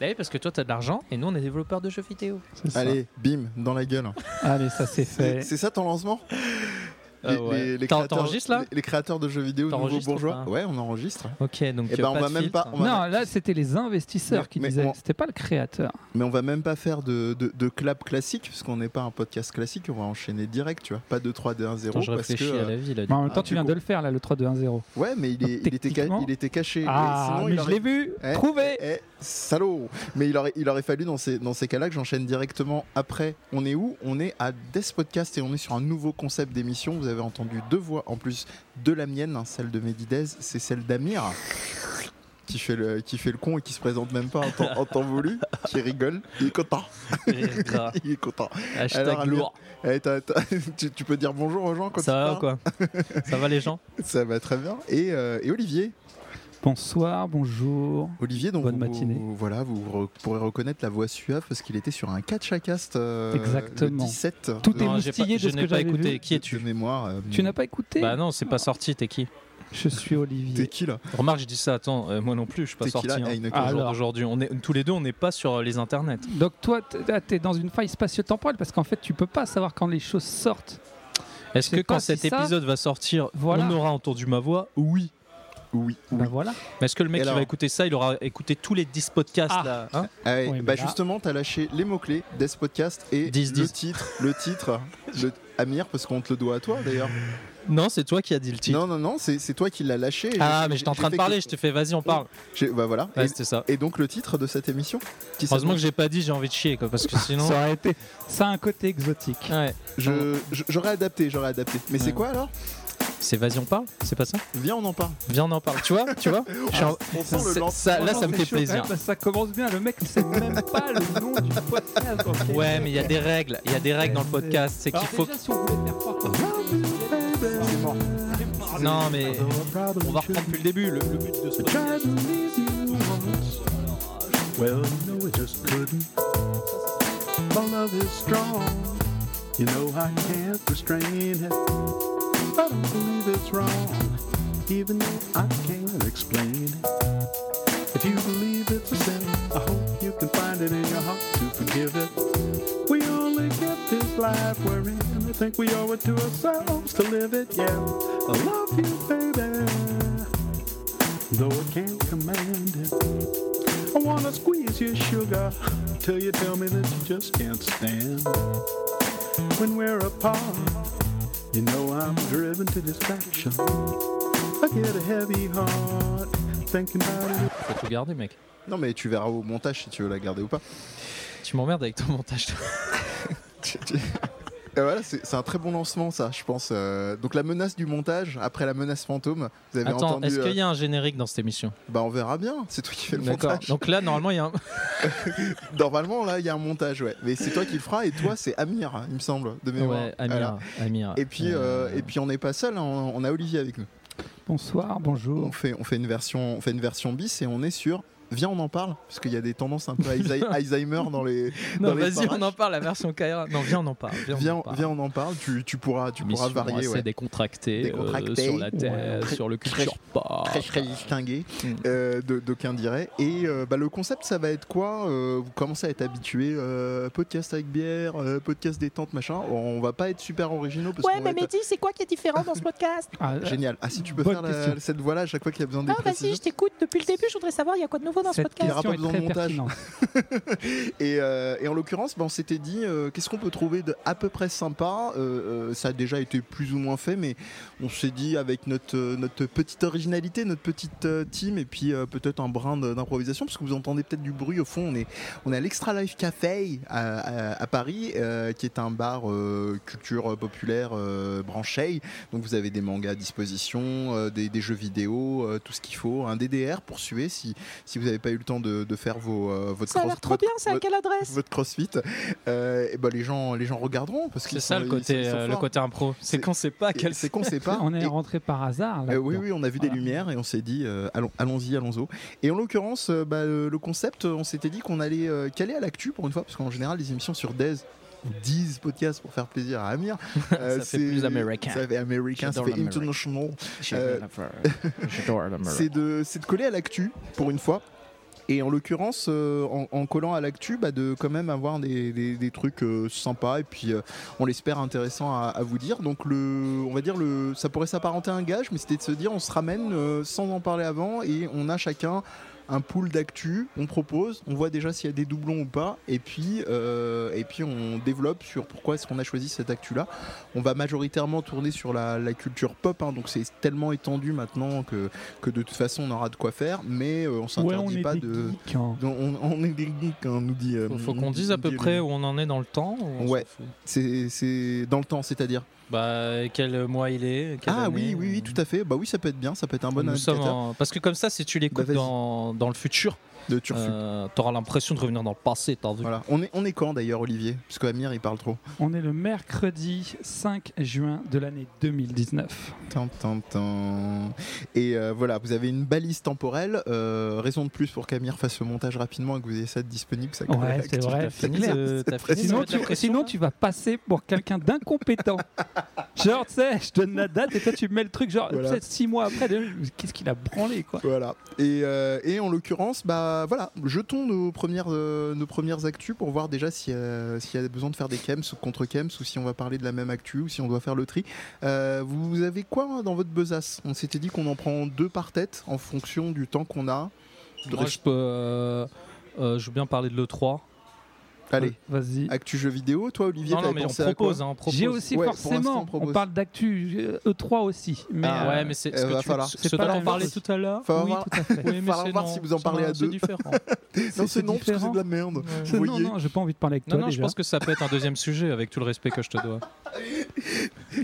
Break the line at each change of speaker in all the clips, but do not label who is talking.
Bah oui, parce que toi, t'as de l'argent et nous, on est développeurs de jeux vidéo.
C'est ça.
Allez, bim, dans la gueule.
Allez, ça c'est fait.
C'est c'est ça ton lancement
Ah ouais. T'en- t'enregistres, là
les, les créateurs de jeux vidéo nouveaux
T'enregistres ou
bourgeois.
pas
Ouais, on enregistre.
Ok, donc.
Eh
euh,
ben, on
pas
va
de
même
filtre.
pas- on va-
Non, là c'était les investisseurs
Mais-
qui
mais Ah,
disaient,
on-
c'était pas le créateur.
Mais on va même pas faire de, de, de clap classique, puisqu'on n'est pas un podcast classique, on va enchaîner direct, tu vois. Pas de 3, 2, 1, 0.
Attends, je
parce que,
réfléchis à
euh,
la vie là.
Mais en même temps,
Ah,
tu
du
viens
coup.
de le faire là, le 3-2-1-0.
Ouais, mais il, est- il était, ca-
Techniquement.
il était caché.
Ah,
et sinon,
mais
il
je
aurait-
l'ai vu,
Eh,
trouvé.
Eh, salaud Mais il aurait, il aurait fallu dans ces, dans ces cas-là que j'enchaîne directement après. On est où On est à Death Podcast et on est sur un nouveau concept d'émission. Vous avez entendu deux voix en plus de la mienne, hein, celle de Medidez, c'est celle d'Amir. Qui fait, le, qui fait le con et qui se présente même pas en temps, en temps voulu, qui rigole, il est content, il est content. Alors,
Hashtag
Amir,
lourd.
Eh, t'as- t'as- tu, tu peux dire bonjour aux gens quand tu
Ça va
parles
ou quoi Ça va les gens
Ça va très bien. Et, euh, et Olivier,
Bonsoir, bonjour.
Olivier, donc
Bonne
vous-
matinée.
vous- voilà, vous re- pourrez reconnaître la voix suave parce qu'il était sur un catch à cast euh,
Exactement.
le 17
Tout
de-
est
Non, j'ai pas-
moustillé de
je
ce
n'ai
que
pas
j'avais
écouté.
vu.
Qui
de-
es-tu
de mémoire. euh,
Tu n'as pas écouté
Bah non, c'est pas sorti, t'es qui
Je suis
T'es
Olivier.
qui là
Remarque, je dis ça, attends, euh, moi non plus, je suis pas
T'es
sorti.
qui là
hein.
Eh, une-
Ah,
Au jour
alors.
d'aujourd'hui. on est tous les deux, on n'est pas sur euh, les internets.
Donc toi, t- ah, t'es dans une faille spatio-temporelle parce qu'en fait, tu peux pas savoir quand les choses sortent.
Est-ce
sais
que
pas
quand
si
cet
ça-
épisode va sortir,
Voilà.
on aura entendu ma voix Oui.
Oui.
Bah voilà.
Mais est-ce que le mec
Et
qui
alors
va écouter ça, il aura écouté tous les 10 podcasts
Ah.
là hein
Ah ouais,
Oui, mais
bah
là-
justement, t'as lâché les mots-clés, Death Podcast et
10,
le
10.
titre. Le titre. le- Amir, parce qu'on te le doit à toi d'ailleurs.
Non, c'est toi qui as dit le titre.
Non, non, non, c'est c'est toi qui l'as lâché. et
Ah,
j'ai-
mais j'étais en
j'ai
train
fait
de parler,
que-
je t'ai fait, vas-y, on parle.
j'ai- Bah voilà.
Ouais,
Et-
c'était ça.
Et donc le titre de cette émission qui
Heureusement que
s'appelle-
j'ai pas dit j'ai envie de chier, quoi,
Ah,
parce que sinon. Ah,
Ça aurait été. Ça a un côté exotique.
Ouais.
je- je- j'aurais adapté, j'aurais adapté. Mais
Ouais.
c'est quoi alors
C'est vas-y, on parle C'est pas ça
Viens, on en parle.
Viens, on en parle. Tu vois Tu vois Je suis en-
On sent le
C'est-
lancement.
ça- Là, ça me
c'est
fait
chaud,
plaisir.
quand même, ça commence bien. Le mec ne sait même pas le nom du podcast. dans lequel-
Ouais, mais il y a des règles. Il y a des règles dans le podcast. C'est
Bah,
qu'il
Alors
faut. Ah.
déjà, si on voulait faire croire qu'on-
C'est mort.
Non, mais on va reprendre depuis le début. Le, le but de ce podcast.
Well, no, it just couldn't. My love is strong. You know I can't restrain it. I don't believe it's wrong, even though I can't explain it. If you believe it's a sin, I hope you can find it in your heart to forgive it. We only get this life we're in. I think we owe it to ourselves to live it. Yeah, I love you, baby. Though I can't command it. I wanna squeeze your sugar till you tell me that you just can't stand. When we're apart, you know I'm driven to distraction. I get a heavy heart thinking about it.
Faut tout garder, mec.
Non, mais tu verras au montage si tu veux la garder ou pas.
Tu m'emmerdes avec ton montage. toi.
Et Euh, voilà, c'est c'est un très bon lancement, ça, je pense. Euh, donc, la menace du montage, après la menace fantôme, vous avez
Attends,
entendu.
est-ce
euh,
qu'il y a un générique dans cette émission
Bah, on verra bien, c'est toi qui fais le
D'accord.
montage.
Donc là, normalement, il y a un.
Normalement, là, il y a un montage, ouais. Mais c'est toi qui le feras, et toi, c'est Amir, hein, il me semble, de mémoire.
Ouais, Amir.
Voilà.
Amir.
Et puis,
Euh,
euh, et puis on n'est pas seul, hein, on, on a Olivier avec nous.
Bonsoir, bonjour.
On fait, on fait une version, on fait une version bis et on est sur. Viens, on en parle, parce qu'il y a des tendances un peu Alzheimer Alzheimer dans les.
Non,
dans les
vas-y, on
parages.
en parle, la version Kaira. Non, viens, on en parle. Viens, on en
Viens,
parle.
viens, on en parle. Tu, tu pourras, tu pourras
Mission
varier.
assez
Ouais.
décontractée,
Décontractée.
euh, sur la
Ouais,
terre,
très-
sur le
très-
culture
Ah,
pop.
très très distingué
Mm.
Hmm.
euh, de- d'aucuns diraient. Et euh, bah, le concept, ça va être quoi Euh, Vous commencez à être habitué euh, podcast avec bière, euh, podcast détente, machin. On va pas être super originaux parce qu'on va être-
c'est quoi qui est différent dans ce podcast
Ah,
Génial. Ah, si tu peux
Bonne
faire la-
question.
cette voix-là à chaque fois qu'il y a besoin des
bah,
précisions.
t'écoute depuis le début, je voudrais savoir, il y a quoi de nouveau
Cette
Il y aura
question
pas
est
besoin
très
de montage.
pertinente.
Et, euh, et en l'occurrence, bah, on s'était dit euh, qu'est-ce qu'on peut trouver de à peu près sympa. Euh, euh, ça a déjà été plus ou moins fait, mais on s'est dit avec notre, euh, notre petite originalité, notre petite euh, team, et puis euh, peut-être un brin de- d'improvisation, parce que vous entendez peut-être du bruit au fond. On est, on est à l'Extra Life Café à, à- à Paris, euh, qui est un bar euh, culture populaire euh, branché. Donc vous avez des mangas à disposition, euh, des, des jeux vidéo, euh, tout ce qu'il faut. Un DDR pour suer si, si vous n'avez pas eu le temps de, de faire vos, euh, votre
Ça a
cross-
l'air trop
votre-
bien, c'est à
votre-
quelle adresse
votre crossfit, euh, et ben les gens, les gens regarderont parce que
C'est ça le côté, euh, le côté impro. C'est
C'est-
qu'on sait pas quel.
C'est qu'on sait pas.
On est
Et-
rentré par hasard.
euh,
Là
oui, oui, on a vu des
Voilà.
lumières et on s'est dit, euh, allons- allons-y, allons-y. Et en l'occurrence, euh, bah, le, le concept, euh, on s'était dit qu'on allait euh, caler à l'actu pour une fois, parce qu'en général, les émissions sur Dez ou 10 podcasts pour faire plaisir à Amir. euh,
Ça fait
c'est-
plus américain.
Ça fait américain, ça
J'adore
fait
l'américain.
international. Euh, C'est de, c'est de coller à l'actu pour une fois. Et en l'occurrence, euh, en, en collant à l'actu, bah, de quand même avoir des, des- des trucs euh, sympas et puis euh, on l'espère intéressant à, à vous dire. Donc le, on va dire le, ça pourrait s'apparenter à un gage, mais c'était de se dire on se ramène euh, sans en parler avant et on a chacun un pool d'actu, on propose, on voit déjà s'il y a des doublons ou pas, et puis, euh, et puis on développe sur pourquoi est-ce qu'on a choisi cette actu-là. On va majoritairement tourner sur la, la culture pop, hein, donc c'est tellement étendu maintenant que, que de toute façon on aura de quoi faire, mais euh, on s'interdit pas de...
geeks, hein.
On, on est des geeks, hein, nous dit... euh,
Faut, faut qu'on dise à
nous
peu
dit-
près où on en est dans le temps. ou on s'en
Ouais.
fout
C'est c'est dans le temps, c'est-à-dire.
Bah, quel mois il est quelle
Ah oui,
année,
oui,
euh,
oui, tout à fait. Bah oui, ça peut être bien, ça peut être un bon
nous sommes
indicateur
en- Parce que comme ça, si tu l'écoutes
Bah, vas-y.
dans, dans le futur,
de Turfu.
euh, t'auras l'impression de revenir dans le passé, t'as vu.
Voilà. On est, on est quand d'ailleurs, Olivier Parce qu'Amir, il parle trop.
On est le mercredi 5 juin de l'année 2019.
Tin, tin, tin. Et euh, voilà, vous avez une balise temporelle. euh, raison de plus pour qu'Amir fasse ce montage rapidement et que vous ayez ça de disponible. Ça colle à
Ouais,
l'actu.
c'est vrai.
T'as fini,
clair.
de- t'as fini de
Sinon
mettre la
tu,
pression,
sinon,
là
tu vas passer pour quelqu'un d'incompétent. genre, tu sais, je donne la date et toi, tu mets le truc, genre,
Voilà.
peut-être six mois après, qu'est-ce qu'il a branlé, quoi.
Voilà. Et, euh, et en l'occurrence, bah voilà, jetons nos premières, euh, nos premières actus pour voir déjà si, euh, s'il y a besoin de faire des kems ou contre kems ou si on va parler de la même actu ou si on doit faire le tri. Euh, vous avez quoi hein, dans votre besace On s'était dit qu'on en prend deux par tête en fonction du temps qu'on a. De
Moi,
res-
je peux. euh, euh, je veux bien parler de l'E3.
Allez,
Vas-y.
actu jeux vidéo, toi Olivier,
Non, non,
t'avais
mais on
pensé à quoi
propose, hein, on propose.
J'ai aussi
Ouais, pour l'instant, on
forcément, on
propose.
parle d'actu euh, E3 aussi, mais,
Ah,
Ouais, mais c'est
Euh,
ce que
va
tu
falloir.
ce-
C'est
ce
pas
dont
la
on
même
parlait
chose.
tout à l'heure.
Faut
oui,
avoir-
tout à fait. Oui, mais
falloir
c'est
voir
non,
si vous en
ça
parlez
va,
à
c'est
deux.
différent.
Non,
C'est-
c'est
c'est
non, parce que c'est
différent.
de la merde.
Ouais.
Vous
non, non,
voyez
non, j'ai pas envie de parler avec
Non,
toi.
non, je
déjà.
pense que ça peut être un deuxième sujet avec tout le respect que je te dois.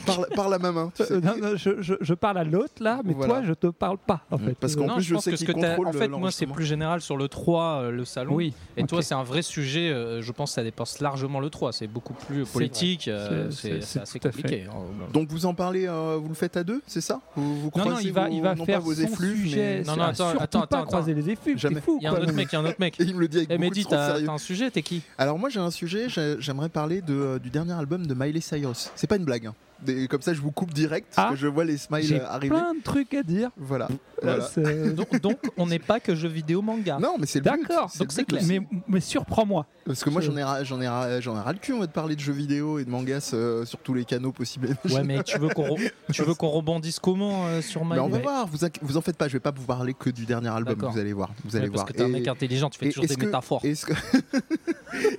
Parle, parle à ma main. hein, tu sais.
Euh, non, non, je, je- je parle à l'autre là, mais
Voilà.
toi je te parle pas en fait.
Parce
Euh,
qu'en
non,
plus, je
pense
sais
que ce
qu'il
que t'as-
contrôle
En fait, moi, c'est
l'enregistrement.
plus général sur le 3, euh, le salon.
oui,
Et toi,
ok.
c'est un vrai sujet, euh, je pense que ça dépasse largement le 3. C'est beaucoup plus
C'est
politique, euh,
C'est-
c'est
c'est-
c'est
c'est
assez
tout à fait.
compliqué.
Donc vous en parlez, euh, vous le faites à deux, c'est ça vous, vous
non, non,
croisez
il va,
vos-
il va
non
faire
pas vos
son
effluves,
sujet.
mais-
Non, non,
Ah,
attends,
surtout
attends,
pas
attends.
croiser les effluves,
Jamais.
t'es fou.
Il y a un
quoi.
autre mec, il y a un autre mec.
Et il me le dit avec
Eh,
beaucoup de
Mehdi,
euh,
trop de
t'as
sérieux.
t'as un sujet, t'es qui
Alors moi j'ai un sujet, j'ai- j'aimerais parler de, euh, du dernier album de Miley Cyrus. C'est pas une blague. hein. Des- comme ça je vous coupe direct, parce
Ah.
que je vois les smiles
J'ai
euh, arriver.
plein de trucs à dire.
Voilà.
Là,
voilà.
c'est- euh,
donc, donc, on n'est pas que jeux vidéo manga.
Non mais c'est le but.
D'accord,
C'est
donc
le
c'est
but.
clair. Mais, mais surprends-moi.
Parce que moi
Je-
j'en ai, ra- j'en ai, ra- j'en ai ras le cul moi, de parler de jeux vidéo et de mangas euh, sur tous les canaux possibles.
Ouais, mais tu veux qu'on re- tu veux qu'on rebondisse comment euh, sur
mais
Miley
on va voir, vous, inqui- vous en faites pas, je vais pas vous parler que du dernier album,
D'accord.
vous allez voir. Vous allez
Ouais, Parce
voir.
que t'es un
Et-
mec intelligent, tu fais
et
toujours des
est-ce que-
métaphores.
Est-ce que,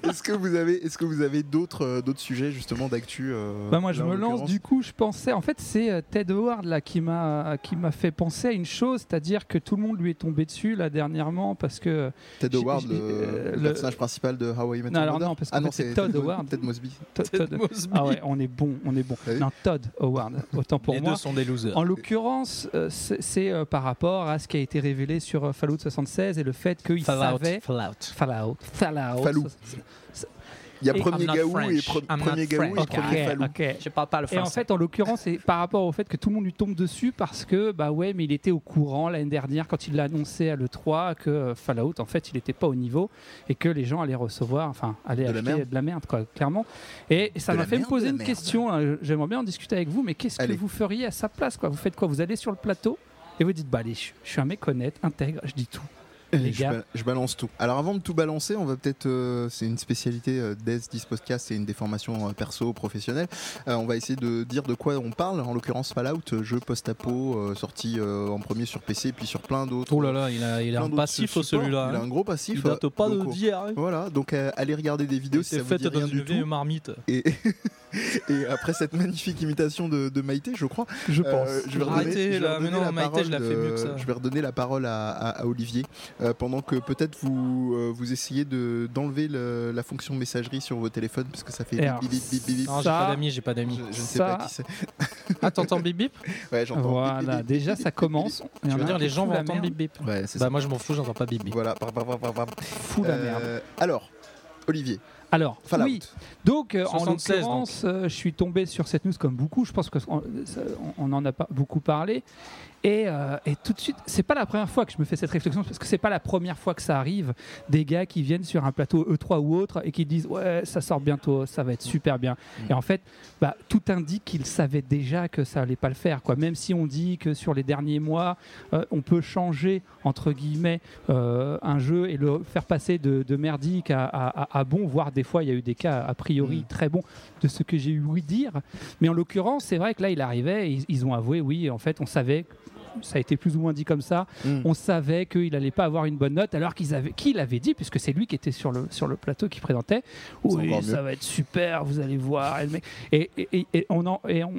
est-ce que vous avez, est-ce que vous avez d'autres, euh, d'autres sujets justement d'actu euh,
Bah moi
là,
je
en
me lance
l'occurrence
du coup je pensais en fait c'est euh, Ted Howard là qui m'a qui m'a fait penser à une chose c'est-à-dire que tout le monde lui est tombé dessus là dernièrement parce que
Ted
j'ai-
Howard,
j'ai-
le,
euh,
le
le-
personnage principal de How I Met
Non,
Your
alors
Mother.
non, parce
ah
qu'en
non,
fait,
c'est
c'est Todd
Mo-
Howard.
Ted Mosby.
Todd- Todd- Ah ouais, on est bon, on est bon.
T'as vu
Non, Todd Howard, autant pour
Les
moi.
deux sont des losers.
En l'occurrence, euh, c'est c'est, euh, par rapport à ce qui a été révélé sur euh, Fallout 76 et le fait qu'il
Fallout,
savait.
Fallout.
Fallout. Fallout.
Fallou. Il y a
Et
premier
I'm not
Gaou et
French.
pre-
I'm
premier
not
Gaou et
French.
premier Fallou.
ok.
Je parle pas le
Et en fait, en l'occurrence, c'est par rapport au fait que tout le monde lui tombe dessus parce que, bah ouais, mais il était au courant l'année dernière quand il l'a annoncé à l'E3 que euh, Fallout, en fait, il n'était pas au niveau et que les gens allaient recevoir, enfin, allaient
De la
acheter
merde.
de la merde, quoi, clairement. Et ça
De
m'a
la
fait me
merde, de
poser
la
une
merde.
question, hein, j'aimerais bien en discuter avec vous, mais qu'est-ce que
Allez.
vous feriez à sa place, quoi Vous faites quoi Vous allez sur le plateau et vous dites, bah allez, je, je suis un mec honnête, intègre, je dis tout. Les
je,
gars.
ba- je balance tout. Alors avant de tout balancer, on va peut-être, euh, c'est une spécialité euh, d'Es This Podcast, c'est une déformation euh, perso professionnelle. Euh, on va essayer de dire de quoi on parle. En l'occurrence, Fallout, euh, jeu post-apo euh, sorti euh, en premier sur PC et puis sur plein d'autres.
Oh là là, il a, il a
plein
un
d'autres
passif
supports. Il a
celui-là. hein.
un gros passif. euh,
Il date pas de
donc,
d'hier. hein.
Voilà, donc euh, allez regarder des vidéos
Il
si ça
s'est
vous
fait
dit
dans
rien
une hein.
du
vieille
tout.
marmite.
Et, et après cette magnifique imitation de, de Maïté, je crois,
Je
euh, je vais redonner,
Arrêtez,
je vais
là,
redonner
mais non,
la
Maïté,
parole
je la fais
de-
mieux que ça.
je vais redonner la parole à, à- à Olivier euh, pendant que peut-être vous euh, vous essayez de d'enlever le- la fonction messagerie sur vos téléphones parce que ça fait
Et
bip,
alors,
bip, bip, bip, bip.
Non, j'ai
Ça-
pas d'amis, j'ai pas
Je,
d'amis.
je ne sais
ça-
pas qui c'est.
Ah, t'entends bip bip
Ouais, j'entends. bip, bip,
Voilà,
bip,
déjà
bip, bip,
ça
bip,
commence. Il y
Je
en
veux
a
dire,
un
les
qui
gens
fout
vont
la
entendre
merde,
bip bip.
bip. Ouais, c'est
Bah,
ça.
moi, je m'en fous, j'entends pas bip bip.
Voilà. par- par- par- par- par.
Fout la merde.
Euh, alors, Euh, Olivier,
Alors,
Fallout.
oui, donc euh, en
76,
l'occurrence, euh, je suis tombé sur cette news comme beaucoup. Je pense que on, ça- on- on en a pas beaucoup parlé. Et, euh, et tout de suite, c'est pas la première fois que je me fais cette réflexion parce que c'est pas la première fois que ça arrive. Des gars qui viennent sur un plateau E3 ou autre et qui disent ouais, ça sort bientôt, ça va être super bien. Et en fait, bah, tout indique qu'ils savaient déjà que ça allait pas le faire. Quoi. Même si on dit que sur les derniers mois, euh, on peut changer entre guillemets euh, un jeu et le faire passer de, de merdique à, à- à- à bon, voire des fois il y a eu des cas a priori
Mm.
très bons de ce que j'ai eu ouï dire. Mais en l'occurrence, c'est vrai que là il arrivait, et ils, ils ont avoué, oui, en fait on savait. Ça a été plus ou moins dit comme ça.
Mm.
On savait qu'il n'allait pas avoir une bonne note, alors qu'ils avaient, qui l'avait dit, puisque c'est lui qui était sur le, sur le plateau qui présentait. Oui,
encore mieux.
ça va être super, vous allez voir. Et, le mec- et- et- et- et on en, et on,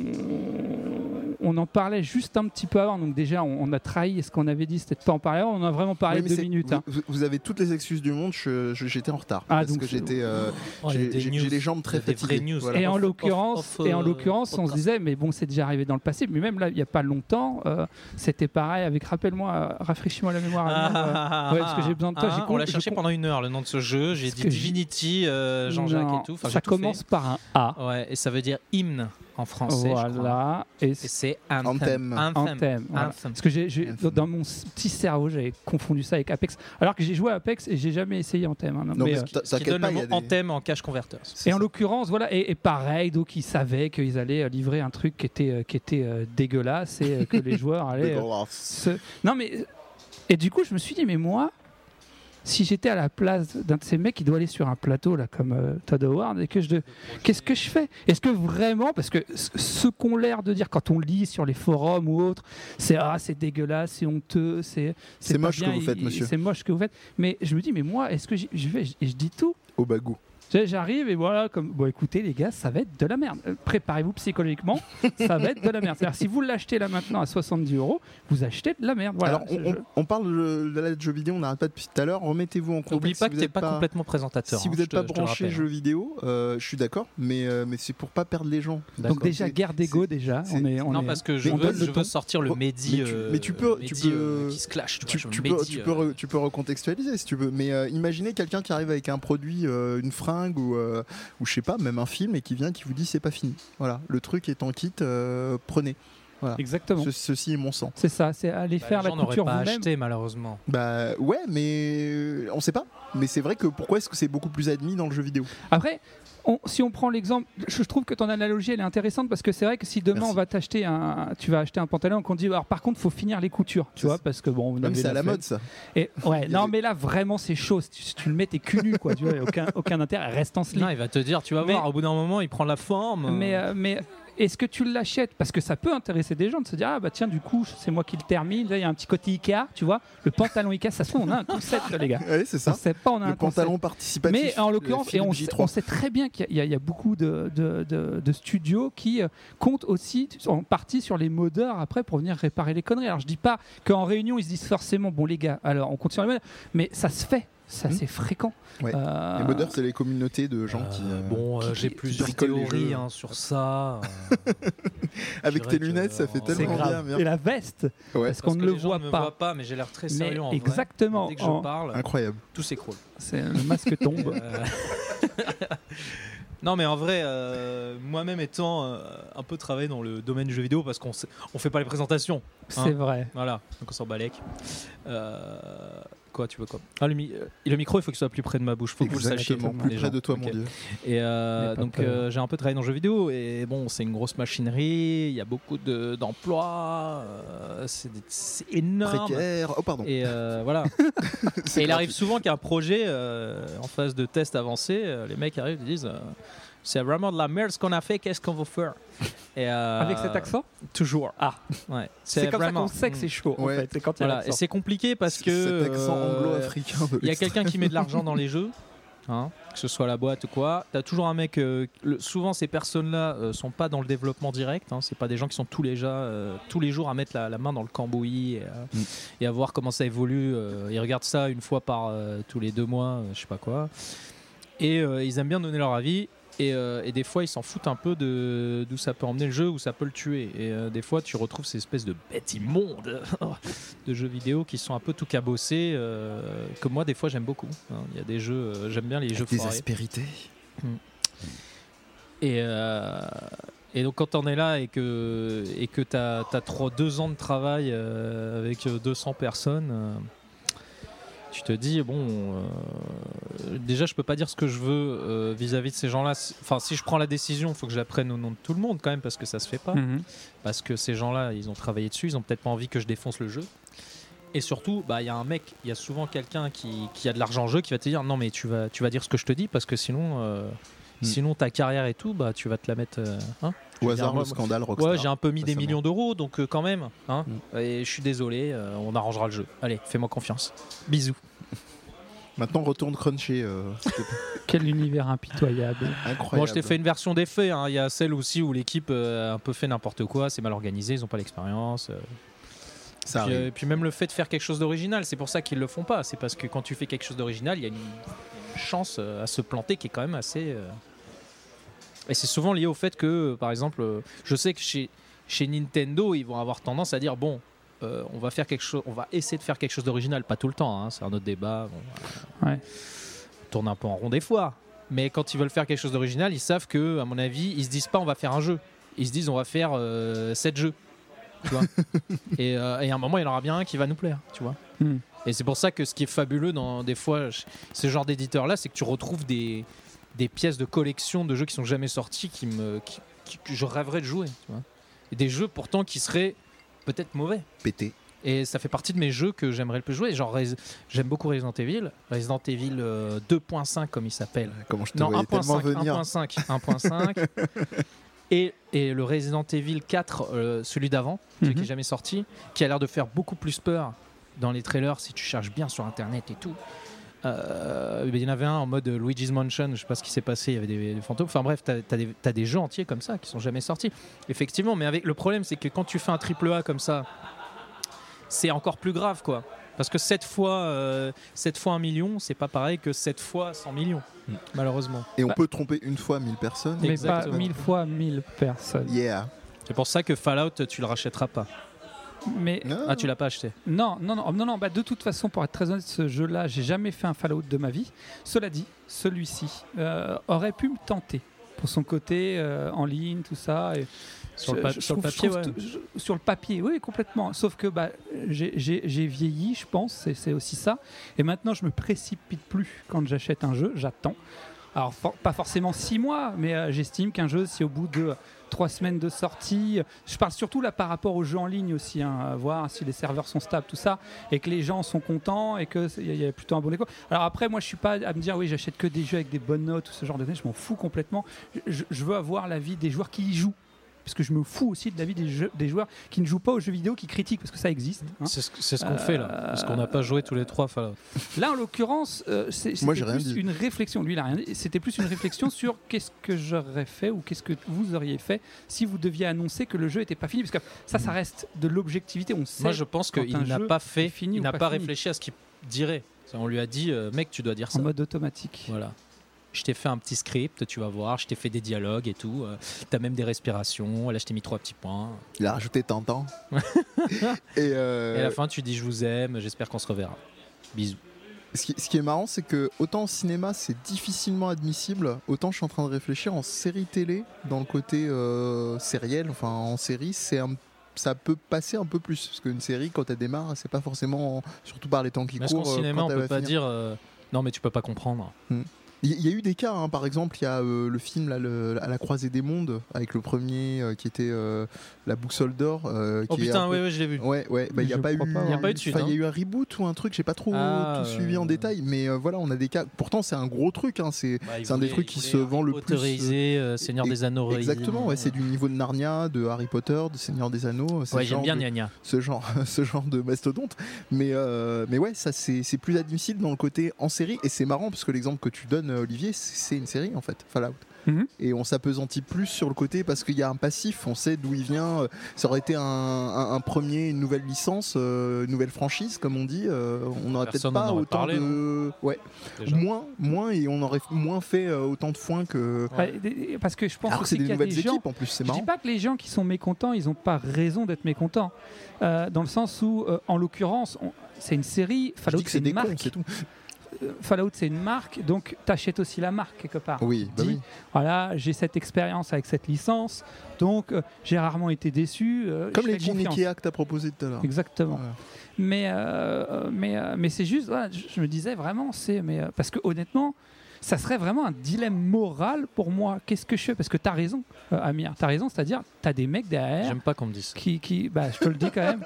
on en parlait juste un petit peu avant. Donc déjà, on, on a trahi ce qu'on avait dit, c'était de pas en parler. avant. On en a vraiment parlé
Oui, mais
deux
c'est-
minutes.
vous-
hein.
Vous, vous avez toutes les excuses du monde, je- je- j'étais en retard.
Ah,
parce
donc
que
c'est-
j'étais. euh,
Oh, il y a
j'ai-
des
j'ai
news.
j'ai les jambes très
Il y a des vraies
fatiguées.
news.
voilà.
Et en
Off-
l'occurrence,
off-
et en
euh,
l'occurrence, on se
podcast.
disait, mais bon, c'est déjà arrivé dans le passé. Mais même là, il n'y a pas longtemps, euh, c'était pareil. Avec, rappelle-moi, euh, rafraîchis-moi la mémoire.
Ah,
Amir, euh, ouais, parce que j'ai besoin de toi, j'ai
on
compris-
l'a
je
cherché
com-
pendant une heure le nom de ce jeu. J'ai
Parce
dit
que j'ai-
Divinity, euh, Jean-Jacques
Non,
et tout. Enfin, j'ai
ça
tout
commence par un A.
fait. Ouais, et ça veut dire hymne en français. je crois.
voilà. Et
Et c'est anthem.
Anthem.
Anthem. voilà.
Anthem.
Parce que j'ai, j'ai-
Anthem.
dans mon s- petit cerveau, j'avais confondu ça avec Apex. Alors que j'ai joué à Apex et j'ai jamais essayé en thème. hein, non,
Non,
mais,
mais
euh,
t'as-
Qui
t'inquiète
donne
pas,
le
il y
mot
a des-
Anthem en cache converters.
c'est
et en
ça.
l'occurrence, voilà, et, et pareil, donc ils savaient qu'ils allaient euh, livrer un truc qui était, euh, qui était euh, dégueulasse et euh, que les joueurs allaient. euh,
Dégueulasse.
se- Non mais et du coup, je me suis dit, mais moi, si j'étais à la place d'un de ces mecs qui doit aller sur un plateau là comme euh, Todd Howard et que je de- qu'est-ce que je fais Est-ce que vraiment parce que ce ce qu'on l'air de dire quand on lit sur les forums ou autres, c'est ah c'est dégueulasse, c'est honteux, c'est
C'est
pas
moche que
bien,
vous faites,
il-
monsieur.
C'est moche ce que vous faites. Mais je me dis mais moi, est-ce que j'y- je vais et je dis tout
Au bagou.
J'ai- J'arrive et voilà, comme bon, écoutez les gars, ça va être de la merde. Euh, Préparez-vous psychologiquement, ça va être de la merde. C'est-à-dire, si vous l'achetez là maintenant à 70 euros, vous achetez de la merde. Voilà.
Alors,
Je-
on, on- on parle de, de la jeu vidéo, on n'arrête pas depuis tout à l'heure. Remettez-vous en contexte.
N'oublie pas
si
que
vous
t'es
êtes
pas complètement présentateur.
Si
hein,
vous
je
n'êtes
te-
pas
je te le
branché
rappelle.
jeux vidéo, euh, je suis d'accord, mais, euh, mais c'est pour pas perdre les gens.
Donc déjà
C'est-
guerre d'ego déjà.
c'est-
On est, on
Non,
est-
parce que je
on
veux,
donne le
je veux
ton.
sortir le
Oh,
Mehdi.
mais tu-
euh,
mais tu peux-
Mehdi,
tu peux-
euh, qui se clash. Tu,
Tu,
vois, je
tu
veux
peux,
Mehdi,
tu,
euh,
peux re- tu peux recontextualiser si tu veux, mais euh, imaginez quelqu'un qui arrive avec un produit, euh, une fringue ou, euh, ou je sais pas, même un film et qui vient qui vous dit c'est pas fini. Voilà, le truc est en kit, euh, prenez.
Exactement.
Ce- ceci est mon sang.
C'est ça, c'est aller
bah,
faire
les
la
gens n'auraient
culture
pas
vous-même.
acheté malheureusement.
Bah ouais, mais euh, on sait pas. Mais c'est vrai que pourquoi est-ce que c'est beaucoup plus admis dans le jeu vidéo
Après, on- si on prend l'exemple, je je trouve que ton analogie elle est intéressante parce que c'est vrai que si demain
Merci.
on va t'acheter un, tu vas acheter un pantalon qu'on dit alors par contre faut finir les coutures, tu
C'est
vois,
ça.
parce que bon, on
Même
avait
c'est à la
flemme.
mode ça.
Et ouais,
Il y a
non
des-
mais là vraiment c'est chaud. Si tu, si tu le mets t'es cul nu quoi, tu vois, y a aucun aucun intérêt. Reste en slip.
Non, il va te dire, tu vas
Mais-
voir, au bout d'un moment, il prend la forme.
Mais, euh, mais est-ce que tu l'achètes Parce que ça peut intéresser des gens de se dire Ah bah tiens, du coup, c'est moi qui le termine. Là, Il y a un petit côté Ikea, tu vois. Le pantalon Ikea, ça se trouve, on a un concept, les gars.
Ouais, c'est
On
ça.
sait pas, on a un
Le pantalon
concept.
participatif.
Mais en l'occurrence, et on, sait, on
J3.
sait très bien qu'il y, a- il y a beaucoup de, de- de- de studios qui euh, comptent aussi en partie sur les modeurs après pour venir réparer les conneries. Alors je dis pas qu'en réunion ils se disent forcément bon les gars, alors on compte sur les modeurs, mais ça se fait, ça
Mhm.
c'est fréquent.
Ouais.
Euh,
Les modeurs, c'est les communautés de gens qui. euh,
bon,
qui-
j'ai
qui-
plusieurs
qui bricolent les
théories
jeux.
hein, sur ça.
Avec tes
dirais que,
lunettes, ça fait
euh,
c'est
tellement
grave.
bien. merde.
Et la veste,
Ouais.
parce qu'on ne le voit
ne
pas.
voient pas, mais j'ai l'air très
Mais
sérieux en vrai.
exactement.
Dès que
en-
je parle,
Incroyable.
tout s'écroule.
C'est le masque tombe.
Euh, non, mais en vrai, euh, moi-même étant euh, un peu travaillé dans le domaine du jeu vidéo, parce qu'on sait- on fait pas les présentations,
c'est vrai.
voilà, donc on s'en balèque. Euh, quoi, tu veux quoi ah, le, mi- euh, le micro, il faut qu'il soit plus près de ma bouche, faut que vous le sachiez.
Exactement.
les
Plus près
gens.
de toi,
Ok.
mon dieu.
Et euh,
N'aie pas
donc
peur.
euh, j'ai un peu travaillé dans le jeu vidéo et bon c'est une grosse machinerie, il y a beaucoup de- d'emplois, euh, c'est des- c'est énorme.
Précaire. Oh, pardon.
Et euh, voilà.
C'est
et il
grave.
arrive souvent qu'un projet euh, en phase de test avancé, euh, les mecs arrivent et disent euh, c'est vraiment de la merde ce qu'on a fait, qu'est-ce qu'on veut faire Et, euh,
Avec cet accent
Toujours.
Ah.
Ouais.
C'est comme ça qu'on sait que
Mm.
c'est chaud.
Ouais.
En fait. C'est quand il y a
Voilà. Et
l'accent.
c'est compliqué parce que
Cet accent
euh,
anglo-africain. de
il y a
l'extrême.
quelqu'un qui met de l'argent dans les jeux, hein, que ce soit la boîte ou quoi. T'as toujours un mec. euh, le- souvent, ces personnes-là euh, sont pas dans le développement direct. Hein, c'est pas des gens qui sont tous les, ja- euh, tous les jours à mettre la, la main dans le cambouis et, euh, et à voir comment ça évolue. euh, ils regardent ça une fois par euh, tous les deux mois, euh, je sais pas quoi. Et euh, ils aiment bien donner leur avis. Et, euh, et des fois, ils s'en foutent un peu de d'où ça peut emmener le jeu, où ça peut le tuer. Et euh, des fois, tu retrouves ces espèces de bêtes immondes de jeux vidéo qui sont un peu tout cabossés, euh, que moi, des fois, j'aime beaucoup. hein. Il y a des jeux, euh, j'aime bien les jeux
Des
foirés.
aspérités.
Et, euh, et donc quand on est là et que et que t'as as trois deux ans de travail euh, avec euh, 200 personnes, euh, tu te dis bon, euh, déjà je peux pas dire ce que je veux euh, vis-à-vis de ces gens-là. Si- Enfin si je prends la décision, il faut que je la prenne au nom de tout le monde quand même parce que ça se fait pas,
Mhm.
parce que ces gens-là ils ont travaillé dessus, ils ont peut-être pas envie que je défonce le jeu. Et surtout, bah il y a un mec, il y a souvent quelqu'un qui, qui a de l'argent en jeu qui va te dire non mais tu vas tu vas dire ce que je te dis parce que sinon euh,
Mm.
sinon ta carrière et tout bah tu vas te la mettre euh, hein
Au
veux
hasard,
dire,
le
moi-
scandale Rockstar.
Ouais, j'ai un peu mis des
récemment.
millions d'euros, donc euh, quand même. Hein
Mm.
Et je suis désolé, euh, on arrangera le jeu. Allez, fais-moi confiance. Bisous.
Maintenant, retourne cruncher. euh, c'était
Quel univers impitoyable.
incroyable.
Moi, je t'ai fait une version des faits. hein. Il y a celle aussi où l'équipe euh, a un peu fait n'importe quoi, c'est mal organisé, ils n'ont pas l'expérience. euh.
Ça
Puis,
arrive.
euh, et puis même le fait de faire quelque chose d'original, c'est pour ça qu'ils le font pas. C'est parce que quand tu fais quelque chose d'original, il y a une une chance euh, à se planter qui est quand même assez. euh, Et c'est souvent lié au fait que, euh, par exemple, euh, je sais que chez, chez Nintendo, ils vont avoir tendance à dire bon. euh, on va faire quelque chose, on va essayer de faire quelque chose d'original, pas tout le temps, hein, c'est un autre débat. bon, euh,
Ouais.
on tourne un peu en rond des fois, mais quand ils veulent faire quelque chose d'original, ils savent que, à mon avis, ils se disent pas on va faire un jeu, ils se disent on va faire euh, sept jeux. Tu vois et, euh, et à un moment, il y en aura bien un qui va nous plaire, tu vois.
Hmm.
Et c'est pour ça que ce qui est fabuleux dans des fois je- ce genre d'éditeur là, c'est que tu retrouves des, des pièces de collection de jeux qui sont jamais sortis, qui me, qui- qui- que je rêverais de jouer, tu vois. Et des jeux pourtant qui seraient peut-être mauvais.
Pété.
Et ça fait partie de mes jeux que j'aimerais le plus jouer. Genre, Res- j'aime beaucoup Resident Evil, Resident Evil euh, 2.5 comme il s'appelle.
Comment je te
Non,
voyais tellement
1.5,
venir.
1.5, 1.5. et, et le Resident Evil 4, euh, celui d'avant, celui qui
Mhm.
n'est jamais sorti, qui a l'air de faire beaucoup plus peur dans les trailers si tu cherches bien sur internet et tout. Euh, il y en avait un en mode euh, Luigi's Mansion, je sais pas ce qui s'est passé, il y avait des, des fantômes. Enfin bref, t'as as, des jeux entiers comme ça qui sont jamais sortis. Effectivement, mais avec le problème, c'est que quand tu fais un triple A comme ça, c'est encore plus grave quoi. Parce que 7 fois, euh, sept fois 1 million, c'est pas pareil que 7 fois 100 millions,
Mm.
malheureusement.
Et on peut tromper une fois 1000 personnes.
Mais
Exactement.
pas mille fois mille personnes.
Yeah.
C'est pour ça que Fallout, tu le rachèteras pas.
Mais
Non.
Ah, tu l'as pas acheté.
non, non, non, non, non. Bah, de toute façon, pour être très honnête, ce jeu-là, j'ai jamais fait un Fallout de ma vie. Cela dit, celui-ci euh, aurait pu me tenter pour son côté euh, en ligne, tout ça. et-
Sur le,
Je-
pa-
je
sur le
trouve-
papier,
je
ouais.
trouve tout- je- sur le papier, oui, complètement. Sauf que bah, j'ai- j'ai j'ai vieilli, je pense, c'est- c'est aussi ça. Et maintenant, je me précipite plus quand j'achète un jeu, j'attends. Alors, for- pas forcément six mois, mais euh, j'estime qu'un jeu, si au bout de trois semaines de sortie, je parle surtout là par rapport aux jeux en ligne aussi, hein, à voir si les serveurs sont stables, tout ça, et que les gens sont contents et qu'il y a plutôt un bon écho. Alors après, moi, je suis pas à me dire, oui, j'achète que des jeux avec des bonnes notes ou ce genre de choses, je m'en fous complètement. Je- Je, je veux avoir l'avis des joueurs qui y jouent. Parce que je me fous aussi de l'avis des, jeux- des joueurs qui ne jouent pas aux jeux vidéo, qui critiquent, parce que ça existe. hein. Euh,
C'est ce, que- c'est ce qu'on fait là, parce qu'on n'a pas joué tous les trois Fallout.
Là, en l'occurrence, euh, c'est- c'était
Moi, j'ai rien
plus
dit.
une réflexion. Lui, il a rien dit. C'était plus une réflexion sur qu'est-ce que j'aurais fait ou qu'est-ce que vous auriez fait si vous deviez annoncer que le jeu n'était pas fini. Parce que ça,
Mm.
ça reste de l'objectivité. On sait.
Moi, je pense
quand
qu'il
un
n'a
jeu
pas fait,
est fini
il
ou
n'a
pas
pas,
fini.
réfléchi à ce qu'il dirait. On lui a dit, euh, mec, tu dois dire ça.
en mode automatique.
Voilà. Je t'ai fait un petit script, tu vas voir. Je t'ai fait des dialogues et tout. euh, T'as même des respirations. Là, je t'ai mis trois petits points.
Il a rajouté Tantan. et, euh,
Et à la fin, tu dis, je vous aime. J'espère qu'on se reverra. Bisous.
ce, qui, ce qui est marrant, c'est que autant au cinéma, c'est difficilement admissible, autant je suis en train de réfléchir en série télé, dans le côté euh, sériel, enfin en série, c'est un- ça peut passer un peu plus. Parce qu'une série, quand elle démarre, c'est pas forcément, surtout par les temps qui
Mais est-ce
courent.
qu'en cinéma,
euh,
on
quand elle
peut
va
pas
finir.
dire, euh, non, mais tu peux pas comprendre.
Il y, a eu des cas, hein. par exemple, il y a euh, le film là, le- à la croisée des mondes, avec le premier euh, qui était euh, La Boussole d'Or. euh,
Oh
qui est
putain,
un peu-
ouais, ouais, je l'ai vu.
Ouais, ouais, bah, il n'y a,
Je
pas eu.
crois pas,
enfin,
hein.
Il
Y
y
a
pas eu de suite,
a
hein.
eu un reboot ou un truc, j'ai pas trop
Ah,
tout suivi en
euh.
détail, mais euh, voilà, on a des cas. Pourtant, c'est un gros truc, hein, c'est
Bah,
C'est un des trucs qui se vend le plus,
Autorisé, euh, Seigneur
e-
des Anneaux.
exactement, ouais, c'est du niveau de Narnia, de Harry Potter, de Seigneur des Anneaux, euh, ce
Ouais, j'aime
genre
bien
de-
Nia Nia.
ce genre, ce genre de mastodonte. Mais, euh, mais ouais, ça c'est c'est plus admissible dans le côté en série. Et c'est marrant parce que l'exemple que tu donnes, euh, Olivier, c'est c'est une série en fait, Fallout.
Mhm.
Et on s'apesantit plus sur le côté parce qu'il y a un passif, on sait d'où il vient. euh, Ça aurait été un, un- un premier, une nouvelle licence, euh, une nouvelle franchise, comme on dit. euh, on n'aurait peut-être
Personne n'en
pas
aurait
autant
parlé,
de. Ouais,
Déjà.
moins, moins, et on aurait moins fait euh, autant de foin que.
Enfin, des- Parce que je pense
Alors que
aussi
c'est
qu'il
des
y a des
nouvelles
gens
équipes en plus, c'est
Je dis
marrant.
pas que les gens qui sont mécontents, ils n'ont pas raison d'être mécontents. Euh, dans le sens où, euh, en l'occurrence, on- c'est une série,
Je dis
Fallout
que
c'est
c'est
une
des cons,
marque.
c'est tout.
euh, Fallout, c'est une marque, donc t'achètes aussi la marque quelque part.
Oui, bah
Dis,
oui.
Voilà, j'ai cette expérience avec cette licence, donc euh, j'ai rarement été déçu. euh,
Comme
je
les
fais
jeans
confiance.
Ikea que t'as proposé tout à l'heure.
Exactement.
Voilà.
Mais, euh, mais, euh, mais c'est juste, voilà, je je me disais vraiment, c'est. Mais, euh, parce que honnêtement, ça serait vraiment un dilemme moral pour moi. Qu'est-ce que je fais Parce que t'as raison, euh, Amir, t'as raison, c'est-à-dire, t'as des mecs derrière.
J'aime pas qu'on me dise ça.
Qui, qui, bah, je te le dis quand même.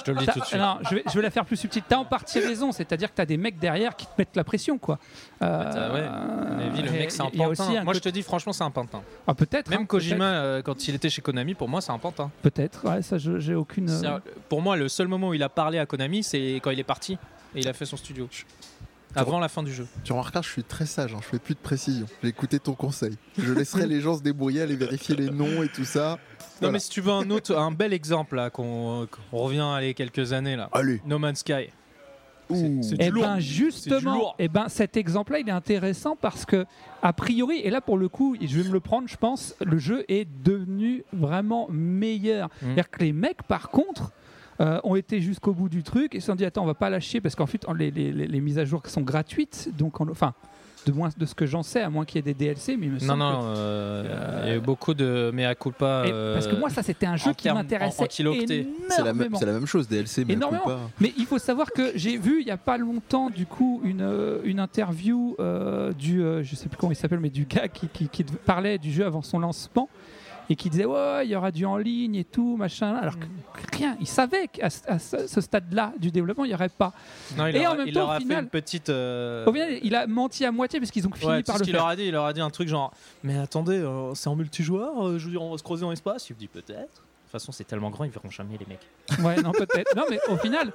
Je te le dis
T'as-
tout de suite.
Non, je vais, je vais la faire plus subtile. T'as en partie raison, c'est-à-dire que t'as des mecs derrière qui te mettent la pression, quoi.
Bah, ouais.
Euh,
Mais vie, le
et
mec, c'est un
il y a aussi
pantin.
un
Moi, je
côté-
te dis, franchement, c'est un pantin.
Ah, peut-être. hein,
Même Kojima, euh, quand il était chez Konami, pour moi, c'est un pantin.
Peut-être. peut-être. Ouais, ça, je- j'ai aucune. euh,
C'est-à-dire, Pour moi, le seul moment où il a parlé à Konami, c'est quand il est parti et il a fait son studio. Avant la fin du jeu.
Tu remarqueras, je suis très sage, hein, je fais plus de précision. J'ai écouté ton conseil. Je laisserai les gens se débrouiller, aller vérifier les noms et tout ça.
Non,
Voilà.
mais si tu veux un autre, un bel exemple, là, qu'on qu'on revient à les quelques années, là.
Allez,
No Man's Sky.
ouh.
c'est-
Eh
du lourd.
ben
C'est du lourd.
justement, eh ben cet exemple-là, il est intéressant parce que a priori, et là pour le coup, je vais me le prendre, je pense, le jeu est devenu vraiment
Mmh.
meilleur. C'est-à-dire que les mecs, par contre, euh, ont été jusqu'au bout du truc et se sont dit attends, on va pas lâcher parce qu'en fait, on- les, les- les- les mises à jour sont gratuites, donc en- enfin, de moins de ce que j'en sais, à moins qu'il y ait des DLC, mais il me
Non,
semble que-
non, euh, il y a eu beaucoup de mea culpa.
Et-
euh,
parce que moi, ça c'était un
en
jeu qui
termes- en- en
m'intéressait
kilo-octets.
C'est la, même-
énormément.
c'est la même chose, DLC, mais
Énormément.
pas.
Mais il faut savoir que j'ai vu il n'y a pas longtemps du coup une, euh, une interview euh, du euh, je sais plus comment il s'appelle mais du gars qui, qui- qui parlait du jeu avant son lancement et qui disait ouais il y aura du en ligne et tout machin alors que rien il savait qu'à ce- à ce, ce stade-là du développement il n'y aurait pas
non, il
Et
leur-
en même
il
temps,
leur
au
a fait
final-
une petite. euh,
au final il a menti à moitié parce qu'ils ont fini
Ouais, tu sais
par
ce
le
qu'il
faire
leur a dit, il leur a dit un truc genre Mais attendez, euh, c'est en multijoueur, euh, je veux dire, on va se croiser dans l'espace Il me dit peut-être. De toute façon, c'est tellement grand, ils verront jamais les mecs.
ouais non peut-être non mais au final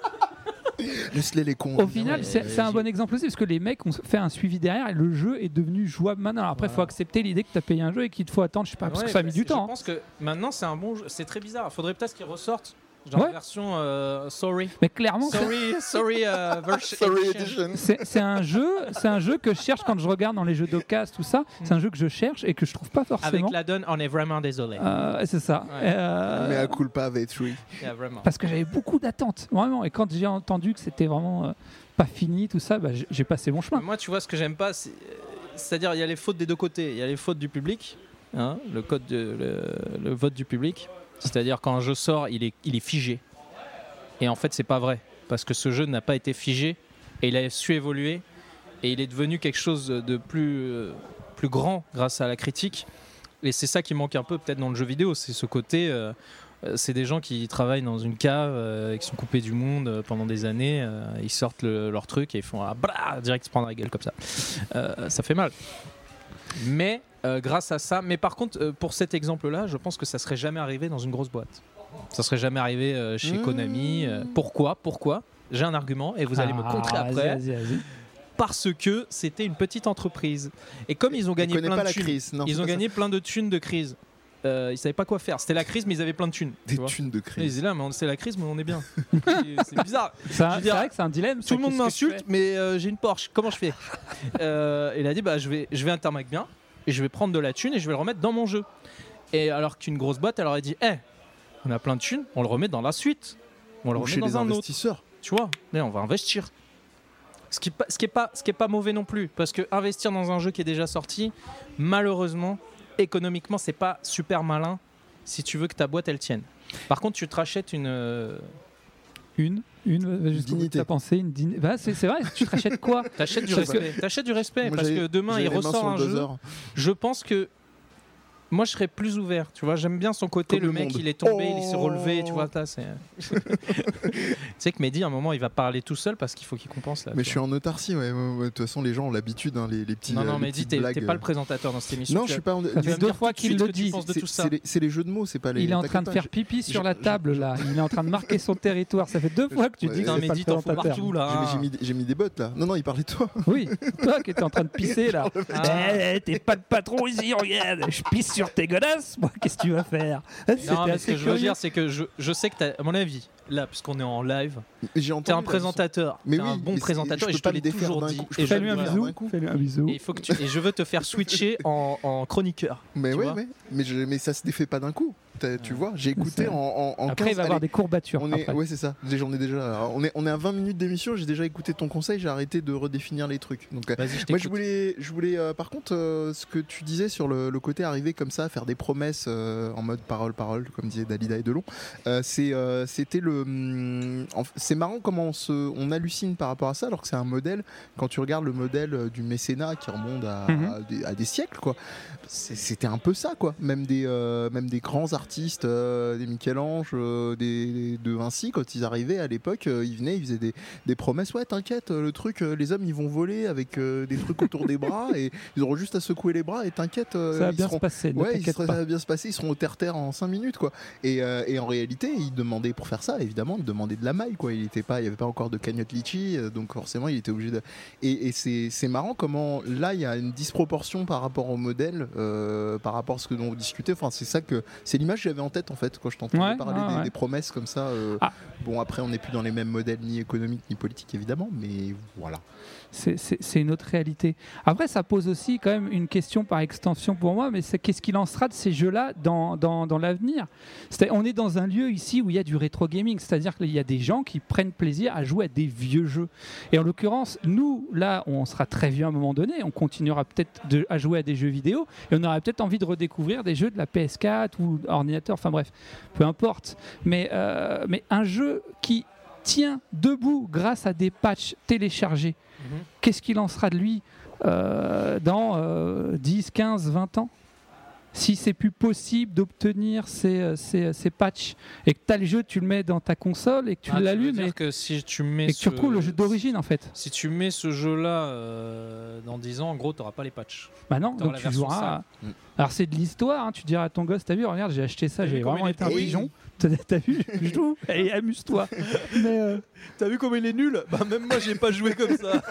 Laisse-les les cons.
Au final, c'est
ouais,
c'est un
j'ai-
bon exemple aussi parce que les mecs ont fait un suivi derrière et le jeu est devenu jouable maintenant. Alors après, il faut
Voilà.
accepter l'idée que tu as payé un jeu et qu'il te faut attendre, je sais pas, parce
Ouais,
que ça a
bah,
mis
c'est-
du
Je
temps. hein.
pense que maintenant, c'est un bon jeu. C'est très bizarre. Faudrait peut-être qu'ils ressortent dans la
Ouais.
version euh, Sorry.
Mais clairement, c'est-
Sorry, sorry, euh, version.
Sorry Edition.
c'est c'est un jeu, c'est un jeu que je cherche quand je regarde dans les jeux d'occasion, tout ça. C'est un jeu que je cherche et que je trouve pas
Avec
forcément.
la donne, on est vraiment désolé.
Euh, c'est ça.
Ouais.
Euh,
Mais à culpa V3.
Yeah, vraiment.
parce que j'avais beaucoup d'attentes, vraiment. Et quand j'ai entendu que c'était vraiment euh, pas fini, tout ça, bah, j'ai j'ai passé mon chemin.
Mais Moi, tu vois, ce que j'aime pas, c'est- euh, c'est-à-dire, il y a les fautes des deux côtés. Il y a les fautes du public, hein, le, code de- le, le vote du public. C'est-à-dire, quand un jeu sort, il est, il est figé. Et en fait, c'est pas vrai. Parce que ce jeu n'a pas été figé. Et il a su évoluer. Et il est devenu quelque chose de plus, euh, plus grand grâce à la critique. Et c'est ça qui manque un peu, peut-être, dans le jeu vidéo. C'est ce côté. euh, euh, c'est des gens qui travaillent dans une cave, euh, et qui sont coupés du monde euh, pendant des années. euh, ils sortent le- leur truc et ils font ah, brah, direct se prendre la gueule comme ça. Euh, ça fait mal. Mais euh, grâce à ça, mais par contre, euh, pour cet exemple-là, je pense que ça serait jamais arrivé dans une grosse boîte. Ça serait jamais arrivé euh, chez
Mmh.
Konami. euh, pourquoi Pourquoi J'ai un argument et vous allez me
Ah,
contrer
vas-y,
après.
vas-y, vas-y.
Parce que c'était une petite entreprise. Et comme ils ont gagné
connais
plein
pas
de
la
thunes,
crise. Non, c'est
ils ont
pas ça.
gagné plein de thunes de crise. Euh, ils savaient pas quoi faire. C'était la crise, mais ils avaient plein de thunes. tu
des
vois.
thunes de
Ils
crise.
disaient là, mais on- c'est la crise, mais on est bien. c'est bizarre.
C'est un-
Je veux
c'est
dire,
vrai que c'est un dilemme. ça,
Tout le monde
qu'est-ce que tu fais
m'insulte, mais euh, j'ai une Porsche. Comment je fais Euh, Il a dit bah je vais, je vais Intermac bien et je vais prendre de la thune et je vais le remettre dans mon jeu. Et alors qu'une grosse boîte, elle aurait dit, Eh, on a plein de thunes, on le remet dans la suite, on le
Ou
remet
chez les
dans un autre.
investisseurs.
Tu vois Mais on va investir. Ce qui, est pas- ce, qui est pas, ce qui est pas mauvais non plus, parce que investir dans un jeu qui est déjà sorti, malheureusement, économiquement, c'est pas super malin si tu veux que ta boîte elle tienne. Par contre, tu te rachètes une. euh,
Une, une, va jusqu'au bout de
Dignité.
ta pensée, une dignité. Bah, c'est c'est vrai, tu te rachètes quoi
T'achètes du
Je sais
respect. T'achètes du respect,
Moi,
parce
j'avais-
que demain
j'avais
il
les mains
ressort
sur
un
le
jeu.
buzzer.
Je pense que. Moi, je serais plus ouvert, tu vois. J'aime bien son côté. le
Comme le
mec,
monde.
il est tombé, il s'est
Oh.
relevé, tu vois. là, c'est- euh. tu sais que Mehdi, à un moment, il va parler tout seul parce qu'il faut qu'il compense. Là,
Mais
tu
je suis en autarcie, ouais. ouais, ouais, De toute façon, les gens ont l'habitude, hein, les, les petits.
Non,
euh,
non,
les
mais dis,
petites
t'es t'es
blagues,
pas
euh.
le présentateur dans cette émission.
Non,
tu
je
as-
suis pas. en-
Ça fait
vas me
deux
dire
fois
tout de
qu'il
suite
le
ce que tu
dit.
penses de
C'est-
tout ça.
c'est les- C'est les jeux de mots, c'est pas les.
Il est en train de
t'inquiète
faire pipi sur
je-
la
je-
table là. Il est en train de marquer son territoire. Ça fait deux fois que tu
Ouais,
dis que
Putain,
c'est pas
Mehdi,
le
t'en fous
présentateur.
partout
pas. hein. J'ai- J'ai
là.
mis, des- j'ai mis des bottes là. Non, non, il parlait de toi.
Oui, c'est toi qui étais en train de pisser là.
Ah.
Eh, eh, T'es pas le patron ici, regarde. Je pisse sur tes godasses. Moi, qu'est-ce que tu vas faire C'était
Non, mais ce
assez
que je veux
curieux.
dire, c'est que je, je sais que, t'as- à mon avis, là, puisqu'on est en live,
J'ai entendu.
t'es un
la leçon.
présentateur.
Mais
t'es un
oui,
bon
mais c'est-
présentateur
je
et
peux
je te
pas me
l'ai
défaire
toujours
d'un
dit.
coup, je
Et
peux
je,
pas
Fais-lui
me
un
faire
bisou.
d'un coup.
Fais-lui un bisou.
et il faut que tu- et je veux te faire switcher en, en chroniqueur.
Mais
tu
oui,
vois.
mais, mais, je- mais ça se défait pas d'un coup. t'as- tu vois, j'ai écouté
C'est-
en, en, en
Après, il
15
va avoir
allez,
des courbatures.
on est,
après.
ouais, c'est ça. Déjà, on est déjà. alors, on est, on est à 20 minutes d'émission. J'ai déjà écouté ton conseil. J'ai arrêté de redéfinir les trucs. Donc, euh,
Vas-y, je
moi, je
t'écoute.
voulais, je voulais. euh, par contre, euh, ce que tu disais sur le, le côté arriver comme ça, faire des promesses euh, en mode parole, parole, comme disaient Dalida et Delon. euh, c'est, euh, c'était le. hum, en f- c'est marrant comment on se, on hallucine par rapport à ça, alors que c'est un modèle. Quand tu regardes le modèle euh, du mécénat qui remonte à,
Mhm.
à des, à des siècles, quoi. C'est- C'était un peu ça, quoi. Même des, euh, même des grands artistes, euh, des Michel-Ange, euh, des, de Vinci, quand ils arrivaient à l'époque, euh, ils venaient, ils faisaient des, des promesses. Ouais, t'inquiète, euh, le truc, euh, les hommes, ils vont voler avec euh, des trucs autour des bras et ils auront juste à secouer les bras et t'inquiète, euh,
Ça va
ils
bien
seront-
se passer. ne
Ouais, ils
t'inquiète
seraient-
pas.
ça va bien se passer, ils seront au terre-terre en 5 minutes quoi. Et, euh, et en réalité, ils demandaient pour faire ça, évidemment, ils demandaient de la maille quoi. Il était pas, il y avait pas encore de cagnotte litchi, euh, donc forcément, il était obligé de. Et, et c'est c'est marrant comment là il y a une disproportion par rapport au modèle, euh, par rapport à ce que dont vous discutez. Enfin, c'est ça que c'est l'image que j'avais en tête en fait quand je t'entendais
Ouais,
parler
ouais,
des,
ouais.
des promesses comme ça. euh,
Ah.
Bon, après, on n'est plus dans les mêmes modèles ni économiques ni politiques évidemment, mais voilà.
C'est- C'est c'est une autre réalité. Après, ça pose aussi quand même une question par extension pour moi, mais c'est qu'est-ce qu'il en sera de ces jeux-là dans, dans, dans l'avenir C'est- On est dans un lieu ici où il y a du rétro gaming, c'est-à-dire qu'il y a des gens qui prennent plaisir à jouer à des vieux jeux. Et en l'occurrence, nous, là, on sera très vieux à un moment donné, on continuera peut-être de- à jouer à des jeux vidéo, et on aura peut-être envie de redécouvrir des jeux de la PS4 ou ordinateur, enfin bref, peu importe. Mais, euh, mais un jeu qui tient debout grâce à des patchs téléchargés
Mhm.
qu'est-ce qu'il en sera de lui euh, dans euh, 10, 15, 20 ans si c'est plus possible d'obtenir ces, euh, ces, ces patchs et que tu as le jeu, tu le mets dans ta console et que tu
Ah, veux
l'allumes
dire
et,
que si tu mets
et que tu
ce-
retrouves le jeu d'origine en fait.
Si tu mets ce jeu-là euh, dans 10 ans, en gros, t'auras pas les patchs.
Bah non,
Dans
donc
la
tu
version
joueras. à-
sale. Mm.
Alors c'est de l'histoire, hein, tu diras à ton gosse, t'as vu, regarde, j'ai acheté ça,
T'as vu
j'ai
comment
vraiment
il
été un
est- Oui.
pigeon. T'as t'as vu, je joue,
euh,
et amuse-toi. Mais, euh,
T'as vu comment il est nul Bah même moi j'ai pas joué comme ça.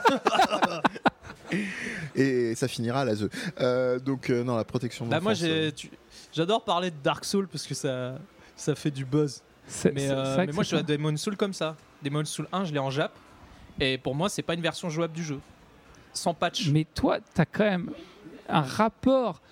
Et ça finira à la ZE. Euh, donc euh, non, la protection. de
Bah moi,
l'enfance, euh,
j'ai- tu- j'adore parler de Dark Souls parce que ça, ça fait du buzz.
c'est-
Mais,
c'est-
euh,
c'est
mais
vrai que
moi, je
c'est
suis à
ça.
Demon Soul comme ça. Demon Soul 1, je l'ai en Jap. Et pour moi, c'est pas une version jouable du jeu. Sans patch.
Mais toi, tu as quand même un rapport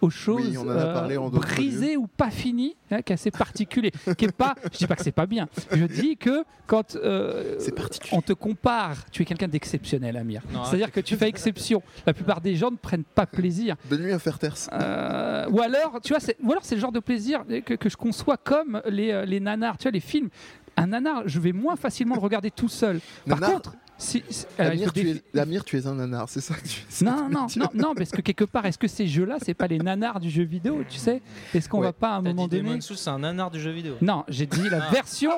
aux choses
Oui, on en a parlé en d'autres
brisées ou pas finies, hein, qui est assez particulier. qui est pas, je dis pas que c'est pas bien. Je dis que quand euh,
C'est particulier.
on te compare, tu es quelqu'un d'exceptionnel, Amir.
Non,
C'est-à-dire que tu fais exception. La plupart des gens ne prennent pas plaisir.
Donne-lui un faire terre.
Euh, ou alors, tu vois, c'est, ou alors c'est le genre de plaisir que, que je conçois comme les, euh, les nanars, tu vois, les films. Un nanar, je vais moins facilement le regarder tout seul. Par
Nanar
contre, si, si- alors, il
Amir,
faut
tu
défi-
es, Amir, tu es un nanar, c'est ça que tu- c'est
non, non,
tu-
non, non, parce que quelque part, est-ce que ces jeux-là, c'est pas les nanars du jeu vidéo, tu sais Est-ce qu'on
Ouais.
va pas à un
T'as
moment
dit
donné
Demon Soul, c'est un nanar du jeu vidéo.
Non, j'ai dit la
Ah.
version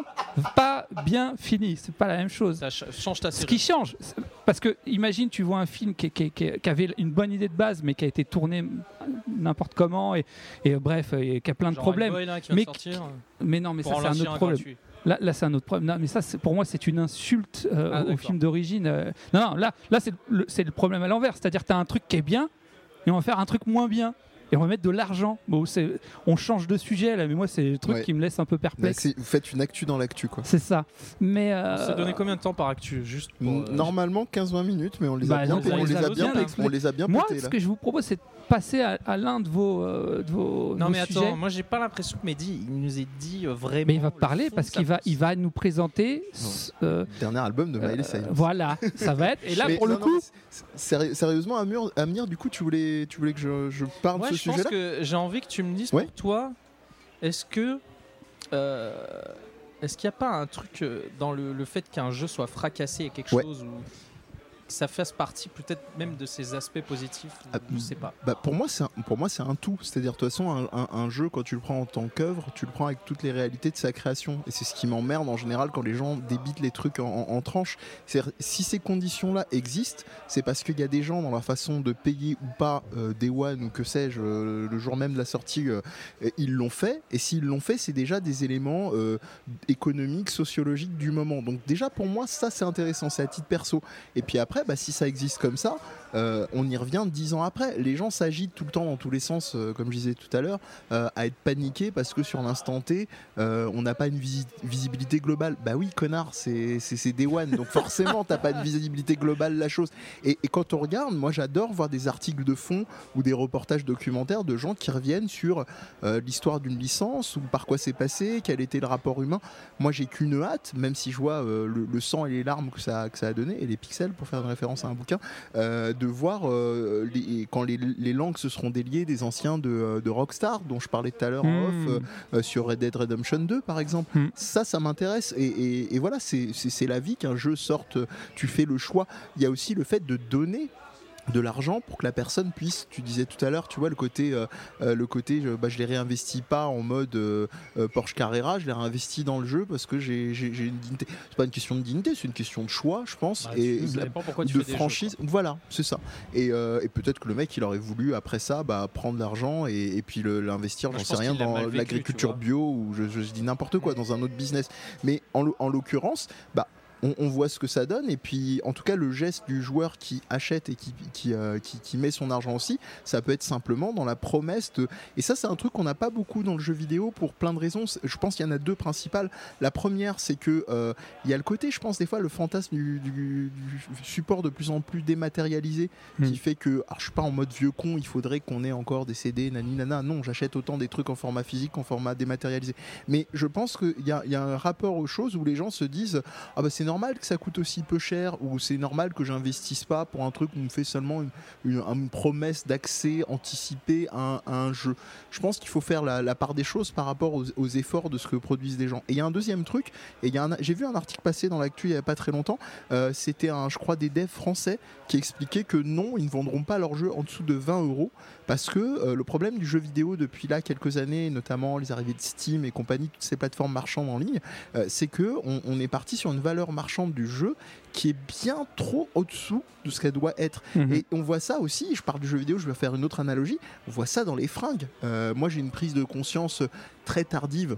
pas bien finie, c'est pas la même chose.
Ça ch- change ta
Ce
série.
qui change, c'est- parce que imagine, tu vois un film qui, qui- qui- qui avait une bonne idée de base, mais qui a été tourné n'importe comment, et, et, euh, bref, et qui a plein de
Genre
problèmes.
Hellboy, là, qui vient de
Mais
sortir,
Mais non, mais
pour
ça,
en
c'est un
lâcher
autre problème.
gratuit.
Là, là, c'est un autre problème. Non, mais ça, c'est- pour moi, c'est une insulte euh,
Ah,
au- au
d'accord.
film d'origine. euh. Non, non, là, là c'est le, c'est le problème à l'envers. C'est-à-dire, tu as un truc qui est bien, et on va faire un truc moins bien. Et on va mettre de l'argent. Bon, c'est- on change de sujet, là, mais moi, c'est le truc
Ouais.
qui me laisse un peu perplexe.
L'actu- Vous faites une actu dans l'actu, quoi.
C'est ça. Mais.
On
euh,
s'est donné combien de temps par actu Juste pour,
N-
euh,
Normalement 15-20 minutes, mais on les a
Bah,
bien,
on les a-
on les a
on les a
bien,
bien
on les a bien
moi,
pétés,
ce
là.
que je vous propose, c'est de passer à, à l'un de vos, euh, de vos,
Non
vos
mais attends,
sujets.
moi j'ai pas l'impression que Mehdi, il nous ait dit euh, vraiment.
mais il va
le
parler
fond
parce
de sa
qu'il va,
pensée.
il va nous présenter. ce- euh,
Dernier album de Miley Cyrus.
voilà, ça va être. Et là,
Mais
pour le
non, non,
coup,
mais séri- sérieusement, Amir, Amir, du coup, tu voulais, tu voulais que je, je parle
Moi,
de ce
je pense
sujet-là
que j'ai envie que tu me dises
Ouais.
pour toi, est-ce que euh, est-ce qu'il n'y a pas un truc euh, dans le, le fait qu'un jeu soit fracassé et quelque
Ouais.
chose où que ça fasse partie peut-être même de ses aspects positifs ou
Ah,
Je sais pas.
Bah, pour moi, c'est un, pour moi, c'est un tout. C'est-à-dire, de toute façon, un, un- un jeu, quand tu le prends en tant qu'œuvre, tu le prends avec toutes les réalités de sa création. Et c'est ce qui m'emmerde en général quand les gens débitent les trucs en, en- en tranches. C'est si ces conditions-là existent, c'est parce qu'il y a des gens dans leur façon de payer ou pas euh, Day One ou que sais-je, euh, le jour même de la sortie, euh, et ils l'ont fait. Et s'ils l'ont fait, c'est déjà des éléments euh, économiques, sociologiques du moment. Donc déjà, pour moi, ça c'est intéressant, c'est à titre perso. Et puis après, après, bah, si ça existe comme ça, euh, on y revient dix ans après. Les gens s'agitent tout le temps dans tous les sens, euh, comme je disais tout à l'heure, euh, à être paniqués parce que sur l'instant T, euh, on n'a pas une visi- visibilité globale. Bah oui, connard, c'est c'est- c'est Day One, donc forcément, t'as pas de visibilité globale la chose. Et, et quand on regarde, moi j'adore voir des articles de fond ou des reportages documentaires de gens qui reviennent sur euh, l'histoire d'une licence ou par quoi c'est passé, quel était le rapport humain. Moi j'ai qu'une hâte, même si je vois euh, le, le sang et les larmes que ça, que ça a donné, et les pixels pour faire une référence à un bouquin, euh, de voir euh, les- quand les, les langues se seront déliées des anciens de, euh, de Rockstar, dont je parlais tout à l'heure en off,
Hmm.
euh, euh, sur Red Dead Redemption 2 par exemple.
Mm.
Ça, ça m'intéresse. Et, et- et voilà, c'est- c'est c'est la vie qu'un jeu sorte. Tu fais le choix. Il y a aussi le fait de donner de l'argent pour que la personne puisse, tu disais tout à l'heure, tu vois, le côté, euh, euh, le côté je, bah, je les réinvestis pas en mode euh, euh, Porsche Carrera, je les réinvestis dans le jeu parce que j'ai j'ai- j'ai une dignité. C'est pas une question de dignité, c'est une question de choix, je pense.
Bah,
et la-
pourquoi
de franchise. voilà, c'est ça. Et, euh, et peut-être que le mec, il aurait voulu après ça bah, prendre l'argent et, et puis le- l'investir,
Moi,
j'en
je
sais
pense
rien,
qu'il l'a
dans
mal vécu,
l'agriculture
tu
bio ou je, je dis n'importe quoi, dans un autre business. Mais en, l'o- en l'occurrence, bah, on, on voit ce que ça donne. Et puis, en tout cas, le geste du joueur qui achète et qui, qui, euh, qui- qui met son argent aussi, ça peut être simplement dans la promesse de. Et ça, c'est un truc qu'on n'a pas beaucoup dans le jeu vidéo pour plein de raisons. C'est- Je pense qu'il y en a deux principales. La première, c'est que euh, il y a le côté, je pense, des fois, le fantasme du, du- du support de plus en plus dématérialisé
Mm.
qui fait que, alors je suis pas en mode vieux con, il faudrait qu'on ait encore des CD, nani nana. Non, j'achète autant des trucs en format physique qu'en format dématérialisé. Mais je pense qu'il y, a- il y a un rapport aux choses où les gens se disent Ah bah c'est normal que ça coûte aussi peu cher ou c'est normal que j'investisse pas pour un truc où on me fait seulement une, une- une promesse d'accès anticipé à un, à un jeu. Je pense qu'il faut faire la, la part des choses par rapport aux, aux efforts de ce que produisent les gens. Et il y a un deuxième truc et il y a un- j'ai vu un article passer dans l'actu il n'y a pas très longtemps. euh, C'était un, je crois, des devs français qui expliquait que non, ils ne vendront pas leur jeu en dessous de 20 euros parce que euh, le problème du jeu vidéo depuis là quelques années, et notamment les arrivées de Steam et compagnie, toutes ces plateformes marchandes en ligne, euh, c'est que on, on est parti sur une valeur marchande du jeu qui est bien trop au-dessous de ce qu'elle doit être.
Mhm.
Et on voit ça aussi, je parle du jeu vidéo, je vais faire une autre analogie, on voit ça dans les fringues. Euh, moi j'ai une prise de conscience très tardive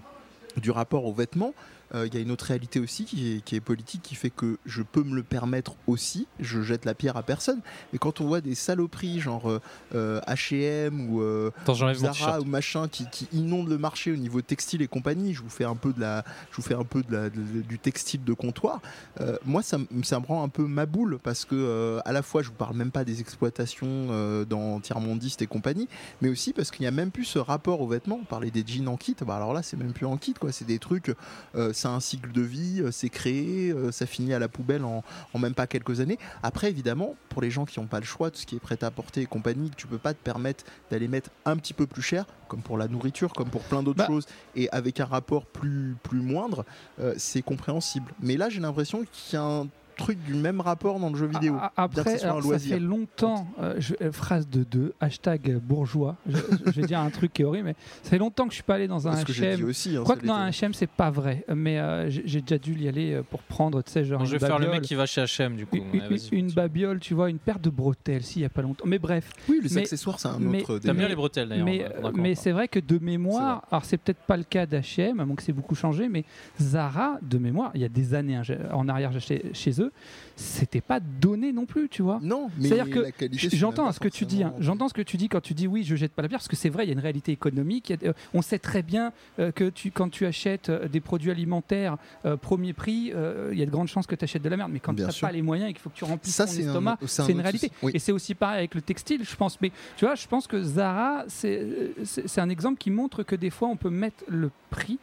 du rapport aux vêtements. Euh, Il y a une autre réalité aussi qui est, qui est politique, qui fait que je peux me le permettre aussi, je jette la pierre à personne. Mais quand on voit des saloperies genre euh, euh, HM ou, euh,
Attends, j'enlève mon
Zara
t-shirt.
ou machin qui, qui inonde le marché au niveau textile et compagnie. Je vous fais un peu de la, je vous fais un peu de la- de- du textile de comptoir. Euh, moi, ça, me- ça me rend un peu ma boule parce que euh, à la fois, je vous parle même pas des exploitations euh, dans tiers-mondistes et compagnie, mais aussi parce qu'il n'y a même plus ce rapport aux vêtements. On parlait des jeans en kit. Bah, alors là, c'est même plus en kit, quoi. C'est des trucs. euh, ça a un cycle de vie, euh, c'est créé, euh, ça finit à la poubelle en, en même pas quelques années. Après, évidemment, pour les gens qui n'ont pas le choix, tout ce qui est prêt à porter et compagnie, que tu peux pas te permettre d'aller mettre un petit peu plus cher, comme pour la nourriture, comme pour plein d'autres
Bah.
choses, et avec un rapport plus, plus moindre, euh, c'est compréhensible. Mais là, j'ai l'impression qu'il y a un truc du même rapport dans le jeu vidéo.
A- a-
Bien que ce
Après,
soit un
alors, ça
loisir.
fait longtemps, euh, je- euh, phrase de deux, hashtag bourgeois, je, je vais dire un truc qui est horrible, mais ça fait longtemps que je suis pas allé dans un
C'est ce que j'ai dit
HM.
aussi. hein,
Quoique
c'est
dans
les-
un HM, c'est pas vrai, mais euh, j'ai j'ai déjà dû y aller euh, pour prendre, tu sais, genre.
Non, je
une
vais faire le mec
babiole.
qui va chez HM du coup.
Une-
Ouais,
Une,
vas-y.
une babiole, tu vois, une paire de bretelles, s'il y a pas longtemps. Mais bref,
Oui, les
mais-
accessoires, c'est un
mais-
T'aimes
autre délire.
bien les bretelles d'ailleurs.
mais, euh,
on va- on va
mais
comprendre.
c'est vrai que de mémoire, alors c'est peut-être pas le cas d'H&M, à moins que c'est beaucoup changé, mais Zara, de mémoire, il y a des années hein, j'ai- en arrière, j'achetais chez eux, c'était pas donné non plus, tu vois.
Non, mais
C'est-à-dire que
la qualité, c'est
J'entends
même
ce que tu dis. hein.
forcément- euh,
J'entends ce que tu dis quand tu dis oui, je jette pas la pierre, parce que c'est vrai, il y a une réalité économique. il y a- euh, on sait très bien euh, que tu, quand tu achètes euh, des produits alimentaires euh, premier prix, euh, il y a de grandes chances que tu achètes de la merde. Mais quand tu
Bien
n'as
sûr.
pas les moyens et qu'il faut que tu remplisses
Ça,
ton
c'est un-
estomac,
c'est un
c'est une
autre
réalité.
souci. Oui.
Et c'est aussi pareil avec le textile, je pense. Mais tu vois, je pense que Zara, c'est euh, c'est- c'est un exemple qui montre que des fois, on peut mettre le prix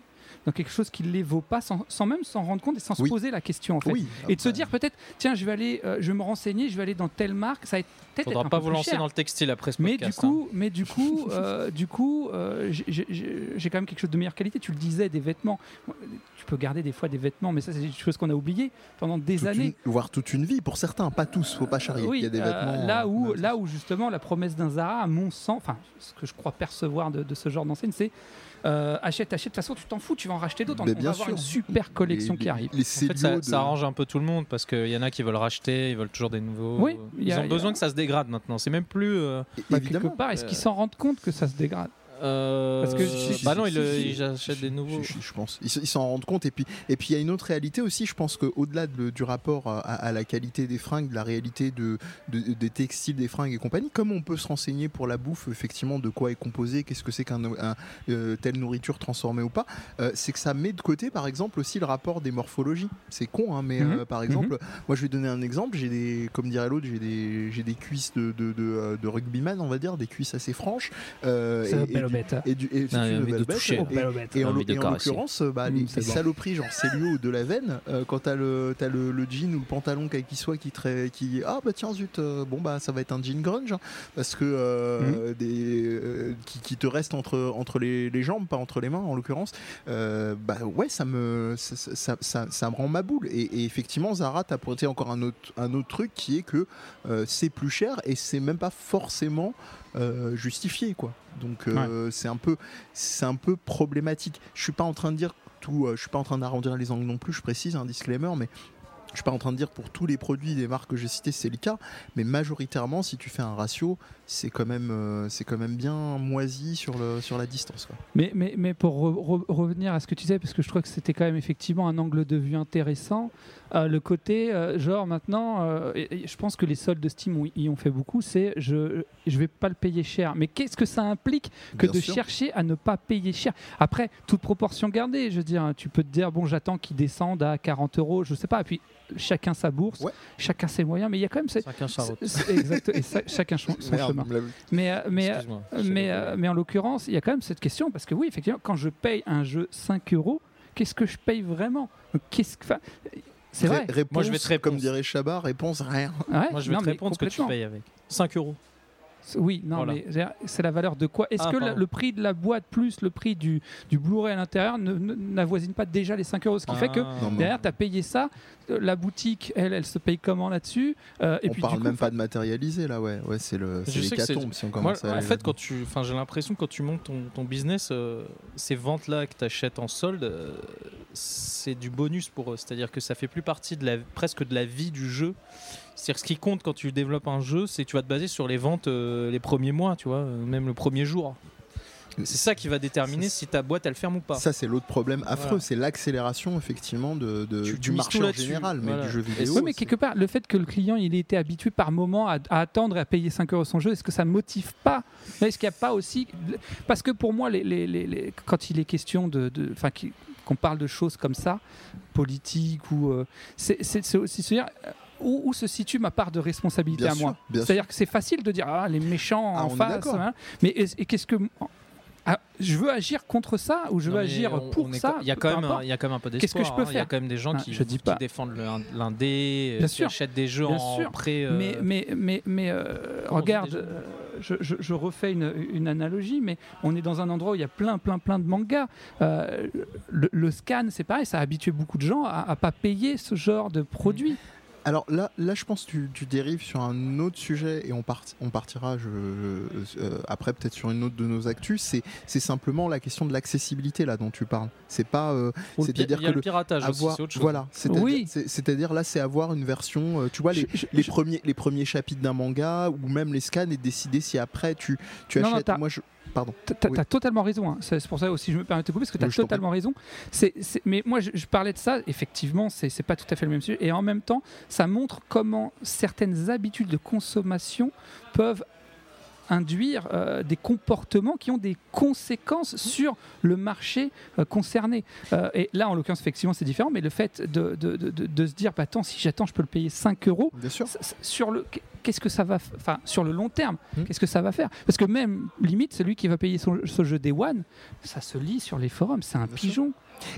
dans quelque chose qui ne les vaut pas sans, sans même s'en rendre compte et sans
Oui.
se poser la question en fait
Oui,
et de se
après,
dire peut-être tiens je vais aller euh, je vais me renseigner je vais aller dans telle marque ça va être peut-être
Faudra
être un
pas
peu
vous
plus
lancer
cher.
dans le textile après ce
mais
podcast. hein.
du coup mais du coup euh, du coup euh, j'ai- j'ai- j'ai j'ai quand même quelque chose de meilleure qualité tu le disais des vêtements tu peux garder des fois des vêtements mais ça c'est des choses qu'on a oubliées pendant des
toute
années
une- voire toute une vie pour certains, pas tous, faut pas charrier.
oui,
Il y a des
euh,
vêtements.
là, où,
euh,
là où justement la promesse d'un Zara, à mon sens, enfin ce que je crois percevoir de, de ce genre d'enseigne, c'est euh, achète, achète, de toute façon tu t'en fous, tu vas en racheter d'autres, on,
Mais
on va
bien
avoir
sûr.
une super collection
les-
qui arrive.
Les
En fait, ça,
cellules.
ça arrange un peu tout le monde parce qu'il y en a qui veulent racheter, ils veulent toujours des nouveaux.
Oui, y
ils
a-
ont
y a-
besoin que ça se dégrade maintenant. C'est même plus. euh,
Bah,
Évidemment.
quelque part, est-ce qu'ils s'en rendent compte que ça se dégrade
Euh,
Parce que si-
bah
si-
non,
si-
ils le-
si-
ils achètent des nouveaux.
Je, je- je pense. Ils se- ils s'en rendent compte. Et puis, et puis, il y a une autre réalité aussi. Je pense qu'au-delà de- du rapport à, à la qualité des fringues, de la réalité de, de- des textiles, des fringues et compagnie, comme on peut se renseigner pour la bouffe, effectivement, de quoi est composé, qu'est-ce que c'est qu'un un, euh, telle nourriture transformée ou pas, euh, c'est que ça met de côté, par exemple, aussi le rapport des morphologies. C'est con, hein, mais
Mhm.
euh, par exemple, moi, je vais donner un exemple. J'ai des, comme dirait l'autre, j'ai des, j'ai des cuisses de, de, de, euh, de rugbyman, on va dire, des cuisses assez franches. euh,
C'est
et-
un
et du-
hein.
bête.
et du et c'est
Non,
une
mais de
belle bête.
toucher.
Et- et en,
Envie
l'oc-
de
et en
caresser.
l'occurrence, euh, bah,
Mm,
les,
c'est
les
bon.
saloperies genre Célio ou de la veine, euh, quand t'as le, t'as le, le jean ou le pantalon quel qu'il soit qui, trait- qui ah bah tiens zut, euh, bon bah ça va être un jean grunge hein, parce que
Mmh.
euh, des euh, qui, qui te reste entre entre les, les jambes, pas entre les mains en l'occurrence, euh, bah ouais ça me ça, ça- ça, ça- ça me rend ma boule. Et, et effectivement Zara t'as pointé encore un autre un autre truc qui est que euh, c'est plus cher et c'est même pas forcément euh, justifié quoi. Donc euh, c'est un peu c'est un peu problématique. Je suis pas en train de dire tout, euh, je suis pas en train d'arrondir les angles non plus, je précise un disclaimer, mais je suis pas en train de dire pour tous les produits des marques que j'ai citées c'est le cas, mais majoritairement si tu fais un ratio, c'est quand même euh, c'est quand même bien moisi sur le sur la distance quoi.
Mais, mais, mais pour re- re- revenir à ce que tu disais, parce que je trouve que c'était quand même effectivement un angle de vue intéressant, euh, le côté, euh, genre maintenant, euh, et- et je pense que les soldes de Steam ont- y ont fait beaucoup, c'est je je vais pas le payer cher. Mais qu'est-ce que ça implique que
Bien
de
sûr.
chercher à ne pas payer cher Après, toute proportion gardée, je veux dire, hein, tu peux te dire, bon, j'attends qu'il descende à 40 euros, je sais pas, et puis chacun sa bourse,
Ouais.
chacun ses moyens, mais il y a quand même... cette-
Chacun sa route.
c'est- exact, et ça- chacun son, son
Merde,
chemin.
on me l'a-
Mais, euh, mais, euh,
Excuse-moi, j'avais
mais, euh,
oublié.
mais en l'occurrence, il y a quand même cette question, parce que oui, effectivement, quand je paye un jeu 5 euros, qu'est-ce que je paye vraiment Qu'est-ce que... enfin, C'est
Ré-
vrai.
réponse,
Moi, je vais te
comme
réponse.
dirait Chabat, réponse rien.
Ouais,
Moi, je vais
non,
te
mais
répondre ce que tu
complètement.
payes avec. 5 euros.
Oui, non,
Voilà.
mais c'est- c'est la valeur de quoi Est-ce
Ah,
que la-
pardon.
le prix de la boîte plus le prix du, du Blu-ray à l'intérieur ne- ne- n'avoisine pas déjà les 5 euros Ce qui
Ah.
fait que
Non, mais-
derrière, tu as payé ça, euh, la boutique, elle, elle se paye comment là-dessus Euh, Et
on
puis,
parle
du coup,
même pas de matérialiser là, ouais, ouais c'est le
Je
c'est
sais que c'est-
l'hécatombe si on
Moi,
commence à
en
aller
fait,
là-dedans.
quand tu, enfin, j'ai l'impression que quand tu montes ton, ton business, euh, ces ventes-là que tu achètes en solde, euh, c'est du bonus pour eux. C'est-à-dire que ça fait plus partie de la, presque de la vie du jeu. C'est-à-dire ce qui compte quand tu développes un jeu, c'est que tu vas te baser sur les ventes euh, les premiers mois, tu vois, euh, même le premier jour. C'est ça qui va déterminer si ta boîte elle ferme ou pas.
ça c'est l'autre problème affreux,
Voilà.
c'est l'accélération effectivement de, de-
Tu- tu
du
mises
marché
tout
en
là-dessus.
général, mais
Voilà.
du jeu
Et
vidéo.
Oui, mais
c'est-
quelque part, le fait que le client il ait été habitué par moment à, à attendre et à payer 5 euros son jeu, est-ce que ça motive pas Est-ce qu'il n'y a pas aussi. Parce que pour moi, les, les- les- les- quand il est question de. de- Enfin, qui- qu'on parle de choses comme ça, politique ou. euh, c'est- c'est c'est aussi se dire. euh, Où, où se situe ma part de responsabilité
Bien
à
sûr,
moi
bien sûr.
C'est-à-dire que c'est facile de dire ah les méchants
Ah,
en
on est
face,
d'accord.
hein. mais est-ce- et qu'est-ce que ah, je veux agir contre ça ou je
Non,
veux
mais
agir
on-
pour
on est
ça
quand- Il y a
peu
quand même, un-
importe.
il y a quand même un peu d'espoir.
Qu'est-ce que je peux
hein. Il y a
faire
quand même des gens
Ah,
qui,
je dis
qui
pas.
défendent le- l'indé, euh,
Bien
qui
sûr.
achètent des jeux
Bien
en
sûr.
pré. euh,
Mais, mais, mais, mais euh,
Comment on dit
regarde,
déjà
euh, je, je- je refais une, une analogie, mais on est dans un endroit où il y a plein, plein, plein de mangas. Euh, le, le scan, c'est pareil, ça a habitué beaucoup de gens à, à pas payer ce genre de produit.
Alors là, là, je pense que tu, tu dérives sur un autre sujet et on, part- on partira je- euh, après peut-être sur une autre de nos actus. C'est, c'est simplement la question de l'accessibilité là dont tu parles. C'est pas euh,
ou le pi-
c'est-à-dire
il y a
que
le piratage aussi,
avoir,
c'est autre chose.
voilà. C'est-à-dire,
Oui.
c'est- c'est-à-dire là, c'est avoir une version. euh, tu vois les,
Je- je-
les
je-
premiers les premiers chapitres d'un manga ou même les scans et décider si après tu tu
Non, non,
achètes.
t'as-
Moi, je,
T'as- T'as
Oui.
t'as totalement raison. hein. C'est c'est pour ça aussi je me permets de te couper parce que t'as
Oui, je t'en prie.
totalement raison. C'est- c'est- mais moi je, je parlais de ça. Effectivement, c'est c'est pas tout à fait le même sujet. Et en même temps, ça montre comment certaines habitudes de consommation peuvent induire euh, des comportements qui ont des conséquences sur le marché euh, concerné. Euh, et là, en l'occurrence, effectivement, c'est différent. Mais le fait de, de- de- de- de se dire, bah, attends, si j'attends, je peux le payer 5 euros.
bien sûr.
Ça- ça- sur le qu'est-ce que ça va f- enfin sur le long terme
Hmm.
qu'est-ce que ça va faire parce que même limite celui qui va payer son, ce jeu des one ça se lit sur les forums c'est un
Bien sûr.
pigeon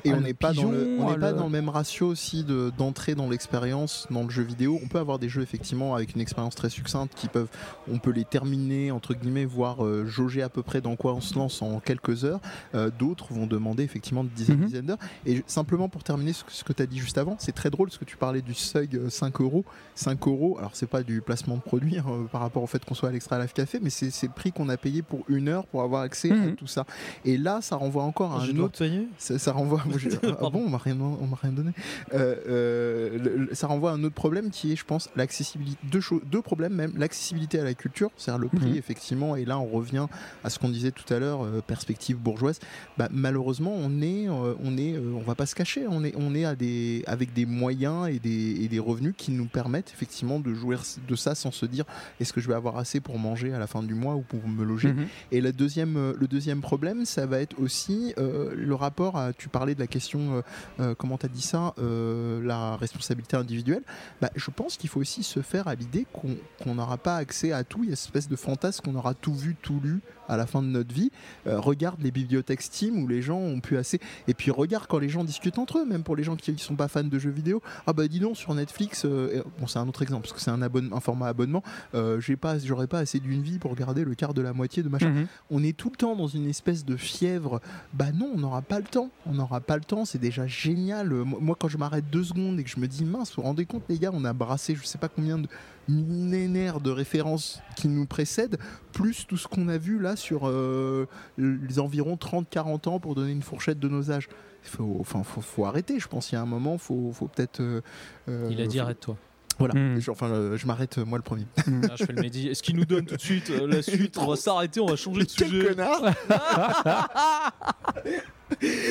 Et
Ah,
on
le
n'est pas, dans le,
pigeon,
on
ah,
n'est pas
le-
dans le même ratio aussi de- d'entrée dans l'expérience dans le jeu vidéo. On peut avoir des jeux effectivement avec une expérience très succincte qui peuvent, on peut les terminer entre guillemets, voire euh, jauger à peu près dans quoi on se lance en quelques heures. Euh, D'autres vont demander effectivement des dizaines,
Mhm.
dizaines d'heures. Et je- simplement pour terminer ce que, tu as dit juste avant, c'est très drôle ce que tu parlais du seuil euh, 5 euros. 5 euros, alors c'est pas du placement de produit hein, euh, par rapport au fait qu'on soit à l'Extra Life Café, mais c'est c'est le prix qu'on a payé pour une heure pour avoir accès
Mhm. Ah,
à tout ça. Et là, ça renvoie encore à
Je
un
dois
autre
payer
ça, ça renvoie renvoie. moi, j'ai- ah,
Pardon.
bon, on m'a rien, on m'a rien donné. Euh, euh, le- le- ça renvoie à un autre problème qui est, je pense, l'accessibilité. Deux, choses- deux problèmes même. L'accessibilité à la culture, c'est-à-dire le prix,
Mhm.
effectivement. Et là, on revient à ce qu'on disait tout à l'heure, euh, perspective bourgeoise. Bah, malheureusement, on est, euh, on est, euh, on va pas se cacher. On est, on est à des, avec des moyens et des, et des revenus qui nous permettent effectivement de jouir de ça sans se dire est-ce que je vais avoir assez pour manger à la fin du mois ou pour me loger.
Mhm.
Et la deuxième, euh, le deuxième problème, ça va être aussi euh, le rapport à. Tu parlais de la question, euh, euh, comment tu as dit ça, euh, la responsabilité individuelle. Bah, je pense qu'il faut aussi se faire à l'idée qu'on qu'on n'aura pas accès à tout. Il y a cette espèce de fantasme qu'on aura tout vu, tout lu à la fin de notre vie. Euh, regarde les bibliothèques Steam où les gens ont pu assez. Et puis regarde quand les gens discutent entre eux, même pour les gens qui ne sont pas fans de jeux vidéo. Ah bah dis donc, sur Netflix, euh, et- bon, c'est un autre exemple parce que c'est un, abonne- un format abonnement. Euh, j'ai pas- J'aurais pas, assez d'une vie pour regarder le quart de la moitié de machin
Mhm.
on est tout le temps dans une espèce de fièvre. Bah non, on n'aura pas le temps. On n'aura pas le temps. C'est déjà génial. Euh, Moi, moi, quand je m'arrête deux secondes et que je me dis mince, vous vous rendez compte, les gars, on a brassé je sais pas combien de millénaires de références qui nous précèdent, plus tout ce qu'on a vu là sur euh, les environs 30-40 ans pour donner une fourchette de nos âges. Faut, enfin, faut, faut arrêter. Je pense qu'il y a un moment, faut, faut peut-être. euh, euh,
Il a dit
faut-
arrête-toi.
Voilà.
Mm.
Je- enfin, euh, je m'arrête euh, moi le premier.
Là, Ah, je fais le Mehdi. Est-ce qu'il nous donne tout de suite euh, la suite On va s'arrêter, on va changer de
Quel
sujet.
connard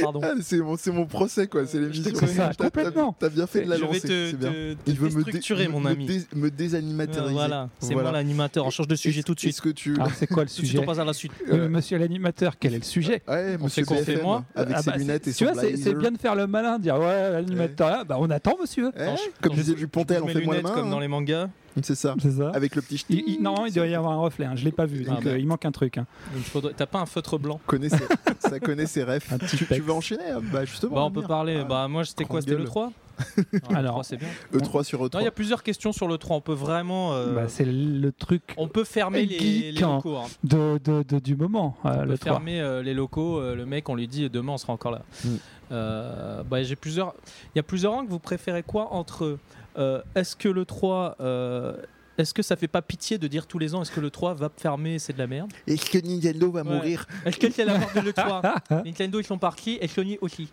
Pardon.
Ah, c'est mon, c'est mon procès quoi, c'est l'émission.
C'est ça,
T'as- t'as-
complètement.
T'as bien fait de la
je vais
lancer,
te,
c'est bien.
te- te
Il veut me dé-
déstructurer,
me-
mon
me
ami.
dés- Me
Euh,
désanimatériser.
voilà, c'est
Voilà.
moi l'animateur. On change de sujet
Est-ce-
tout de suite.
Est-ce que tu. Euh,
Alors, c'est quoi le
Tout de suite,
sujet
on passe à la suite.
Oui, mais Monsieur l'animateur, quel est le sujet
Ouais, monsieur
sait qu'on fait
BFM,
moi.
avec
Ah
ses
bah,
lunettes et
Tu
son
vois, c'est- c'est
blazer.
bien de faire le malin, de dire ouais, l'animateur là, bah on attend, monsieur.
Eh,
Attends, je-
Comme
attends,
disait
je-
Dupontel,
je
on
mets
fait
mes
moi la
lunettes comme dans
main.
les mangas.
hein. C'est ça.
C'est ça.
Avec bah. le petit. ch'ti.
Il- il- normalement, il doit y avoir un reflet, hein, je l'ai pas vu, donc
Ah, merde.
euh, il manque un truc. hein.
Il faudrait- T'as pas un feutre blanc
Connaît ses- Ça connaît ses refs.
Un petit
Tu- Tu
pex.
veux enchaîner hein Bah justement.
Bah, on
Amir.
peut parler.
Ah,
Bah, moi, c'était quoi
grande
C'était le
gueule.
3
Alors.
c'est bien.
E3 E sur
Non, il y a
E3.
plusieurs questions sur le 3. On peut vraiment. euh,
Bah, c'est le truc
on peut fermer les,
Geek,
les
hein.
locaux. hein.
de, de- de- du moment, euh,
On peut
le 3.
fermer euh, les locaux. euh, le mec, on lui dit demain, on sera encore là.
Mm.
Euh, bah, j'ai plusieurs. Il y a plusieurs rangs. Vous préférez quoi entre euh, Est-ce que le 3 euh, est-ce que ça fait pas pitié de dire tous les ans est-ce que le 3 va fermer c'est de la merde
Est-ce que Nintendo va
Ouais.
mourir
Est-ce que c'est la mort de le 3 Nintendo ils sont partis et Sony aussi.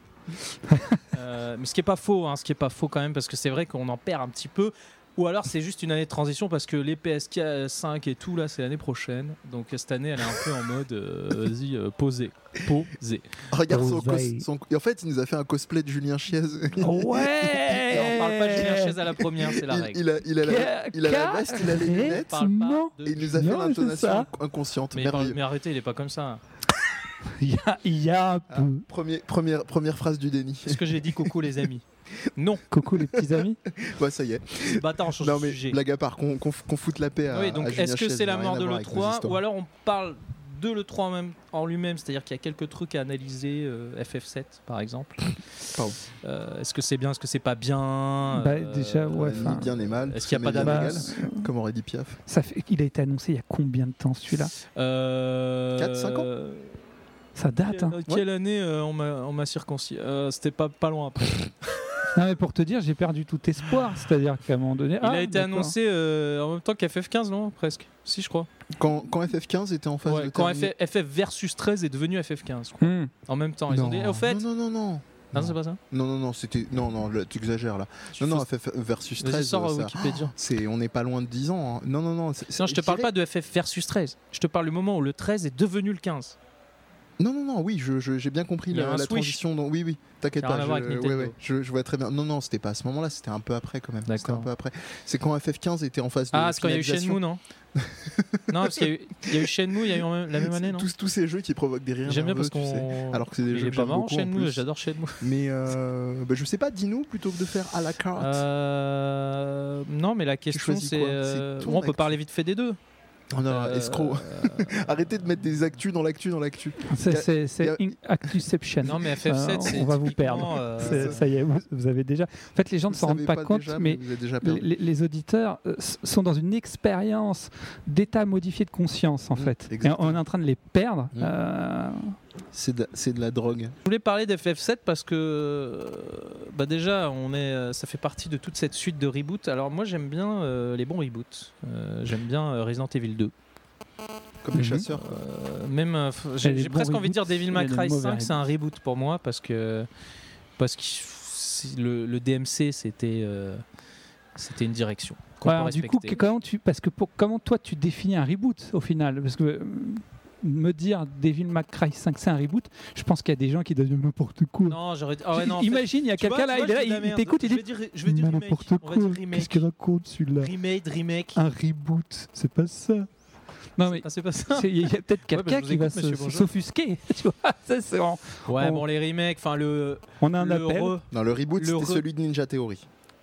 Euh, mais ce qui est pas faux, hein, ce qui est pas faux quand même parce que c'est vrai qu'on en perd un petit peu. Ou alors c'est juste une année de transition parce que les PS5 et tout là c'est l'année prochaine. Donc cette année elle est un peu en mode euh, vas-y euh, posez, posez.
Regarde son, cos-
Oseille.
son- et En fait, il nous a fait un cosplay de Julien Chiez.
Ouais
Et on parle pas de Julien Chiez à la première, c'est la
Eh, Il-
règle.
Il a- il a la- il a la veste, il a les lunettes.
On parle pas
Carrément.
de-
Et il nous a fait
Non, c'est
l'intonation
ça.
inc- inconsciente.
mais,
Merveilleux.
mais arrêtez, il est pas comme ça.
Il y a- il y a un
Ah,
peu.
premier- première, première phrase du déni.
Est-ce que j'ai dit coucou les amis Non,
Coucou les petits amis.
ouais, ça y est.
bah attends, on change
Non,
de
mais
sujet.
blague à part, qu'on qu'on f- qu'on foute la paix à.
Oui, donc
à Julien
est-ce que
Chiez,
c'est
il n'a
la
rien
mort
à
de
voir avec nos
l'E3
histoires.
ou alors on parle de l'E3 en, même- en lui-même, c'est-à-dire qu'il y a quelques trucs à analyser, euh, FF7 par exemple.
Pardon.
Euh, est-ce que c'est bien, est-ce que c'est pas bien
Bah, déjà, ouais,
Euh, ni
enfin,
bien et mal.
est-ce qu'il y a
jamais
pas
bien
Bah,
d'avance
égal, Comme aurait dit Piaf.
ça fait, il a été annoncé il y a combien de temps celui-là
euh,
Quatre, cinq ans
euh,
Ça date.
Quelle,
hein.
quelle année euh, on m'a on m'a circoncis Euh, C'était pas, pas loin après.
Non mais pour te dire, j'ai perdu tout espoir. C'est-à-dire qu'à un moment donné, ah,
Il a été annoncé euh, en même temps qu'FF15, non Presque. Si, je crois.
Quand, quand FF15 était en phase
Ouais,
de.
quand
terminer-
FF, versus 13 est devenu FF15. je crois.
Hmm.
En même temps, ils ont
Non.
dit. eh, Au fait.
Non, non, non, non.
Ah, c'est pas ça
Non, non, non, c'était. Non, non, là, t'exagères là.
Tu
Non, non,
fais-
FF versus
Vas-y,
13.
sors à
euh, ça-
Wikipédia.
C'est, on n'est pas loin de 10 ans. hein. Non, non, non. c'est-
Non, je te
dirais-
parle pas de FF versus 13. Je te parle du moment où le 13 est devenu le 15.
Non, non, non, oui, je- je- j'ai bien compris
Il y a
la,
un
la
switch.
transition. dont- Oui, oui, t'inquiète
Ça a rien
pas.
à voir avec
Je,
Nintendo.
ouais, ouais, je, je vois très bien. Non, non, c'était pas à ce moment-là, c'était un peu après quand même.
D'accord.
C'était un peu après. C'est quand FF15 était en phase de.
Ah, c'est quand il y a eu
finalisation.
Shenmue, non Non, parce qu'il y a eu- il y, a eu Shenmue, il y a eu en même- la même année, non
tous, tous ces jeux qui provoquent des rires.
J'aime bien parce
nerveux, tu sais.
qu'on.
Alors que c'est des
Il
jeux
est
que
pas
j'aime
marrant,
beaucoup, en
Shenmue,
plus.
j'adore Shenmue.
Mais euh, bah, je sais pas, dis-nous plutôt que de faire à la carte.
Euh, Non, mais la question
choisis
c'est.
quoi
euh,
C'est ton
bon, On peut
actu.
parler vite fait des deux.
Oh non,
Euh,
escroc. Arrêtez de mettre des actus dans l'actu, dans l'actu.
C'est
y a-
c'est in- Actuception.
Non, mais
Euh,
FF7,
on
c'est.
va vous
typiquement,
perdre.
euh,
C'est- ça y est, vous, vous avez déjà. En fait, les gens ne
Vous
s'en rendent
savez
pas, compte,
déjà,
mais
vous avez déjà perdu.
les, les auditeurs euh, s- sont dans une expérience d'état modifié de conscience en
Mm,
fait. Et
exactement.
on est en train de les perdre.
Mm.
euh,
C'est de, c'est de la drogue.
Je voulais parler d'FF7 parce que euh, bah déjà on est, euh, ça fait partie de toute cette suite de reboots. Alors moi j'aime bien euh, les bons reboots. Euh, j'aime bien euh, Resident Evil 2.
comme les
Mhm.
chasseurs. quoi.
Euh, même euh, f-
Elle
j'ai
est
j'ai
bon
presque envie de dire
reboot,
Devil
elle
May
est
Cry
mauvais
5 c'est un reboot pour moi parce que parce que si le, le DMC c'était euh, c'était une direction qu'on
Ouais,
peut
alors, du coup,
respecter.
que- comment tu, parce que pour, comment toi tu définis un reboot au final Parce que euh, me dire Devil May Cry 5 c'est un reboot, je pense qu'il y a des gens qui donnent n'importe quoi.
non j'aurais ah ouais, non, en fait,
Imagine, il y a
tu vois-
quelqu'un
tu vois,
là, il est
je
là,
dis de la
il
merde.
t'écoute, il
je
dit
vais dire je vais dire
Mais
remake
n'importe
on va dire
quoi, qu'est-ce
remake
qu'il raconte celui-là
remake remake
Un reboot, c'est pas ça. Non mais
Ah, c'est pas ça
c'est- il y a peut-être
Ouais, bah, je
quelqu'un
vous
qui va
écoute,
se-
monsieur,
se-
bonjour.
s'offusquer. tu vois, Ça, c'est- on,
ouais
on-
bon les remakes enfin le
on a un
le
appel.
re-
Non, le reboot,
Le
c'était
re-
celui de Ninja Theory.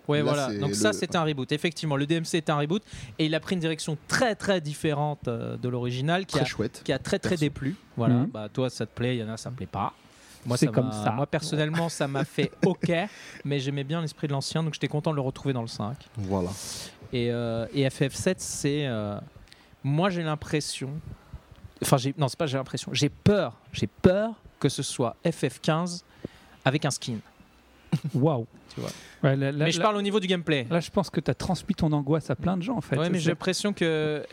Ouais,
Là,
voilà.
c'est
Donc
le-
ça, c'est un reboot. Effectivement, le DMC est un reboot et il a pris une direction très très différente euh, de l'original, qui a,
Très chouette.
qui a très très
Perso.
déplu. Voilà.
Mhm.
Bah toi, ça te plaît, il y en a, ça me plaît pas. Moi,
C'est
ça
comme
m'a-
ça.
Moi, personnellement, ça m'a fait OK, mais j'aimais bien l'esprit de l'ancien, donc j'étais content de le retrouver dans le 5.
Voilà.
Et, euh, et FF7, c'est. euh, moi, j'ai l'impression. Enfin, j'ai- non, c'est pas j'ai l'impression. J'ai peur. J'ai peur que ce soit FF15 avec un skin.
Waouh.
Tu vois.
Ouais, là, là-
mais je parle au niveau du gameplay.
là, je pense que tu as transmis ton angoisse à plein de gens en fait.
Ouais, mais
C'est-
j'ai l'impression que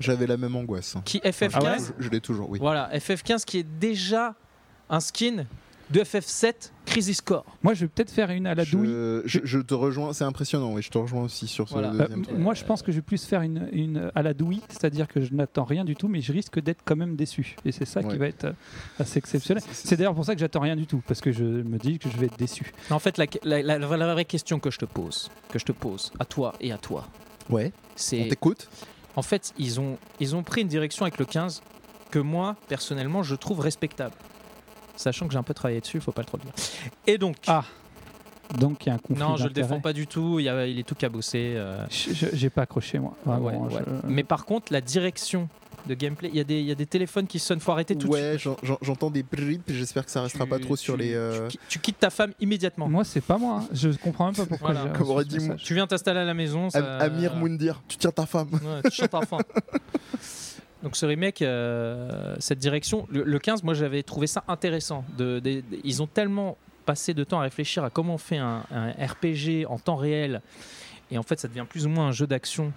J'avais la même angoisse. hein.
qui FF15
Ah ouais
Je, je l'ai toujours, oui.
voilà FF15 qui est déjà un skin de FF7 Crisis Core
Moi, je vais peut-être faire une à la douille.
Je, je- je te rejoins, c'est impressionnant, et je te rejoins aussi sur ce
Voilà.
Euh,
deuxième
m-
truc.
moi, je pense que je vais plus faire une, une à la douille, c'est-à-dire que je n'attends rien du tout, mais je risque d'être quand même déçu. Et c'est ça
Ouais.
qui va être euh, assez exceptionnel.
C'est- c'est-
C'est d'ailleurs pour ça que j'attends rien du tout, parce que je me dis que je vais être déçu.
en fait la, la- la- la- la vraie question que je te pose que je te pose à toi et à toi
Ouais, on
c'est
t'écoute
en fait ils ont ils ont pris une direction avec le 15 que moi personnellement je trouve respectable sachant que j'ai un peu travaillé dessus faut pas trop le dire et donc
Ah, Donc, il y a un conflit.
non je le
d'intérêts.
défends pas du tout il, y a- il est tout cabossé euh,
Je- je- J'ai pas accroché, moi. Vraiment,
Ah ouais,
je-
ouais. mais par contre la direction de gameplay il y, a des- il y a des téléphones qui sonnent faut arrêter tout de
Ouais, j'en- j'en- j'entends des brip, j'espère que ça restera pas
tu-
trop sur
tu-
les. euh,
tu, tu quittes ta femme immédiatement.
Moi, c'est pas moi. hein. Je comprends même pas pourquoi.
Voilà.
j'ai
Comme
reçu
aurait
ce
dit mon-
message.
Tu viens t'installer à la maison.
Am-
ça-
Amir Moundir, tu tiens ta femme.
Ouais, tu chantes enfin. Donc ce remake, euh, cette direction, le, le 15, moi j'avais trouvé ça intéressant. De, des- des- ils ont tellement passé de temps à réfléchir à comment on fait un, un RPG en temps réel, et en fait ça devient plus ou moins un jeu d'action,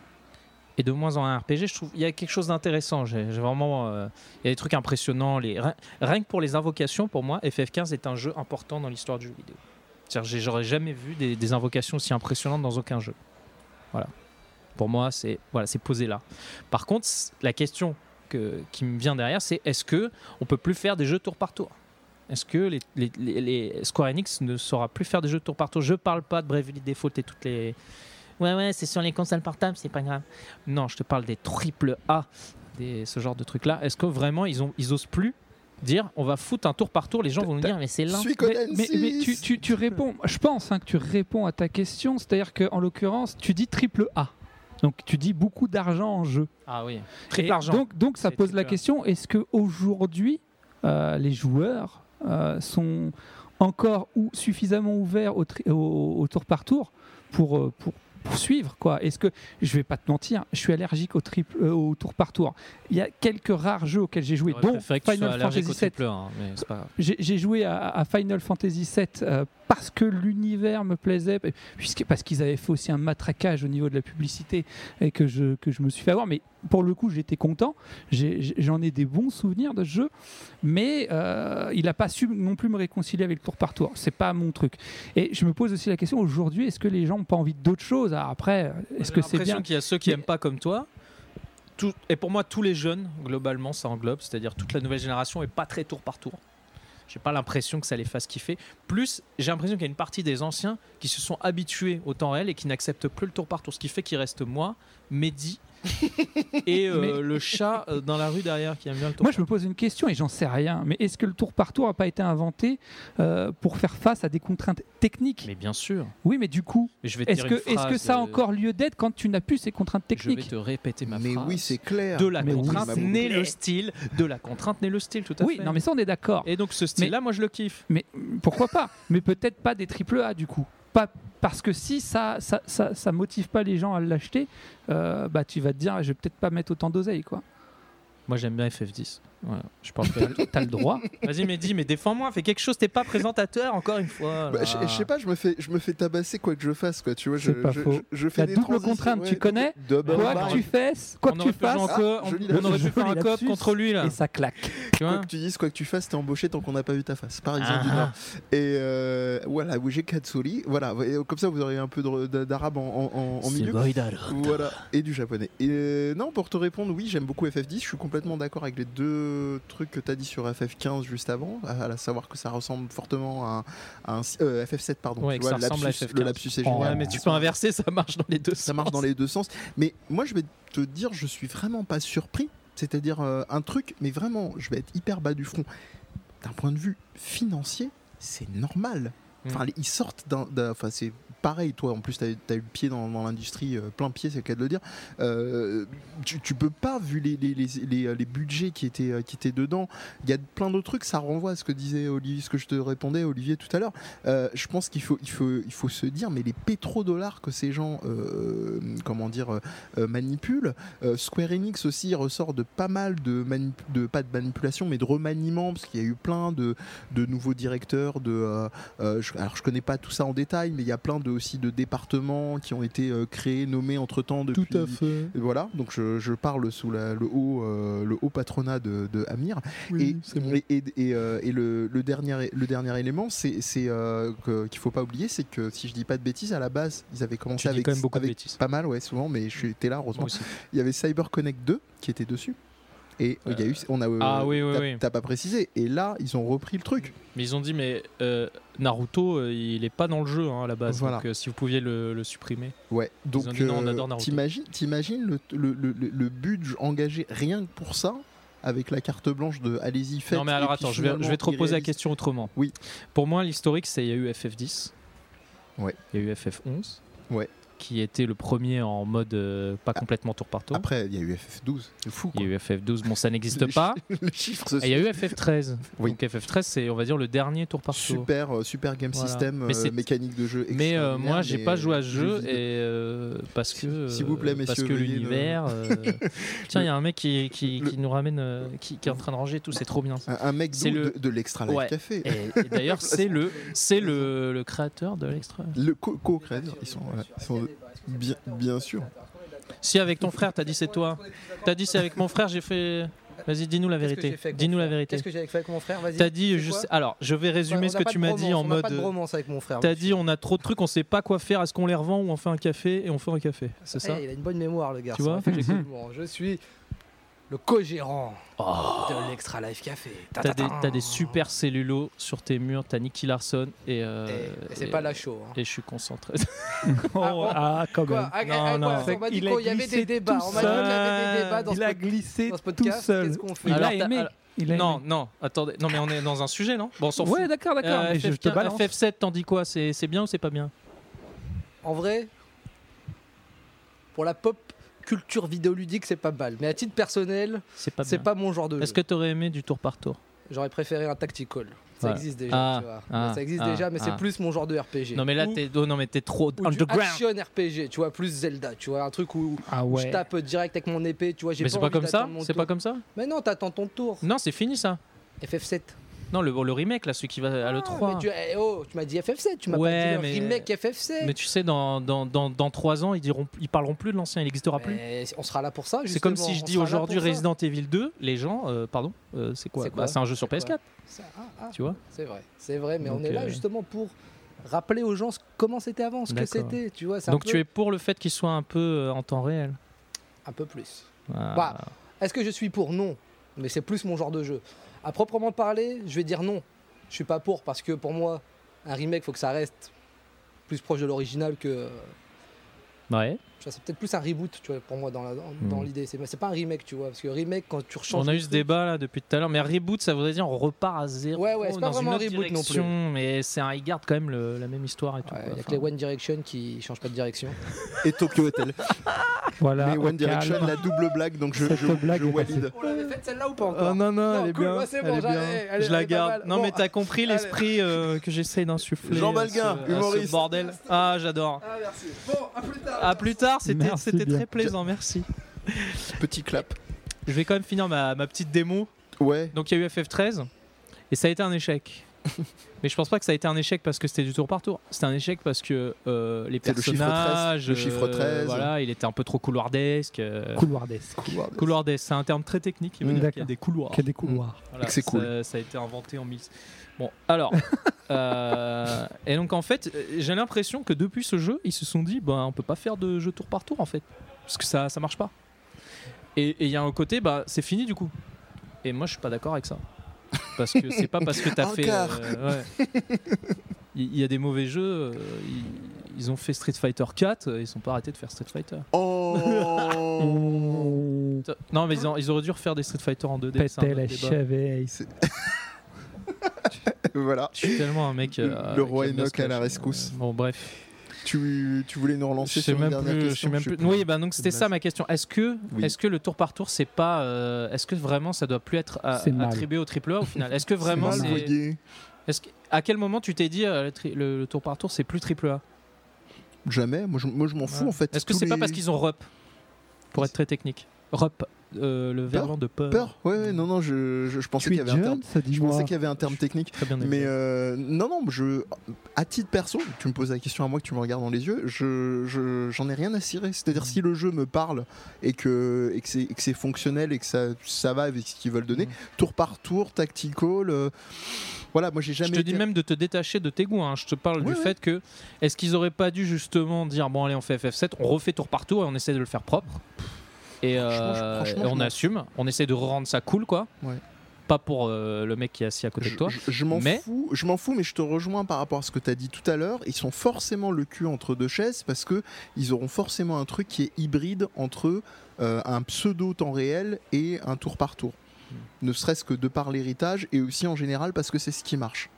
et de moins en moins un RPG. Je trouve il y a quelque chose d'intéressant. J'ai j'ai vraiment, euh, il y a des trucs impressionnants. Les, rien, rien que pour les invocations, pour moi, FF15 est un jeu important dans l'histoire du jeu vidéo. C'est-à-dire, j'ai- j'aurais jamais vu des, des invocations aussi impressionnantes dans aucun jeu. Voilà. Pour moi, c'est voilà, c'est posé là. Par contre, c- la question que- qui me vient derrière, c'est est-ce que on peut plus faire des jeux tour par tour Est-ce que les, les- les- les Square Enix ne saura plus faire des jeux tour par tour Je parle pas de Bravely Default et toutes les. Ouais, ouais, c'est sur les consoles portables, c'est pas grave. Non, je te parle des triple A, des, ce genre de trucs-là. Est-ce que vraiment ils, ont, ils osent plus dire on va foutre un tour par tour Les gens vont nous dire mais c'est lent.
Suis
Mais, mais- mais tu, tu- tu réponds, je pense hein, que tu réponds à ta question, c'est-à-dire qu'en l'occurrence, tu dis triple A. Donc tu dis beaucoup d'argent en jeu.
Ah oui.
Et
Triple argent.
Donc, donc ça
C'est
pose la
triple A.
question est-ce que aujourd'hui euh, les joueurs euh, sont encore ou suffisamment ouverts au, tri- au- au tour par tour pour, euh, pour, pour suivre quoi Est-ce que je vais pas te mentir, je suis allergique au triple euh, au tour par tour. Il y a quelques rares jeux auxquels j'ai joué,
J'aurais
dont
préféré que tu sois
Final
allergique
Fantasy
au
VII.
triple A, hein, mais c'est pas grave.
J'ai j'ai joué à, à Final Fantasy VII euh, parce que l'univers me plaisait, et puisque, parce qu'ils avaient fait aussi un matraquage au niveau de la publicité et que je, que je me suis fait avoir. Mais pour le coup, j'étais content. J'ai- j'ai- J'en ai, des bons souvenirs de ce jeu, mais euh, il n'a pas su non plus me réconcilier avec le tour par tour. C'est pas mon truc. Et je me pose aussi la question aujourd'hui est-ce que les gens n'ont pas envie d'autre chose Alors Après, euh, est-ce
J'ai
que c'est
l'impression
bien
qu'il y a ceux qui
Mais-
n'aiment pas comme toi Tout- et pour moi tous les jeunes globalement ça englobe c'est-à-dire toute la nouvelle génération est pas très tour par tour j'ai pas l'impression que ça les fasse kiffer plus j'ai l'impression qu'il y a une partie des anciens qui se sont habitués au temps réel et qui n'acceptent plus le tour par tour ce qui fait qu'il reste moi Mehdi et euh,
Mais-
le chat euh, dans la rue derrière qui aime bien le tour
Moi, je me pose une question et j'en sais rien. Mais est-ce que le tour par tour n'a pas été inventé euh, pour faire face à des contraintes techniques
mais bien sûr
Oui, mais du coup,
mais je vais te
est-ce
dire
que,
une
est-ce que
phrase,
ça a
euh,
encore lieu d'être quand tu n'as plus ces contraintes
je vais
techniques
te répéter ma
Mais
phrase
oui, c'est clair.
de la
Mais oui,
contrainte
ma
naît
boucle.
le style de la contrainte naît le style tout à
Oui,
fait
non, mais ça, on est d'accord.
et donc ce style là moi je le kiffe
Mais euh, pourquoi pas Mais peut-être pas des triple A du coup. Pas parce que si ça ça, ça, ça motive pas les gens à ah, l'acheter, euh, bah tu vas te dire, je vais peut-être pas mettre autant d'oseille quoi.
Moi j'aime bien FF10. Voilà, je parle pas. du tout.
T'as le droit.
Vas-y, mais dis, mais défends-moi, fais quelque chose, t'es pas présentateur encore une fois.
Bah,
là.
je, je sais pas, je me fais, je me fais tabasser quoi que je fasse quoi. Tu vois, je,
C'est pas
je-
faux.
je- je fais
La
des
double
transitions,
contrainte, tu
ouais,
connais
Bah,
double
Quoi
barre.
que tu fasses, quoi
on
que
aurait
tu
pu faire
fasses,
un co-
Ah,
on-
joli
on aurait pu
lapsus.
faire un
Joli
co
lapsus.
contre lui là.
et ça claque.
Tu vois
Quoi que tu dises, quoi que tu fasses, t'es embauché tant qu'on n'a pas vu ta face. Par exemple,
Ah.
Et euh, voilà, Wiji Katsuri. Voilà, et euh, comme ça vous aurez un peu de- de- d'arabe en, en- en- en milieu. Voilà, et du japonais. Et euh, non, pour te répondre, oui, j'aime beaucoup FF10. Je suis complètement d'accord avec les deux trucs que tu as dit sur FF15 juste avant, à, à savoir que ça ressemble fortement à, un- à un euh, FF7, pardon.
Ouais,
tu
que ça
le
ressemble à
lapsus-
FF15.
Le lapsus est
Oh,
génial.
Ouais, mais tu peux inverser, ça marche dans les deux.
Ça marche dans les deux sens. Mais moi, je vais te dire, je suis vraiment pas surpris. C'est-à-dire euh, un truc, mais vraiment, je vais être hyper bas du front. D'un point de vue financier, c'est normal. Enfin, les- ils sortent d'un. d'un- Enfin, c'est pareil, toi, en plus, t'as as eu le pied dans, dans l'industrie, euh, plein pied, c'est le cas de le dire. Euh, tu, tu peux pas, vu les, les, les- les, euh, les budgets qui étaient, euh, qui étaient dedans, il y a plein d'autres trucs, ça renvoie à ce que disait Olivier, ce que je te répondais, Olivier, tout à l'heure. Euh, je pense qu'il faut, il faut, il faut se dire, mais les pétrodollars que ces gens, euh, comment dire, euh, euh, manipulent, euh, Square Enix aussi ressort de pas mal de, manip- de pas de manipulation, mais de remaniement, parce qu'il y a eu plein de, de nouveaux directeurs, de. euh, euh, je- alors je connais pas tout ça en détail, mais il y a plein de aussi de départements qui ont été euh, créés, nommés entre temps depuis.
fait.
Et Voilà, donc je, je parle sous la- le haut euh, le haut patronat de, de Amir et, et, et, et, euh, et le, le dernier le dernier élément c'est c'est, euh, que- qu'il faut pas oublier c'est que si je dis pas de bêtises à la base ils avaient commencé
Tu dis
avec,
quand même beaucoup de
avec
bêtises.
pas mal ouais souvent mais je suis- j'étais là heureusement il y avait Cyber Connect 2 qui était dessus et euh, il y a eu on a euh,
ah oui, oui,
t'as-
oui.
t'as pas précisé et là ils ont repris le truc
Mais ils ont dit, mais euh, Naruto, euh, il est pas dans le jeu hein, à la base.
Voilà.
Donc euh, si vous pouviez le, le supprimer.
Ouais,
ont
donc
dit non, on
euh,
adore Naruto.
t'imagines, t'imagines le, le, le, le- le budget engagé rien que pour ça avec la carte blanche de allez-y faites.
non mais
et
alors
puis
attends, je vais, je
finalement,
vais te reposer la
irréaliste.
question autrement.
Oui.
Pour moi, l'historique, c'est il y a eu FF10.
Ouais.
Il y a eu FF11.
Ouais. Ah.
Qui était le premier en mode euh, pas complètement tour par tour.
Après, il y a eu FF12, c'est fou
Il
quoi.
y a eu FF12, bon ça
Les
n'existe pas.
chi- Les chiffres, ce
Et il y a eu FF13.
Oui.
Donc FF13, c'est on va dire le dernier tour par tour.
super, euh, super game
Voilà.
system,
Mais
euh,
c'est-
mécanique de jeu.
Mais euh, moi, j'ai
extraordinaire,
pas
mais
joué à ce jeu
vidéo.
et euh, parce que euh,
S'il vous plaît,
parce
messieurs,
que
veuillez le-
l'univers. euh, Tiens, il y a un mec qui, qui,
Le-
qui nous ramène, euh, qui, qui est en train de ranger tout, c'est trop bien. ça.
Un, un mec
C'est
d'où-
le-
de, de l'extra live
Ouais.
café.
Et, et d'ailleurs, c'est le, c'est le, le créateur de l'extra.
Le co- co-créateur, ils sont, ouais, ils sont bien, bien sûr.
Si avec ton frère, t'as dit c'est toi. T'as dit c'est avec mon frère, j'ai fait. Vas-y, dis-nous la
Qu'est-ce que
vérité.
j'ai fait avec mon
Dis-nous la
frère
vérité.
Qu'est-ce que j'ai fait avec mon frère Vas-y.
T'as dit,
C'est
je
quoi
sais- alors, je vais
On
résumer
a
ce que
pas
tu
de
m'as
romance,
dit en
on a
mode.
pas de romance avec mon frère.
T'as dit, on a trop de trucs, on sait pas quoi faire. Est-ce qu'on les revend ou on fait un café et on fait un café C'est ça
Eh, Il a une bonne mémoire, le gars.
vois
Effectivement, je suis le co-gérant de l'Extra Life Café. Ta-
Oh. T'as
ta-
des,
ta-
t'as des super cellulos sur tes murs, t'as Nicky Larson et. euh,
Eh, et
et-
c'est pas la show. hein.
Et je suis concentré.
oh,
ah, quand
Quoi Ah,
Non,
ah,
non.
voilà, On m'a dit
Il a
qu'il y avait
glissé
des débats.
tout
On m'a dit qu'il y avait des
seul.
débats Ah, dans
Il a
ce
glissé
dans ce
tout
podcast,
seul.
qu'est-ce qu'on fait
Il
Alors,
a
t'as-
aimé.
alors-
Il a
non,
aimé.
non, attendez. Non, mais on est dans un sujet, non Bon, on s'en
Ouais,
fout.
d'accord, d'accord.
Euh,
mais je te
FF15,
balance.
FF7, t'en dis quoi C'est c'est bien ou c'est pas bien
En vrai, pour la pop culture vidéoludique, c'est pas mal. Mais à titre personnel,
C'est pas
c'est
bien.
pas mon genre de jeu.
Est-ce que t'aurais aimé du tour par tour
J'aurais préféré un tactical. Ça
Voilà.
existe
Ah,
déjà, tu vois.
ah,
ça existe
ah,
déjà, mais
ah.
c'est plus mon genre de RPG.
Non, mais là,
Ou-
t'es oh, non, mais t'es trop
ou du
underground.
action RPG, tu vois, plus Zelda, tu vois, un truc où
Ah
je
ouais.
tape direct avec mon épée, tu vois, j'ai
Mais c'est pas
envie
comme ça
d'attendre mon
C'est
tour.
pas comme ça
Mais non, t'attends ton tour.
Non, c'est fini ça.
FF7.
Non, le, le remake là, celui qui va à
Ah,
l'E3.
mais tu, eh, oh, tu m'as dit FF7, tu m'as
Ouais,
pas
mais-
dit le remake FF7.
Mais tu sais, dans, dans, dans, dans 3 ans, ils, diront, ils parleront plus de l'ancien, il n'existera plus.
Mais Eh, on sera là pour ça,
C'est comme
justement,
si je
on
dis
sera là
aujourd'hui
pour ça.
Resident Evil 2, les gens, euh, pardon, euh, c'est quoi
C'est
Bah,
quoi
C'est un jeu sur
C'est
PS4,
quoi Ça- ah, ah,
tu vois
C'est vrai, c'est vrai, mais on
Donc,
est là
euh,
justement pour rappeler aux gens ce- comment c'était avant, ce que
D'accord.
c'était, tu vois. c'est un
Donc
peu-
tu es pour le fait qu'il soit un peu euh, en temps réel
un peu plus.
Ah.
Bah, Est-ce que je suis pour Non. Mais c'est plus mon genre de jeu. À proprement parler, je vais dire non. Je suis pas pour parce que pour moi, un remake, faut que ça reste plus proche de l'original que. Bah,
Ouais.
tu vois, C'est peut-être plus un reboot, tu vois, pour moi, dans la- dans- dans
Mm.
l'idée. C'est mais c'est pas un remake, tu vois, parce que remake, quand tu rechanges.
On a
le
eu ce
truc-
débat là depuis tout à l'heure, mais un reboot ça voudrait dire on repart à zéro
Ouais, ouais, c'est pas
dans une
vraiment un
autre
reboot non plus.
direction, mais c'est un, ils gardent quand même le- la même histoire et tout.
Ouais,
quoi.
il y a que
Enfin,
les One Direction qui changent pas de direction.
Et Tokyo Hotel.
Voilà.
mais
au
One Direction,
calme.
la double blague, donc je,
Cette
je,
blague
je
est
valide.
On l'avait faite celle-là ou pas
Oh non, non, elle est
cool,
bien.
moi, c'est
elle
bon,
est
j'en-
bien.
eh, elle est-
je la
elle est pas
garde.
mal.
Non,
Bon.
mais t'as compris
Allez.
l'esprit euh, que j'essaye d'insuffler.
Jean
à
Balguin,
ce- à ce
humoriste.
bordel. Ah, j'adore.
Ah, merci. Bon, à plus tard.
À plus tard, c'était
Merci
c'était
bien.
très plaisant, merci.
Petit clap.
Je vais quand même finir ma, ma petite démo
Ouais.
Donc il y a eu FF13 et ça a été un échec. Mais je pense pas que ça a été un échec parce que c'était du tour par tour. C'était un échec parce que euh, les
C'est le chiffre 13,
personnages,
le chiffre
euh,
13.
voilà, il était un peu trop couloirdesque. euh,
Couloir desk.
couloirdesque, c'est un terme très technique. Il veut
Mm,
dire qu'il y a
d'accord.
des couloirs.
Qu'il y a des couloirs.
Voilà,
Et que c'est
ça-
cool.
Ça a été inventé en 1000. Bon, alors. euh, et donc, en fait, euh, j'ai l'impression que depuis ce jeu, ils se sont dit bah, on peut pas faire de jeu tour par tour, en fait. Parce que ça, ça marche pas. Et et il y a un côté bah, c'est fini du coup. Et moi, je suis pas d'accord avec ça. Parce que c'est pas parce que t'as
Un
fait.
quart.
euh, ouais. Il il y, a des mauvais jeux. euh, ils, ils ont fait Street Fighter 4, euh, ils sont pas arrêtés de faire Street Fighter.
Oh
Non, mais ils, ont- ils auraient dû refaire des Street Fighter en 2D. c'est un autre
Pétait la
débat.
cheville.
Voilà.
Je suis tellement un mec. euh,
Le roi
qui aime bien
Enoch à la
Smash.
rescousse.
Euh, Bon, bref.
Tu, tu voulais nous relancer
Je
sur
sais
une
même
dernière
plus. Je sais
question
même
je
plus.
sais
Oui, bah donc c'était ça ma question. Est-ce que,
Oui.
est-ce que le tour par tour, c'est pas, euh, est-ce que vraiment ça doit plus être à-
C'est mal.
attribué au triple A au final Est-ce que vraiment,
Mal
c'est-
voyé.
est-ce que- à quel moment tu t'es dit euh, le, tri- le- le tour par tour, c'est plus triple A
Jamais. Moi, je, moi, je m'en fous
Ouais.
en fait.
Est-ce que
Tous
c'est pas
les-
parce qu'ils ont rep pour être très technique, rep, euh, le verlan de peur.
peur Ouais, ouais, non, non. Je, je, je pensais
Tu
qu'il y
es
avait un terme.
jeune, ça dit
Je
moi.
pensais qu'il y avait un terme technique.
Très bien.
Mais euh, non, non, je, à titre perso, tu me poses la question à moi que tu me regardes dans les yeux, je, je- j'en ai rien à cirer. C'est-à-dire
Mm.
si le jeu me parle et que, et que, c'est, et que c'est fonctionnel et que ça, ça va avec ce qu'ils veulent donner,
Mm.
tour par tour, tactical, euh, voilà, moi j'ai
Je
jamais.
te
été-
dis même de te détacher de tes goûts. hein. Je te parle
Ouais,
du
ouais.
fait que est-ce qu'ils auraient pas dû justement dire bon allez on fait FF7, on refait tour par tour et on essaie de le faire propre. Et,
Franchement, je-
euh, et
franchement, je
on
m'en-
assume, on essaie de rendre ça cool quoi.
Ouais.
Pas pour euh, le mec qui est assis à côté de
Je-
toi.
Je, je m'en
Mais-
fous, je m'en fous, mais je te rejoins par rapport à ce que tu as dit tout à l'heure. Ils sont forcément le cul entre deux chaises parce que ils auront forcément un truc qui est hybride entre euh, un pseudo temps réel et un tour par tour. Ne serait-ce que de par l'héritage et aussi en général parce que c'est ce qui marche.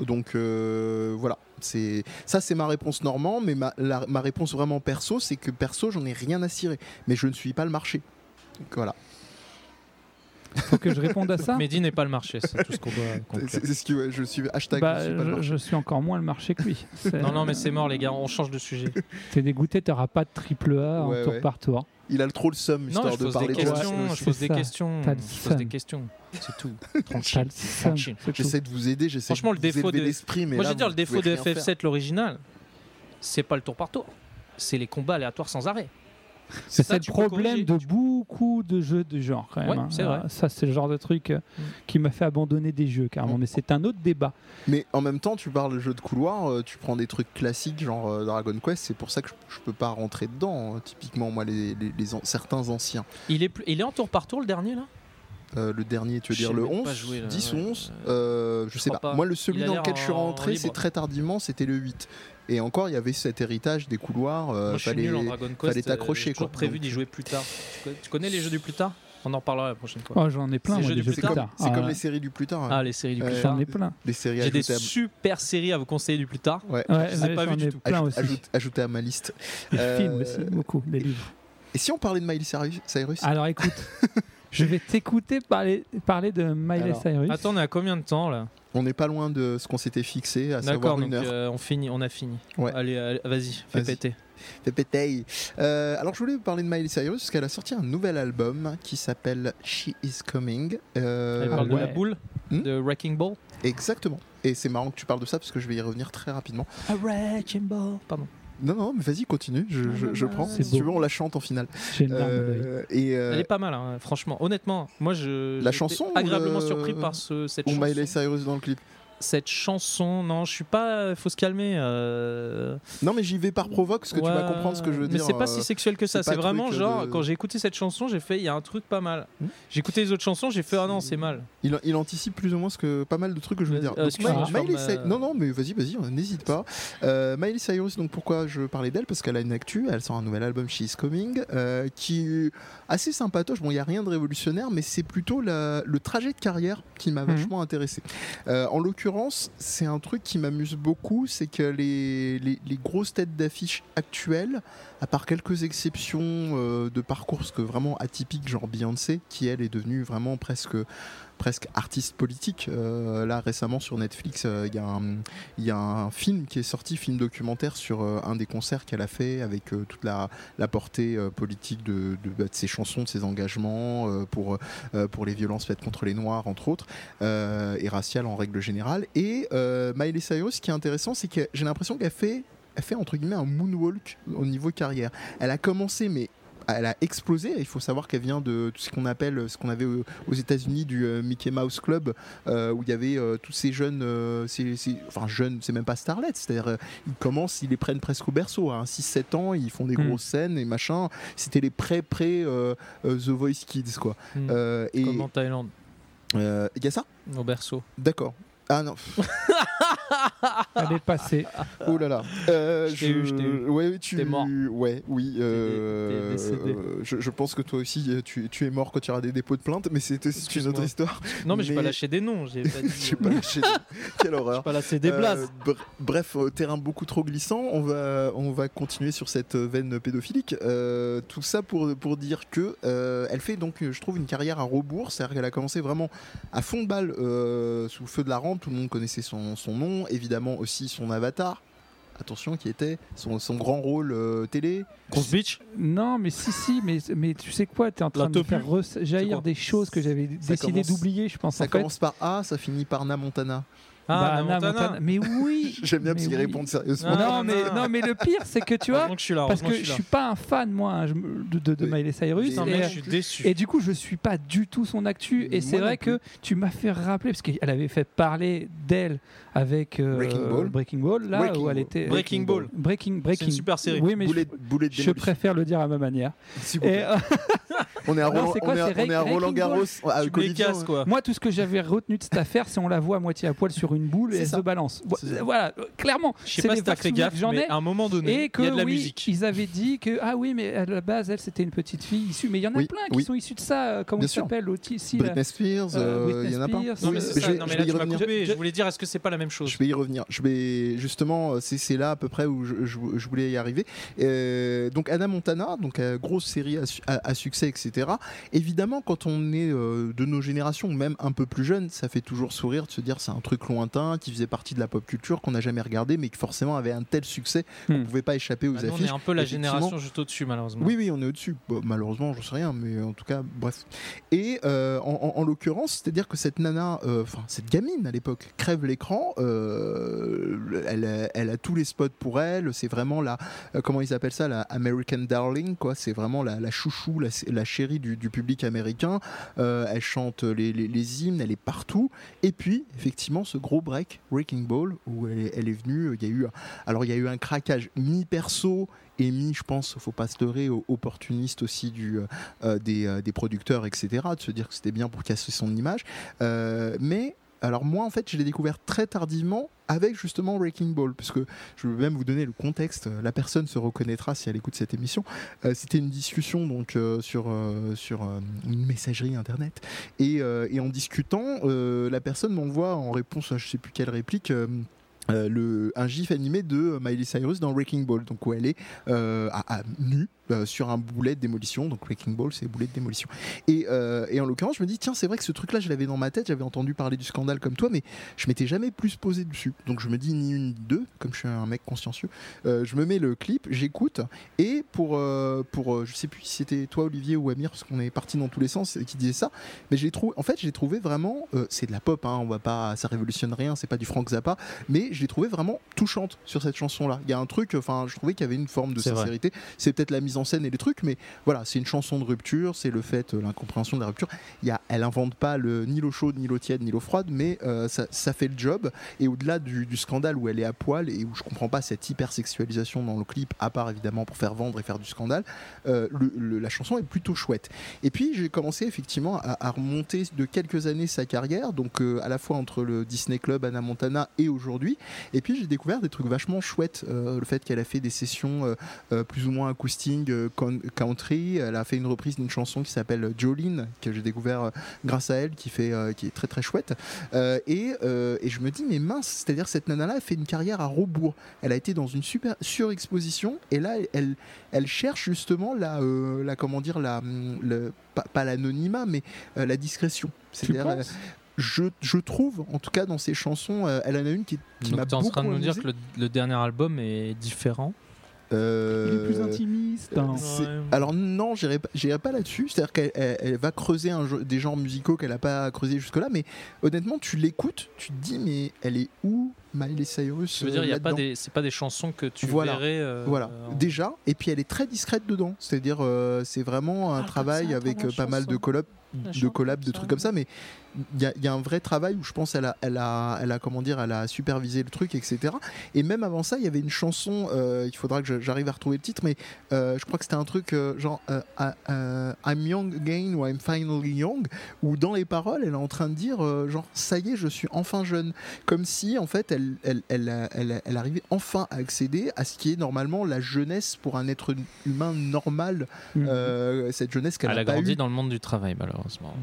Donc euh, voilà, c'est ça c'est ma réponse normand, mais ma, la- ma réponse vraiment perso, c'est que perso j'en ai rien à cirer, mais je ne suis pas le marché. Donc voilà,
Faut que je réponde à ça.
Mehdi n'est pas le marché, c'est tout ce qu'on doit conclure.
c'est c'est ce qui je suis hashtag.
Bah,
je suis pas le
je,
marché.
je suis encore moins le marché que lui. C'est-
Non non mais c'est mort les gars, on change de sujet.
T'es dégoûté, t'auras pas de triple A
Ouais,
en tour
ouais.
par tour.
Il a le trop le somme histoire
non je
de
pose des
parler de la
Ouais,
questions, je
c'est
pose des
ça.
questions,
T'as le
je pose des
seum.
questions. C'est tout.
T'as le seum,
Tranquille.
c'est tout.
J'essaie de vous aider, j'essaie
Franchement,
de
le
vous
défaut
élever
de-
l'esprit, mais
Moi,
là,
je veux dire,
vous
le défaut
pouvez
de
rien faire.
FF7, l'original, c'est pas le tour par tour, c'est les combats aléatoires sans arrêt.
Mais
ça,
C'est
tu
le
peux
problème
corriger.
de beaucoup de jeux du genre, quand même.
Ouais,
hein.
c'est vrai.
Ça, c'est le genre de truc euh,
Mm.
qui m'a fait abandonner des jeux, carrément.
Mm.
Mais c'est un autre débat.
Mais en même temps, tu parles de jeu de couloir, euh, tu prends des trucs classiques genre euh, Dragon Quest, c'est pour ça que je, je peux pas rentrer dedans. hein. Typiquement, moi, les, les- les an- certains anciens.
Il est, plus- il est en tour par tour le dernier là
Euh, le dernier, tu veux
Je
dire
sais
le
même
11
pas jouer, là,
10
ouais.
ou 11 euh, Je sais pas.
crois pas.
Moi, le celui
Il a
dans
l'air
lequel je suis
en
rentré,
libre.
c'est très tardivement, c'était le 8. Et encore, il y avait cet héritage des couloirs. euh,
Moi je suis
fallait-
nul en Dragon Quest. euh,
fallait t'accrocher,
J'ai toujours
quoi.
prévu
Donc-
d'y jouer plus tard. Tu co- Tu connais les jeux du plus tard On en parlera la prochaine fois.
Oh, j'en ai plein,
C'est
moi,
jeux
des
du
jeux
plus
plus
C'est
tard.
tard.
comme, c'est comme
Ah,
les séries du plus tard. hein.
Ah, les séries du plus
Euh,
tard.
J'en ai plein.
Les séries
J'ai des
ajoutées à...
super séries à vous conseiller du plus tard.
Ouais.
Ouais,
je les ai
mais
pas
j'en
vus
ai
du tout.
plein
Ajoute-
aussi.
ajoute- ajoutées à ma liste.
Des
Euh,
films aussi, beaucoup, des livres.
Et si on parlait de Miley Cyrus Cyrus
Ah.
Alors écoute, je vais t'écouter parler, parler de Miley
Alors,
Cyrus.
Attends, on est à combien de temps là
On n'est pas loin de ce qu'on s'était fixé, à
D'accord,
savoir
donc
une heure.
euh, on finit, on a fini.
Ouais.
Allez, allez, vas-y, fais
Vas-y.
péter.
Fait péter. Euh, alors je voulais vous parler de Miley Cyrus parce qu'elle a sorti un nouvel album qui s'appelle She Is Coming. Euh,
Elle parle de la
ouais.
boule,
Hmm
de Wrecking Ball.
Exactement. Et c'est marrant que tu parles de ça parce que je vais y revenir très rapidement.
Wrecking Ball, pardon.
Non, non, mais vas-y, continue, je, je- je prends.
Ah, C'est
Si tu
beau.
veux, on la chante en finale.
J'ai une larme à l'œil.
Euh, et euh,
Elle est pas mal, hein, franchement. Honnêtement, moi je.
La
j'étais
chanson ou
Agréablement
le-
surpris par ce, cette
ou
chanson.
Miley Cyrus dans le clip.
Cette chanson, non, je suis pas. Faut se calmer. euh,
Non, mais j'y vais par provoque parce que tu
Ouais,
vas comprendre ce que je veux
mais
dire.
c'est pas
euh,
si sexuel que ça.
c'est pas
C'est
le
vraiment
truc euh,
genre,
de-
quand j'ai écouté cette chanson, j'ai fait, il y a un truc pas mal.
Hmm.
J'ai écouté les autres chansons, j'ai fait, ah non, c'est mal.
Il, il anticipe plus ou moins ce que pas mal de trucs que je veux
Vas-y,
dire.
euh,
Donc,
excuse-moi,
Miley-
je ferme euh,
Miley
ma-
Cy- Non, non, mais vas-y, vas-y, on- n'hésite pas. Euh, Miley Cyrus, donc pourquoi je parlais d'elle Parce qu'elle a une actu, elle sort un nouvel album She Is Coming, euh, qui est assez sympatoche. Bon, il n'y a rien de révolutionnaire, mais c'est plutôt la- le trajet de carrière qui m'a
Mhm.
vachement intéressé. Euh, en l'occurrence, l'occurrence, c'est un truc qui m'amuse beaucoup, c'est que les, les- les grosses têtes d'affiche actuelles, à part quelques exceptions euh, de parcours parce que vraiment atypiques, genre Beyoncé, qui elle est devenue vraiment presque presque artiste politique. Euh, là récemment sur Netflix, euh, il y, a un- il y a un film qui est sorti, film documentaire sur euh, un des concerts qu'elle a fait avec euh, toute la, la portée euh, politique de, de- bah, de ses chansons, de ses engagements euh, pour, euh, pour les violences faites contre les Noirs, entre autres, euh, et raciales en règle générale. Et euh, Miley Cyrus, ce qui est intéressant, c'est que j'ai l'impression qu'elle fait, elle fait entre guillemets un moonwalk au niveau carrière. Elle a commencé, mais elle a explosé. Il faut savoir qu'elle vient de tout ce qu'on appelle, ce qu'on avait au- aux États-Unis du euh, Mickey Mouse Club, euh, où il y avait euh, tous ces jeunes, euh, ces- ces- enfin jeunes, c'est même pas starlet, c'est-à-dire euh, ils commencent, ils les prennent presque au berceau, à 6-7 ans, ils font des
Mm.
grosses scènes et machin. C'était les pré pré euh, euh, The Voice Kids quoi.
Mm.
Euh, et euh,
Comme en Thaïlande,
il y a ça
au berceau.
D'accord. Ah non,
Elle est passée.
oh là là. Euh,
Ah. Je t'ai eu, je t'ai eu.
Ouais, oui, tu
T'es mort.
Ouais, oui. euh,
t'es décédé.
euh, je, je pense que toi aussi, euh, tu, tu es mort quand tu auras des dépôts de plainte, mais c'est aussi une autre
Excuse-moi.
histoire.
Non, mais j'ai pas
Mais-
lâché des noms. J'ai pas, dit,
J'ai
euh,
pas lâché. Quelle horreur.
j'ai pas lâché des
Euh,
blases.
br- bref, euh, terrain beaucoup trop glissant. On va, on va continuer sur cette euh, veine pédophilique. Euh, tout ça pour, pour dire que euh, elle fait donc, euh, je trouve, une carrière à rebours. C'est-à-dire qu'elle a commencé vraiment à fond de balle euh, sous le feu de la rampe. Tout le monde connaissait son, son nom, évidemment aussi son avatar. Attention, qui était son, son grand rôle euh, télé.
Grosse bitch.
Non, mais si, si, mais, mais tu sais quoi T'es en train
La
de me
topu.
faire ressa-
C'est quoi
jaillir des choses que j'avais décidé
commence-
d'oublier, je pense.
Ça
en fait.
commence par A, ça finit par Na Montana.
Bah,
Ah,
Anna
Montana.
Montana. Mais oui
J'aime bien
mais
parce qu'ils
oui.
répondent sérieusement.
Non,
Ah,
mais,
non.
non, mais le pire, c'est que tu vois,
Heureusement Bah, que je suis là.
parce
heureusement
que je suis pas un fan, moi, hein, je me- de, de, de
Oui.
Miley
Mais-
Cyrus.
Putain,
et,
mec,
euh,
je suis déçu.
et du coup, je suis pas du tout son actu. Et
Moi
c'est
non
vrai que tu m'as fait rappeler, parce qu'elle avait fait parler d'elle avec euh,
Breaking Ball.
Breaking Ball, là
Breaking
où elle
Ball.
était.
Breaking Ball.
Breaking,
C'est
Breaking.
une super série.
Oui, mais
Boulet,
je,
boulet de
je
démolition.
préfère le dire à ma manière.
S'il vous
Et,
plaît. On est
Non,
à Roland-
c'est quoi,
on est à-
c'est
on est à
Wrecking
Roland Garros. à
Tu me les
Colisée,
casses,
hein.
quoi.
Moi, tout ce que j'avais retenu de cette affaire, c'est on la voit à moitié à poil sur une boule et
C'est
elle
ça.
se balance.
C'est ça.
Voilà, euh, clairement.
Je sais
c'est
pas
les
si t'as
vagues
fait
souvenirs
gaffe,
que j'en
mais
ai.
à un moment donné,
Et
il y a de
que
la
oui,
musique.
ils avaient dit que ah oui mais à la base elle c'était une petite fille issue mais il y en a
Oui,
plein qui
oui.
sont issus de ça euh, comment
Bien
il
sûr.
s'appelle l'autre ici là.
Britney Spears,
Euh,
euh, il y en a
Britney
plein.
Spears,
Non,
Oui,
mais
euh,
c'est
je
ça.
vais,
Non,
je
mais
vais
là,
y
tu m'as
revenir.
coupé.
Je-
Je voulais dire, est-ce que c'est pas la même chose
Je vais y revenir. Je vais justement, euh, c'est c'est là à peu près où je, je- je voulais y arriver. Euh, donc Anna Montana, donc euh, grosse série à, su- à- à succès, etc. Évidemment, quand on est euh, de nos générations, ou même un peu plus jeune, ça fait toujours sourire de se dire c'est un truc lointain qui faisait partie de la pop culture qu'on n'a jamais regardé, mais qui forcément avait un tel succès qu'on
Hmm.
ne pouvait pas échapper aux
Ah, nous, On est
affiches.
un peu la
effectivement.
génération juste au-dessus, malheureusement.
Oui, oui, on est au-dessus. Bon, malheureusement, j'en sais rien, mais en tout cas, bref. Et euh, en, en- en l'occurrence, c'est-à-dire que cette nana, euh, enfin, cette gamine à l'époque, crève l'écran, euh, elle, a- elle a tous les spots pour elle, c'est vraiment la, euh, comment ils appellent ça, la American Darling, quoi, c'est vraiment la, la chouchou, la, la chérie du, du public américain, Euh, elle chante les, les- les hymnes, elle est partout, et puis, effectivement, ce gros break, Breaking Ball, où elle, est- elle est venue, il y a eu, un- alors il y a eu un craquage mi-perso, et mis, je pense, faut pas se leurrer, au- opportuniste aussi du, euh, euh, des, euh, des producteurs, etc., de se dire que c'était bien pour casser son image. Euh, mais, alors moi, en fait, je l'ai découvert très tardivement avec justement Wrecking Ball, parce que je veux même vous donner le contexte, euh, la personne se reconnaîtra si elle écoute cette émission. Euh, c'était une discussion donc euh, sur, euh, sur euh, une messagerie internet, et, euh, et en discutant, euh, la personne m'envoie en réponse à je sais plus quelle réplique. euh, euh, le, un gif animé de euh, Miley Cyrus dans Wrecking Ball, donc où elle est euh, à, à nu euh, sur un boulet de démolition. Donc Wrecking Ball, c'est boulet de démolition. Et, euh, et en l'occurrence, je me dis, tiens, c'est vrai que ce truc-là, je l'avais dans ma tête, j'avais entendu parler du scandale comme toi, mais je m'étais jamais plus posé dessus. Donc je me dis, ni une ni deux, comme je suis un mec consciencieux, euh, je me mets le clip, j'écoute, et pour, euh, pour euh, je sais plus si c'était toi, Olivier ou Amir, parce qu'on est parti dans tous les sens, euh, qui disait ça, mais j'ai trouvé, en fait, j'ai trouvé vraiment, euh, c'est de la pop, hein, on va pas, ça révolutionne rien, c'est pas du Frank Zappa, mais je l'ai trouvé vraiment touchante sur cette chanson-là. Il y a un truc, enfin, je trouvais qu'il y avait une forme de
C'est vrai.
sincérité. C'est peut-être la mise en scène et les trucs, mais voilà, c'est une chanson de rupture, c'est le fait, euh, l'incompréhension de la rupture. Il y a, elle invente pas le, ni l'eau chaude, ni l'eau tiède, ni l'eau froide, mais euh, ça, ça fait le job. Et au-delà du, du scandale où elle est à poil et où je comprends pas cette hypersexualisation dans le clip, à part évidemment pour faire vendre et faire du scandale, euh, le- le- la chanson est plutôt chouette. Et puis j'ai commencé effectivement à, à remonter de quelques années sa carrière, donc euh, à la fois entre le Disney Club, Anna Montana et aujourd'hui. Et puis j'ai découvert des trucs vachement chouettes. Euh, le fait qu'elle a fait des sessions euh, euh, plus ou moins acoustiques, euh, con- country. Elle a fait une reprise d'une chanson qui s'appelle Jolene, que j'ai découvert euh, grâce à elle, qui, fait, euh, qui est très très chouette. Euh, et, euh, et je me dis, mais mince, c'est-à-dire cette nana-là a fait une carrière à rebours. Elle a été dans une super surexposition et là, elle, elle cherche justement la, euh, la comment dire, la, hum, le, pas, pas l'anonymat, mais euh, la discrétion. C'est-à-dire, euh, je, je trouve, en tout cas dans ses chansons, euh, elle en a une qui, qui m'a
Donc, t'es en
beaucoup
train de nous dire
amusé.
que le, le dernier album est différent.
Il est plus
Euh,
intimiste.
euh,
hein.
c'est-
Ouais.
Alors non, j'irai pas, j'irai pas là-dessus. C'est-à-dire qu'elle elle- elle va creuser un jeu- des genres musicaux qu'elle a pas creusé jusque-là. Mais honnêtement, tu l'écoutes, tu te dis mais elle est où Miley Cyrus
Je veux dire,
euh,
il y a pas
là-dedans
des, c'est pas des chansons que tu
Voilà.
verrais. euh,
Voilà,
en-
déjà. Et puis elle est très discrète dedans. C'est-à-dire euh, c'est vraiment un
Ah,
travail
comme ça,
avec
dans la
euh, pas mal de
chanson.
collabs,
La
de
chanson,
collabs, de
ça,
trucs comme ça. Mais il y a, il y a un vrai travail où je pense elle a, elle a, elle a comment dire, elle a supervisé le truc, etc. Et même avant ça, il y avait une chanson. euh, il faudra que je- j'arrive à retrouver le titre, mais euh, je crois que c'était un truc euh, genre euh, ah, euh, I'm young again ou I'm finally young, où dans les paroles, elle est en train de dire euh, genre ça y est, je suis enfin jeune, comme si en fait elle, elle, elle, elle- elle arrivait enfin à accéder à ce qui est normalement la jeunesse pour un être humain normal,
Mhm.
euh, cette jeunesse qu'elle
Mmh. Elle
n'a
a
pas
grandi
eue
dans le monde du travail, malheureusement.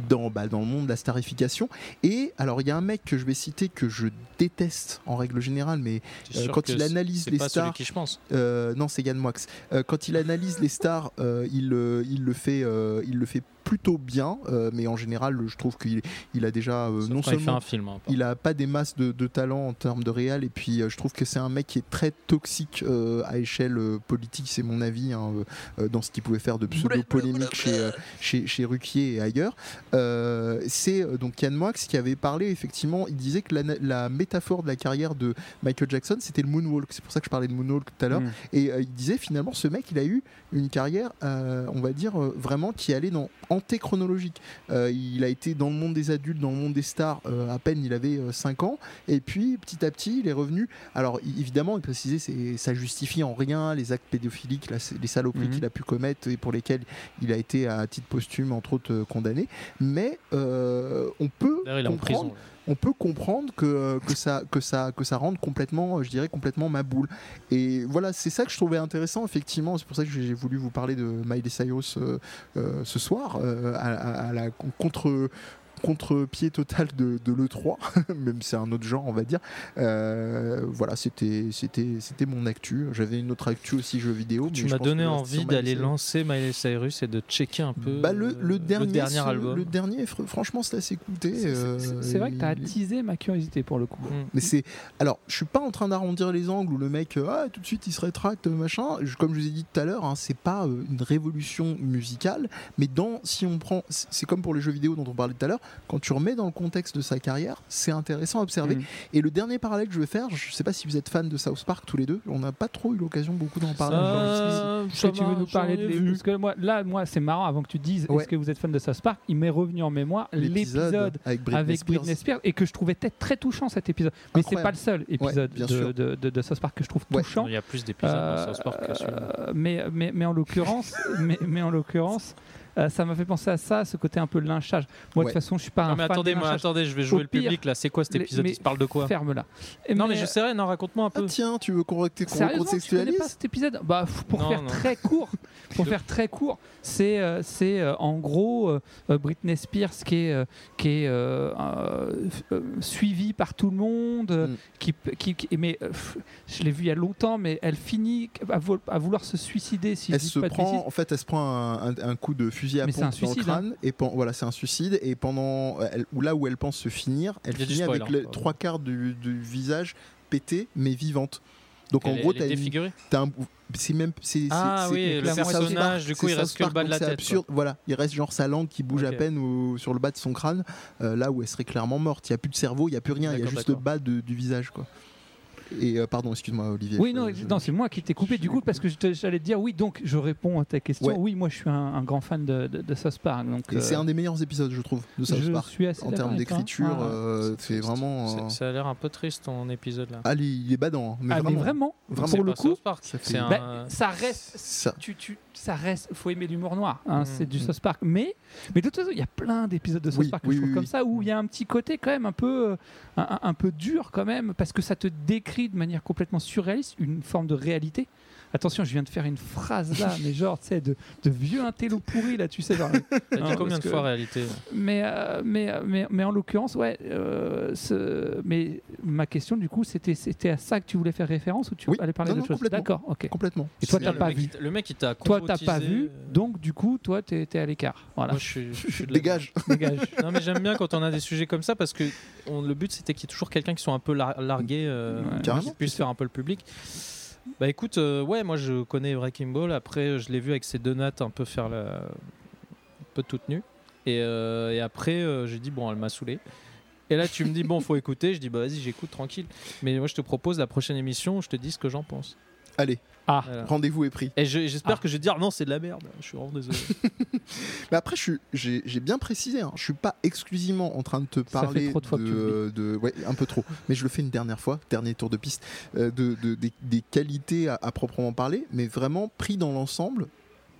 dans, bah, dans le monde de la starification. Et alors, il y a un mec que je vais citer que je déteste en règle générale, mais
T'es
Euh,
sûr
quand
que
il
c'est-
analyse
c'est
les
pas
stars-
celui qui je pense.
euh, non, c'est Yann Moix. Euh, quand il analyse les stars, euh, il, euh, il, le fait, euh, il le fait plutôt bien, euh, mais en général, je trouve qu'il il a déjà euh,
Sauf
non
quand il fait
seulement
un film. hein,
il a pas des masses de, de talent en termes de réel et puis euh, je trouve que c'est un mec qui est très toxique euh, à échelle euh, politique c'est mon avis hein, euh, euh, dans ce qu'il pouvait faire de pseudo polémique chez, euh, chez, chez Ruquier et ailleurs Euh, c'est euh, donc Yann Moix qui avait parlé effectivement il disait que la, la métaphore de la carrière de Michael Jackson c'était le moonwalk c'est pour ça que je parlais de moonwalk tout à l'heure
Mm.
et euh, il disait finalement ce mec il a eu une carrière euh, on va dire euh, vraiment qui allait dans antéchronologique euh, il a été dans le monde des adultes, dans le monde des stars, euh, à peine il avait 5 ans. Et puis, petit à petit, il est revenu. Alors, i- évidemment, il précisait, c'est- ça justifie en rien les actes pédophiliques, la- les saloperies
Mhm.
qu'il a pu commettre et pour lesquelles il a été, à titre posthume, entre autres, euh, condamné. Mais euh, on peut.
D'ailleurs, il est en
comprendre
prison.
on peut comprendre que, que, ça, que, ça, que ça rende complètement, euh, je dirais, complètement ma boule. Et voilà, c'est ça que je trouvais intéressant, effectivement. C'est pour ça que j'ai j'ai voulu vous parler de Miley Cyrus euh, euh, ce soir, euh, à, à- à la con- contre contre-pied total de, de l'E3, même si c'est un autre genre on va dire. Euh, voilà, c'était c'était c'était mon actu. J'avais une autre actu aussi jeux vidéo.
Tu
mais je
m'as
pense
donné
que là,
envie
c'est sur Miley
d'aller
Cyrus.
lancer Miley Cyrus et de checker un peu
Bah, le,
euh,
le dernier, ce-
album.
Le dernier, fr- franchement, c'est assez écouté.
C'est- c'est- c'est- C'est vrai que t'as
euh, il-
attisé ma curiosité pour le coup.
Mm.
mais c'est alors, je suis pas en train d'arrondir les angles où le mec euh, ah, tout de suite il se rétracte machin. Je- comme je vous ai dit tout à l'heure, hein, c'est pas euh, une révolution musicale, mais dans si on prend, c'est c'est comme pour les jeux vidéo dont on parlait tout à l'heure. Quand tu remets dans le contexte de sa carrière, c'est intéressant à observer.
Mm.
Et le dernier parallèle que je vais faire, je sais pas si vous êtes fan de South Park tous les deux. On n'a pas trop eu l'occasion beaucoup d'en parler. encore ici.
Ça,
Est-ce
ça
que tu veux
va,
nous
j'en
parler
ai
de
vu.
Parce que moi, là, moi, c'est marrant avant que tu dises
Ouais.
est-ce que vous êtes fan de South Park Il m'est revenu en mémoire l'épisode
avec Britney
avec
Spears.
Britney Spears et que je trouvais peut-être très touchant cet épisode. Mais c'est
Incroyable.
pas le seul épisode
bien
de,
sûr.
de, de- de South Park que je trouve
Ouais.
touchant.
Il y a plus d'épisodes
Euh,
dans South Park que celui-là.
euh, mais, mais, mais en l'occurrence, mais, mais en l'occurrence, euh, ça m'a fait penser à ça, ce côté un peu lynchage. Moi, de
Ouais.
toute façon, je suis pas un
Non mais
fan
attendez,
de
moi,
lynchage.
attendez, je vais jouer le
pire,
public là. C'est quoi cet
les-
épisode
mais-
Il se parle de quoi
Ferme-la. Et
Non mais je sais rien, non raconte-moi un
Ah
peu.
tiens, tu veux qu'on recte- qu'on
Sérieusement, tu connais
recontextualise
pas cet épisode Bah, f- pour
Non,
faire
non.
très court, pour faire très court, c'est euh, c'est euh, en gros euh, euh, Britney Spears qui est euh, qui est euh, euh, f- euh, suivie par tout le monde, euh,
Mm.
qui, p- qui, qui- mais euh, f- je l'ai vu il y a longtemps, mais elle finit à, vou- à vouloir se suicider si
elle
je dis
se
pas de bêtises.
prend, en fait, elle se prend un, un- un coup de fusil à
Mais c'est
pompe
un
dans le
suicide, hein.
crâne et pen- voilà, c'est un suicide. Et pendant elle- ou là où elle pense se finir, elle
Il y a du
finit
spoil,
avec
hein,
les
pardon.
trois quarts du, du visage pété mais vivante. Donc en
Elle-
gros,
elle est
t'as une-
défigurée.
t'as un, c'est même c'est
Ah
c'est-
oui,
c'est-
le
c'est South
personnage,
Park,
du coup,
c'est
il reste
South
que le
Park,
bas de
donc
la
c'est
tête,
absurde. Voilà, il reste genre sa langue qui bouge
Ok.
à peine ou sur le bas de son crâne, euh, là où elle serait clairement morte. Il y a plus de cerveau, il y a plus rien, il y a
D'accord,
juste le
d'accord.
bas de- du visage quoi. Et euh, pardon, excuse-moi Olivier.
Oui,
je-
non,
je-
non, c'est moi qui t'ai coupé du coup parce que je te- j'allais te dire oui, donc je réponds à ta question.
Ouais.
Oui, moi je suis un, un grand fan de, de, de South Park, donc
Et c'est
euh,
un des meilleurs épisodes, je trouve, de South
je
Park.
suis assez
en
d'accord
termes
avec toi.
d'écriture,
Ah,
euh,
C'est
c'est
triste.
vraiment. euh,
C'est- Ça a l'air un peu triste ton épisode là.
Ah, il- il est badant, hein, mais,
ah, mais
vraiment.
vraiment,
Vraiment.
pour
C'est
le
pas
coup,
South Park.
ça fait-
C'est
Bah,
un.
ça reste
Ça.
tu, tu- ça reste faut aimer l'humour noir hein,
Mmh,
Mm.
c'est du South Park mais mais de toute façon il y a plein d'épisodes de South
Oui,
Park que
oui,
je trouve
oui,
comme
oui.
ça où il y a un petit côté quand même un peu euh, un, un- un peu dur quand même parce que ça te décrit décrit de manière complètement surréaliste une forme de réalité. Attention, je viens de faire une phrase là, mais genre, tu sais, de, de vieux intello pourri là, tu sais. genre,
T'as dit combien
Non, parce
de
que-
fois réalité
mais, euh, mais, mais, mais en l'occurrence, ouais. euh, ce- mais ma question, du coup, c'était, c'était à ça que tu voulais faire référence ou tu
Oui.
allais parler
Non,
d'autre
non,
chose
complètement.
D'accord, ok.
Complètement.
Et toi,
C'est-
t'as
Le
pas
mec,
vu.
il t'a- Le mec, il t'a
Toi, t'as pas vu,
euh,
donc du coup, toi, t'es, t'es à l'écart. Voilà,
Moi, je suis- je suis de la-
Dégage.
dégage.
Non, mais j'aime bien quand on a des sujets comme ça parce que on- le but c'était qu'il y ait toujours quelqu'un qui soit un peu lar- largué, euh,
Ouais.
Carrément.
qui puisse faire un peu le public. Bah écoute, euh, ouais, moi je connais Wrecking Ball. Après, je l'ai vu avec ses deux nattes un peu faire la. un peu toute nue. Et, euh, et après, euh, j'ai dit, bon, elle m'a saoulé. Et là, tu me dis, bon, faut écouter. Je dis, bah vas-y, j'écoute tranquille. Mais moi, je te propose la prochaine émission, je te dis ce que j'en pense.
Allez,
Ah,
Voilà.
rendez-vous est pris.
Et je- j'espère
Ah.
que je vais dire, non, c'est de la merde. Je suis vraiment désolé.
Mais après, je suis- j'ai j'ai bien précisé, hein, je suis pas exclusivement en train de te
Ça fait
parler
trop de fois que tu le
de, de- ouais, un peu trop. Mais je le fais une dernière fois, dernier tour de piste, euh, de, de- des, des qualités à, à proprement parler, mais vraiment pris dans l'ensemble.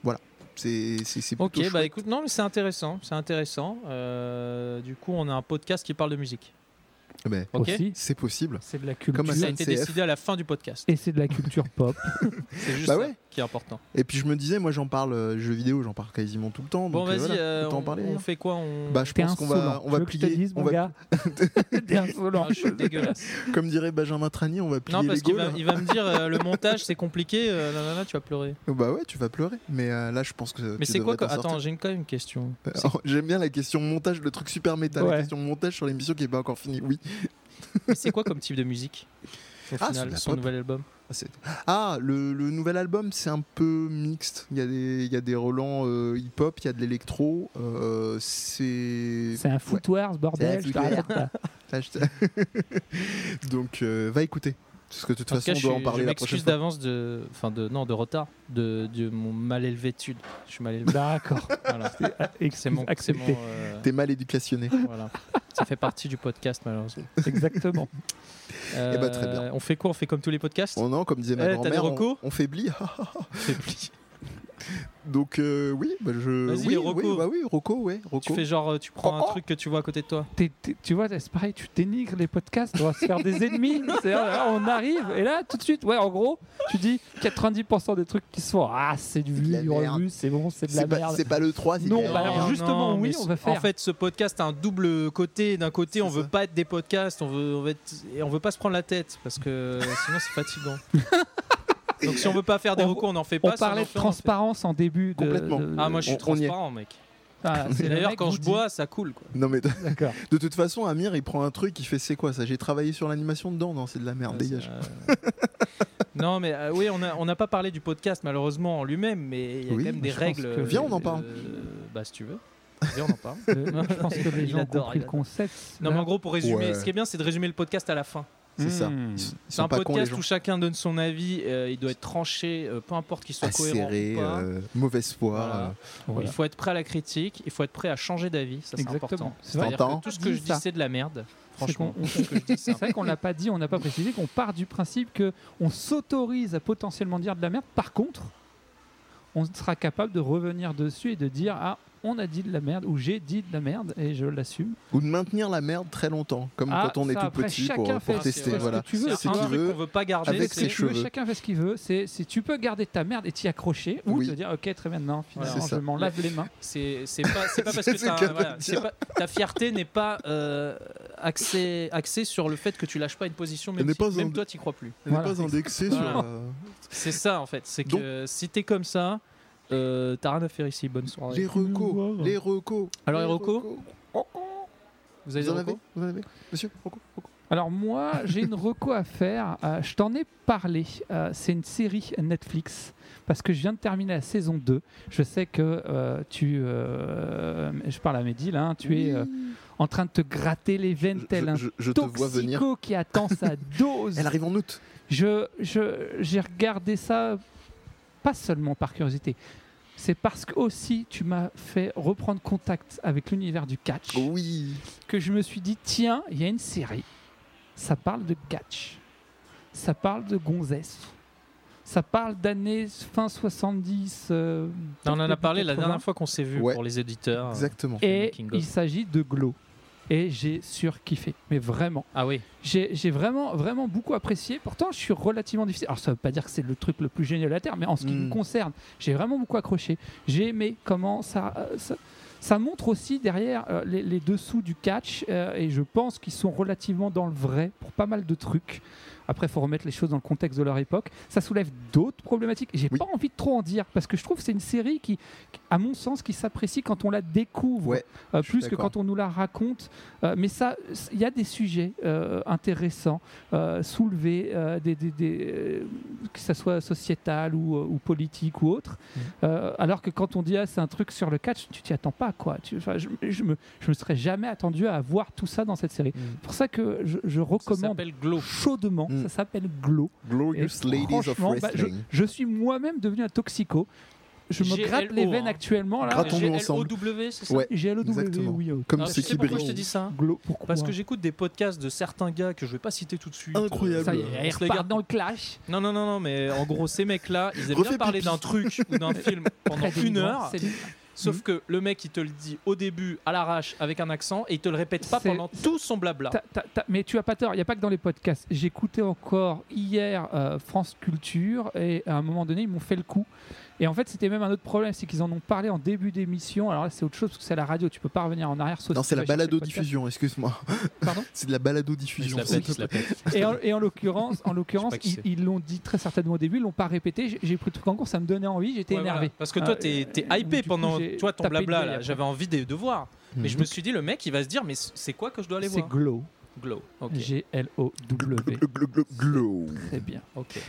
Voilà, c'est c'est- c'est
Ok,
plutôt
bah
chouette.
écoute, non, mais c'est intéressant, c'est intéressant. Euh, du coup, on a un podcast qui parle de musique.
Ah, Mais
Ok.
aussi,
Eh ben, c'est possible.
c'est de la culture.
Comme un
Ça a été
SNCF.
décidé à la fin du podcast.
Et c'est de la culture pop.
C'est juste
Bah
ça
ouais.
qui est important.
Et puis je me disais, moi j'en parle, euh, jeux vidéo, j'en parle quasiment tout le temps.
Bon,
donc, euh,
vas-y,
voilà,
euh,
autant en
on,
parler.
on fait quoi on...
Bah, je
T'es
pense qu'on va,
insolent.
on va
Tu veux que je te
plier,
dise,
on
mon
va-
gars. T'es insolent.
Ah, je suis dégueulasse.
comme dirait Benjamin Tranier, on va plier
non,
les
parce qu'il va,
gaules.
il va me dire euh, le montage, c'est compliqué. euh, là, là, là, tu vas pleurer.
Bah ouais, tu vas pleurer. Mais euh, là, je pense que.
Mais
tu
c'est quoi
devrais
que-
t'en sortir.
Attends, j'ai une- quand même une question. C'est-
Alors, J'aime bien la question montage, le truc super métal,
Ouais.
la question montage sur l'émission qui n'est pas encore finie. Oui.
mais C'est quoi comme type de musique au
Ah, c'est de
final,
la
son
pop.
nouvel album
Ah, c'est- Ah, le, le nouvel album, c'est un peu mixte. Il y a des, il y a des relents euh, hip-hop, il y a de l'électro. euh, c'est.
C'est un foutoir, ce bordel.
C'est
je
un
te
foutoir.
raconte pas.
Ah, je- Donc, euh, va écouter. Parce que de toute
En tout
façon,
cas, je,
on doit en
suis-
parler
je
la prochaine
m'excuse
fois.
d'avance de, enfin de, non, de retard, de, de mon mal étude. Je suis mal élevé.
D'accord.
Voilà. C'est mon, c'est
accepté.
mon, euh,
T'es mal éducationné.
Voilà. Ça fait partie du podcast, malheureusement.
Exactement.
Euh,
bah, très bien.
On fait quoi On fait comme tous les podcasts
Oh non, comme disait ma
Eh, t'as des
grand-mère, on,
recos
on faiblit.
On fait pli.
Donc, euh, oui, bah, je.
Vas-y,
oui,
les
oui,
recos.
bah oui, Rocco, ouais.
Tu
Rocco.
fais genre, euh, tu prends
Oh, oh.
un truc que tu vois à côté de toi.
T'es- t'es- tu vois, c'est pareil, tu dénigres les podcasts, on va se faire des ennemis. C'est- ah, on arrive, et là, tout de suite, ouais, en gros, tu dis 90% des trucs qui se font, ah, c'est du
de la
vieux
merde.
rebus, c'est bon, c'est de la
C'est pas,
merde.
c'est pas le 3, c'est
Non,
que-
bah alors, justement, oui,
mais
on va
c- En
faire.
fait, ce podcast a un double côté. D'un côté,
C'est
on veut
ça.
pas être des podcasts, on veut, on veut être- et on veut pas se prendre la tête parce que sinon c'est fatigant. Donc si on veut pas faire des
On-
recos, on n'en fait pas.
on
si en
parlait de
fait, on en fait pas.
transparence en début. de-
Complètement.
de-
Ah, moi je suis
On- on y est.
transparent, mec.
Ah, c'est le
D'ailleurs,
mec
quand
vous
je
dit.
bois, ça coule. Quoi.
Non, mais
D'accord.
De toute façon, Amir, il prend un truc, il fait c'est quoi ça J'ai travaillé sur l'animation dedans, non C'est de la merde,
Ouais,
Ah, dégage.
c'est, euh, non, mais euh, oui, on n'a on n'a pas parlé du podcast malheureusement en lui-même, mais il y a
Oui,
quand même des
je pense
règles.
que-
euh,
Viens, on en parle.
euh, bah, si tu veux. Viens, on en parle.
Euh, je pense que les
Il
gens ont
adore,
compris
il
le
adore.
concept.
Non, mais en gros, pour résumer,
Ouais.
ce qui est bien, c'est de résumer le podcast à la fin.
C'est ça.
Hmm.
Ils, ils
C'est
sont
un
pas cons, les
podcast
gens.
où chacun donne son avis, euh, il doit être tranché, euh, peu importe qu'il soit
Acéré,
cohérent. ou pas.
euh, mauvaise foi.
Voilà.
Voilà.
Il faut être prêt à la critique, il faut être prêt à changer d'avis, ça c'est
Exactement.
important.
C'est vrai.
C'est-à-dire que
T'entends
tout ce que je dis,
Ça.
c'est de la merde.
C'est
Franchement,
qu'on- on-
tout ce que je dis, c'est
C'est vrai qu'on l'a pas dit, on n'a pas précisé qu'on part du principe que on s'autorise à potentiellement dire de la merde. Par contre, on sera capable de revenir dessus et de dire ah on a dit de la merde ou j'ai dit de la merde et je l'assume.
Ou de maintenir la merde très longtemps, comme
Ah,
quand on est
ça,
tout
après,
petit pour,
chacun
pour
fait ce
tester.
qu'il
Voilà.
veut. tu veux,
c'est
si
un
tu
truc
veux,
qu'on veut pas garder. c'est-
avec
Si
ses
tu veux,
cheveux.
chacun fait ce qu'il veut. C'est si tu peux garder ta merde et t'y accrocher ou
Oui.
te dire ok très bien non finalement
Voilà,
c'est
je
ça.
m'en lave les mains.
C'est c'est pas, c'est pas parce que,
C'est ce
t'as un-
qu'elle veut
voilà, c'est
dire.
pas- ta fierté n'est pas euh, axée, axée sur le fait que tu lâches pas une position,
Elle
même,
n'est
si-
pas
même
en-
toi t'y crois plus.
Elle n'est
Voilà.
pas indexée sur.
Voilà.
euh,
C'est ça en fait, c'est que
Donc-
si t'es comme ça, euh, t'as rien à faire ici. Bonne soirée.
Les recos, les recos.
Alors, les
les
recos, Vous avez
Vous en
des
avez
recos
Vous en avez Monsieur Rocco, Rocco.
Alors moi, j'ai une reco à faire. Euh, je t'en ai parlé. Euh, c'est une série Netflix parce que je viens de terminer la saison 2. Je sais que euh, tu, euh, je parle à Mehdi là, hein, tu es euh, en train de te gratter les veines
Je-
tel
Je,
un
je- je te vois venir.
toxico qui attend sa dose.
Elle arrive en août.
Je, je- j'ai regardé ça pas seulement par curiosité. C'est parce que aussi tu m'as fait reprendre contact avec l'univers du catch
Oui.
que je me suis dit tiens, il y a une série, ça parle de catch, ça parle de gonzesse, ça parle d'années fin 70. euh,
Non, On en a parlé la
80.
dernière fois qu'on s'est vu
Ouais.
pour les éditeurs.
Exactement.
Et
Making of.
il s'agit de Glow. et j'ai surkiffé. Mais vraiment.
Ah oui.
J'ai j'ai vraiment, vraiment beaucoup apprécié. Pourtant, je suis relativement difficile. Alors, ça ne veut pas dire que c'est le truc le plus génial de la Terre, mais en ce qui
Mm.
me concerne, j'ai vraiment beaucoup accroché. J'ai aimé comment ça. euh, ça ça montre aussi derrière euh, les, les dessous du catch, euh, et je pense qu'ils sont relativement dans le vrai pour pas mal de trucs. Après, il faut remettre les choses dans le contexte de leur époque. Ça soulève d'autres problématiques. J'ai
Oui.
pas envie de trop en dire, parce que je trouve que c'est une série qui, qui, à mon sens, qui s'apprécie quand on la découvre,
Ouais,
euh,
suis
plus que
d'accord.
quand on nous la raconte. Euh, mais ça, s- il y a des sujets euh, intéressants euh, soulevés, euh, des, des- des, euh, que ça soit sociétal ou, euh, ou politique ou autre.
Mmh.
Mhm.
Euh, alors que quand on dit ah, c'est un truc sur le catch, tu t'y attends pas quoi. Tu- enfin, je, je me, je me serais jamais attendu à voir tout ça dans cette série.
Mmh.
Mhm.
Pour ça que je, je
Ça
recommande
s'appelle Glow.
chaudement.
Mhm.
Ça s'appelle Glow. Et
Glorious Ladies of
franchement, bah, je,
Wrestling.
je suis moi-même devenu un toxico. Je me gratte
GLO,
les veines
hein.
actuellement là.
Grattons-nous
G L O
ensemble.
W, c'est ça
Ouais,
J'ai LOW,
exactement.
E, oui. ok.
Comme
Ah,
ceux
tu sais
qui
pourquoi je te
brillent.
dis ça
Glow, pourquoi
Parce que j'écoute des podcasts de certains gars que je vais pas citer tout de suite.
Incroyable.
ça y
Euh,
est,
on se les
regarde
garde
dans le clash.
Non, non, non, non, mais en gros, ces mecs-là, ils aiment
Refais
bien parler
pipi.
d'un truc ou d'un film pendant
Très
une
délivrant,
heure.
c'est-
Mhm.
Sauf que le mec, il te le dit au début, à l'arrache, avec un accent, et il te le répète pas
C'est-
pendant tout son blabla.
T'as- t'as- t'as- mais tu as pas tort, il n'y a pas que dans les podcasts. J'écoutais encore hier euh, France Culture et à un moment donné, ils m'ont fait le coup. Et en fait, c'était même un autre problème, c'est qu'ils en ont parlé en début d'émission. Alors là, c'est autre chose parce que c'est la radio, tu peux pas revenir en arrière. sauf
Non,
si
c'est
tu
la
vas chercher le podcast.
balado-diffusion, excuse-moi.
Pardon
C'est de la balado-diffusion.
Il se la pète, il se la pète.
Et en, et en l'occurrence, en l'occurrence,
Je sais pas qui
ils
c'est.
ils l'ont dit très certainement au début, ils l'ont pas répété. J'ai- J'ai pris le truc en cours, ça me donnait envie, j'étais
Ouais,
énervé.
voilà. Parce que
Ah,
toi, t'es
euh,
t'es
euh,
hypé
du coup,
pendant
j'ai
toi, ton
tapé le
blabla.
deuil
là.
après.
J'avais envie de, de voir.
Mhm.
Mais je me suis dit, le mec, il va se dire, mais c'est quoi que je dois aller
C'est
voir
Glow,
Glow. Ok.
G-L-O-W.
Gl- gl- gl- glow.
Très bien.
ok.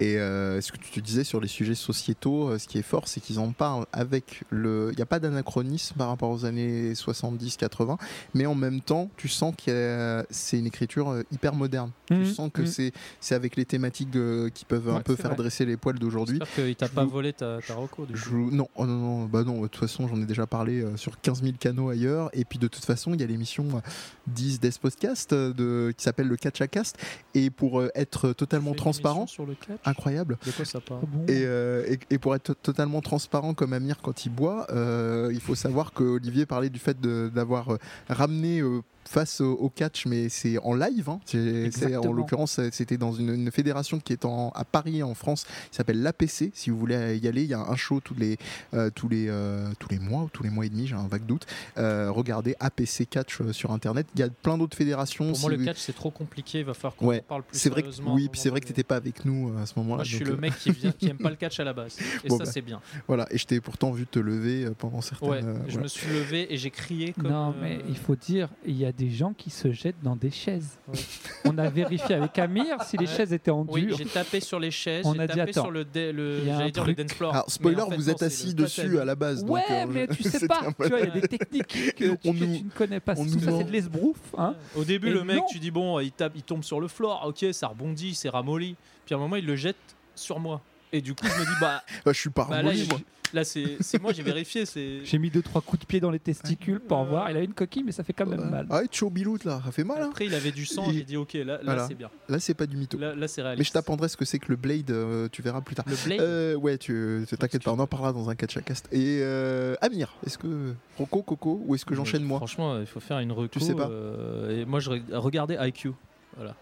Et euh, ce que tu te disais sur les sujets sociétaux, euh, ce qui est fort, c'est qu'ils en parlent avec le. Il n'y a pas d'anachronisme par rapport aux années 70-80, mais en même temps, tu sens que c'est une écriture euh, hyper moderne.
Mhm,
Tu sens que
mhm.
c'est c'est avec les thématiques euh, qui peuvent un
Ouais,
peu
c'est
faire
vrai.
dresser les poils d'aujourd'hui.
J'espère qu'il t'a
Je
pas
vous-
volé ta, ta reco. du coup.
Je- Non, oh non, non, bah non, de toute façon, j'en ai déjà parlé euh, sur 15 000 canaux ailleurs. Et puis, de toute façon, il y a l'émission euh, 10 des Podcast euh, de, qui s'appelle le Catch à Cast. Et pour euh, être
Fais
totalement
une
transparent,
émission sur le catch
incroyable.
De quoi ça parle
Ah bon
Et, euh, et- et pour être to- totalement transparent comme Amir quand il boit, euh, il faut savoir que Olivier parlait du fait de- d'avoir euh, ramené euh, face au, au catch, mais c'est en live. hein. C'est- c'est- en
Exactement.
l'occurrence, euh, c'était dans une, une fédération qui est en- à Paris en France, qui s'appelle l'APC. Si vous voulez y aller, il y a un show tous les euh, tous les euh, tous les mois ou tous les mois et demi. J'ai un vague doute. Euh, regardez APC catch euh, sur internet. Il y a plein d'autres fédérations.
Pour moi,
si
le
vous-
catch, c'est trop compliqué. Il va falloir qu'on
Ouais.
en parle plus
c'est vrai que
sérieusement à un
oui, puis c'est
moment
vrai que
donné.
t'étais pas avec nous euh, à ce moment-là.
Moi, je suis
donc,
le
euh,
mec qui, vient, qui aime pas le catch à la base. Et
Bon,
ça,
bah,
c'est bien.
voilà, et je t'ai pourtant vu te lever euh, pendant certaines.
Ouais,
euh,
je
voilà.
me suis levé et j'ai crié comme.
non,
euh,
mais il faut dire, il y a des gens qui se jettent dans des chaises.
Ouais.
On a vérifié avec Amir si les
Ouais.
chaises étaient en
Oui,
dur.
j'ai tapé sur les chaises,
On
j'ai
a dit,
tapé
attends,
sur le, dé- le,
il y a un
j'allais dire le
truc.
dance floor.
Alors, spoiler,
Mais en fait,
vous
non,
êtes
c'est
assis
le
dessus
patag.
à la base. donc,
ouais,
euh,
mais tu sais
c'était
pas.
un peu-
Tu vois, il y a des techniques que, tu,
On
que
nous-
tu ne connais pas.
on
Tout
nous
ça,
ment.
c'est de l'esbrouf. Hein.
Au début,
Et
le mec,
non.
tu dis, bon, il, tape, il tombe sur le floor, ok, ça rebondit, c'est ramolli. Puis à un moment, il le jette sur moi. Et du coup, je me dis, bah,
Bah, je suis pas
bah, là,
harmonieux,
j'ai-
moi.
là, c'est c'est moi, j'ai vérifié. c'est
J'ai mis deux trois coups de pied dans les testicules pour en voir. Il a une coquille, mais ça fait quand même mal.
Ah, ouais, Chobiloute, là, ça fait mal. Hein.
Après, il avait du sang,
Il-
j'ai dit, ok, là, là
Voilà.
c'est bien.
Là, c'est pas du mytho.
Là, là, c'est réaliste.
mais je t'apprendrai ce que c'est que le Blade, euh, tu verras plus tard.
Le blade
Euh, ouais, tu tu- t'inquiète pas, on en parlera dans un catch à cast. Et euh, Amir, est-ce que Rocco, Coco, ou est-ce que j'enchaîne moi
Franchement, euh, il faut faire une reco.
Tu sais pas.
euh, et moi, je re- regardais IQ. Voilà.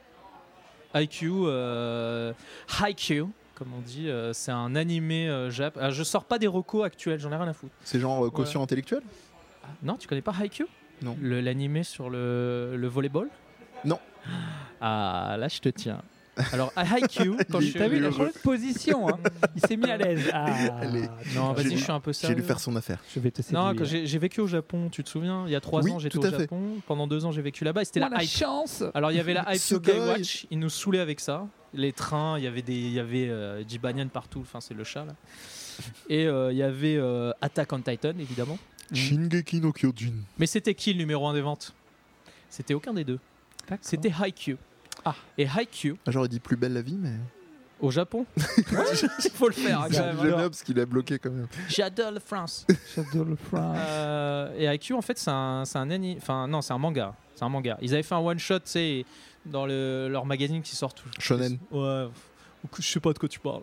IQ, euh, IQ, comme on dit, euh, c'est un animé euh, jap. Ah, je sors pas des recos actuels, j'en ai rien à foutre.
C'est genre euh, quotient intellectuel
Ah, non, tu connais pas IQ
Non.
Le- L'animé sur le, le volleyball
Non.
Ah, là, je te tiens. Alors, à IQ, quand je suis.
T'as vu, il a
heureux.
changé de position. hein. Il s'est mis à l'aise. Ah,
Allez.
Non,
J'ai
vas-y,
dû-
je suis un peu
J'ai
sérieux.
dû faire son affaire.
Je vais te séduire.
Non, quand j'ai j'ai vécu au Japon, tu te souviens Il y a trois
euh, Oui,
ans, j'étais
tout
au
à fait.
Japon. Pendant deux ans, j'ai vécu là-bas. et C'était
Oh,
la,
la
hype.
chance.
Alors il y avait la hype
Ce
sur Game
gars,
Watch, il nous saoulait avec ça. Les trains, il y avait des, il y avait euh, Jibanyan partout. Enfin c'est le chat là. Et euh, il y avait euh, Attack on Titan évidemment.
Shingeki no Kyojin.
Mais c'était qui le numéro un des ventes C'était aucun des deux.
D'accord.
C'était Haikyuu.
Ah.
Et Haikyuu
Ah, J'aurais dit plus belle la vie, mais.
au Japon. Il faut le faire hein, quand
J'aime
même.
bien
Alors,
parce qu'il a bloqué quand même.
J'adore la France.
Shadow of France.
Euh, et IQ en fait c'est un c'est un ani- enfin non c'est un manga c'est un manga ils avaient fait un one shot tu sais dans le, leur magazine qui sort tout
Shonen.
ouais Ou que- je sais pas de quoi tu parles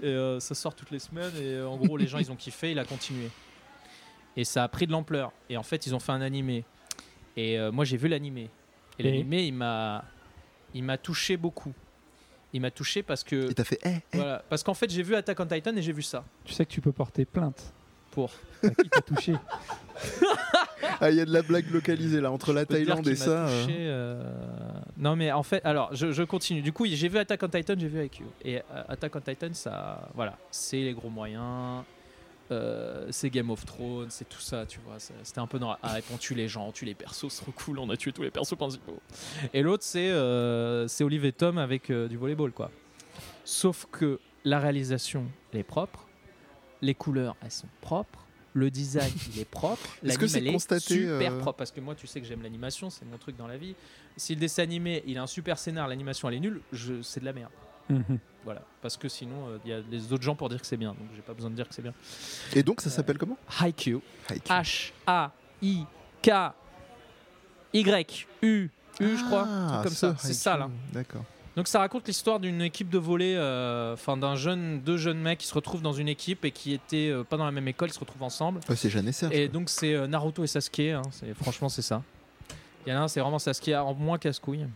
et euh, ça sort toutes les semaines et euh, en gros les gens ils ont kiffé il a continué et ça a pris de l'ampleur et en fait ils ont fait un animé Et euh, moi, j'ai vu l'animé. Et
Et
l'animé, il m'a, il m'a touché beaucoup. Il m'a touché parce que,
Et t'as fait, eh, eh.
voilà, parce qu'en fait, j'ai vu Attack on Titan et j'ai vu ça.
Tu sais que tu peux porter plainte
Pour.
à qui t'a touché.
Ah, il y a de la blague localisée là, entre la
Je peux te dire
Thaïlande et
qu'il m'a
ça.
touché,
euh.
euh, Non, mais en fait, alors, je, je continue. Du coup, j'ai vu Attack on Titan, j'ai vu IQ. Et euh, Attack on Titan, ça, voilà, c'est les gros moyens. euh, c'est Game of Thrones, c'est tout ça, tu vois. c'est- C'était un peu dans la hype, on tue les gens, on tue les persos, c'est trop cool, on a tué tous les persos principaux. Et l'autre, c'est euh, c'est Olive et Tom avec euh, du volleyball, quoi. Sauf que la réalisation, elle est propre, les couleurs, elles sont propres, le design, il est propre,
Est-ce que
l'anime,
c'est
elle est
constaté,
super
euh,
propre, parce que moi, tu sais que j'aime l'animation, c'est mon truc dans la vie. Si le dessin animé, il a un super scénar, l'animation, elle est nulle, je- c'est de la merde. Voilà, parce que sinon, euh, il y a les autres gens pour dire que c'est bien, donc j'ai pas besoin de dire que c'est bien.
Et donc ça s'appelle comment Ah,
Haikyuu,
Haikyuu.
H-A-I-K-Y-U, U, je crois, un
Ah,
truc comme
ce
ça. C'est ça, là.
Haikyuu. D'accord.
Donc ça raconte l'histoire d'une équipe de volley, euh, enfin d'un jeune, deux jeunes mecs qui se retrouvent dans une équipe et qui étaient euh, pas dans la même école, ils se retrouvent ensemble.
Ah, c'est Jeanne et Serge.
Et donc c'est euh, Naruto et Sasuke, hein, c'est- franchement c'est ça. Il y en a un, c'est vraiment Sasuke, en moins casse-couille.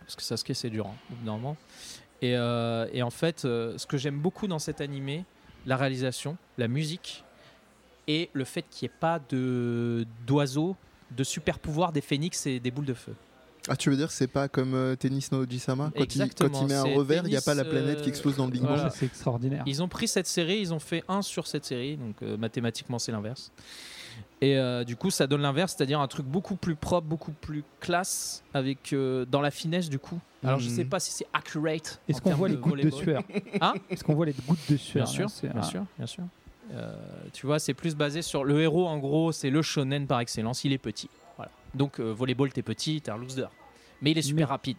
Parce que Sasuke c'est dur, hein, au bout d'un moment. Et, euh, et en fait, euh, ce que j'aime beaucoup dans cet animé, la réalisation, la musique et le fait qu'il n'y ait pas de d'oiseaux, de super pouvoirs, des phénix et des boules de feu.
Ah, tu veux dire que c'est pas comme euh, Tennis no Ojisama quand il,
Exactement,
quand il met un
c'est
revers, il n'y a pas la
tennis,
planète qui explose dans le Big
Voilà.
Ça, C'est extraordinaire.
Ils ont pris cette série, ils ont fait un sur cette série, donc euh, mathématiquement c'est l'inverse. Et euh, du coup, ça donne l'inverse, c'est-à-dire un truc beaucoup plus propre, beaucoup plus classe, avec euh, dans la finesse du coup. Alors je
Mhm.
sais pas si c'est accurate. en
Hmm. Est-ce qu'on
termes
voit les gouttes de
volleyball.
sueur
Hein
Est-ce qu'on voit les gouttes de
Bien
sueur là,
sûr,
c'est-
bien
ah.
sûr, bien sûr. Euh, tu vois, c'est plus basé sur le héros. En gros, c'est le shonen par excellence. Il est petit. Voilà. Donc euh, volleyball, t'es petit, t'es un loser, mais il est super
Mais-
rapide.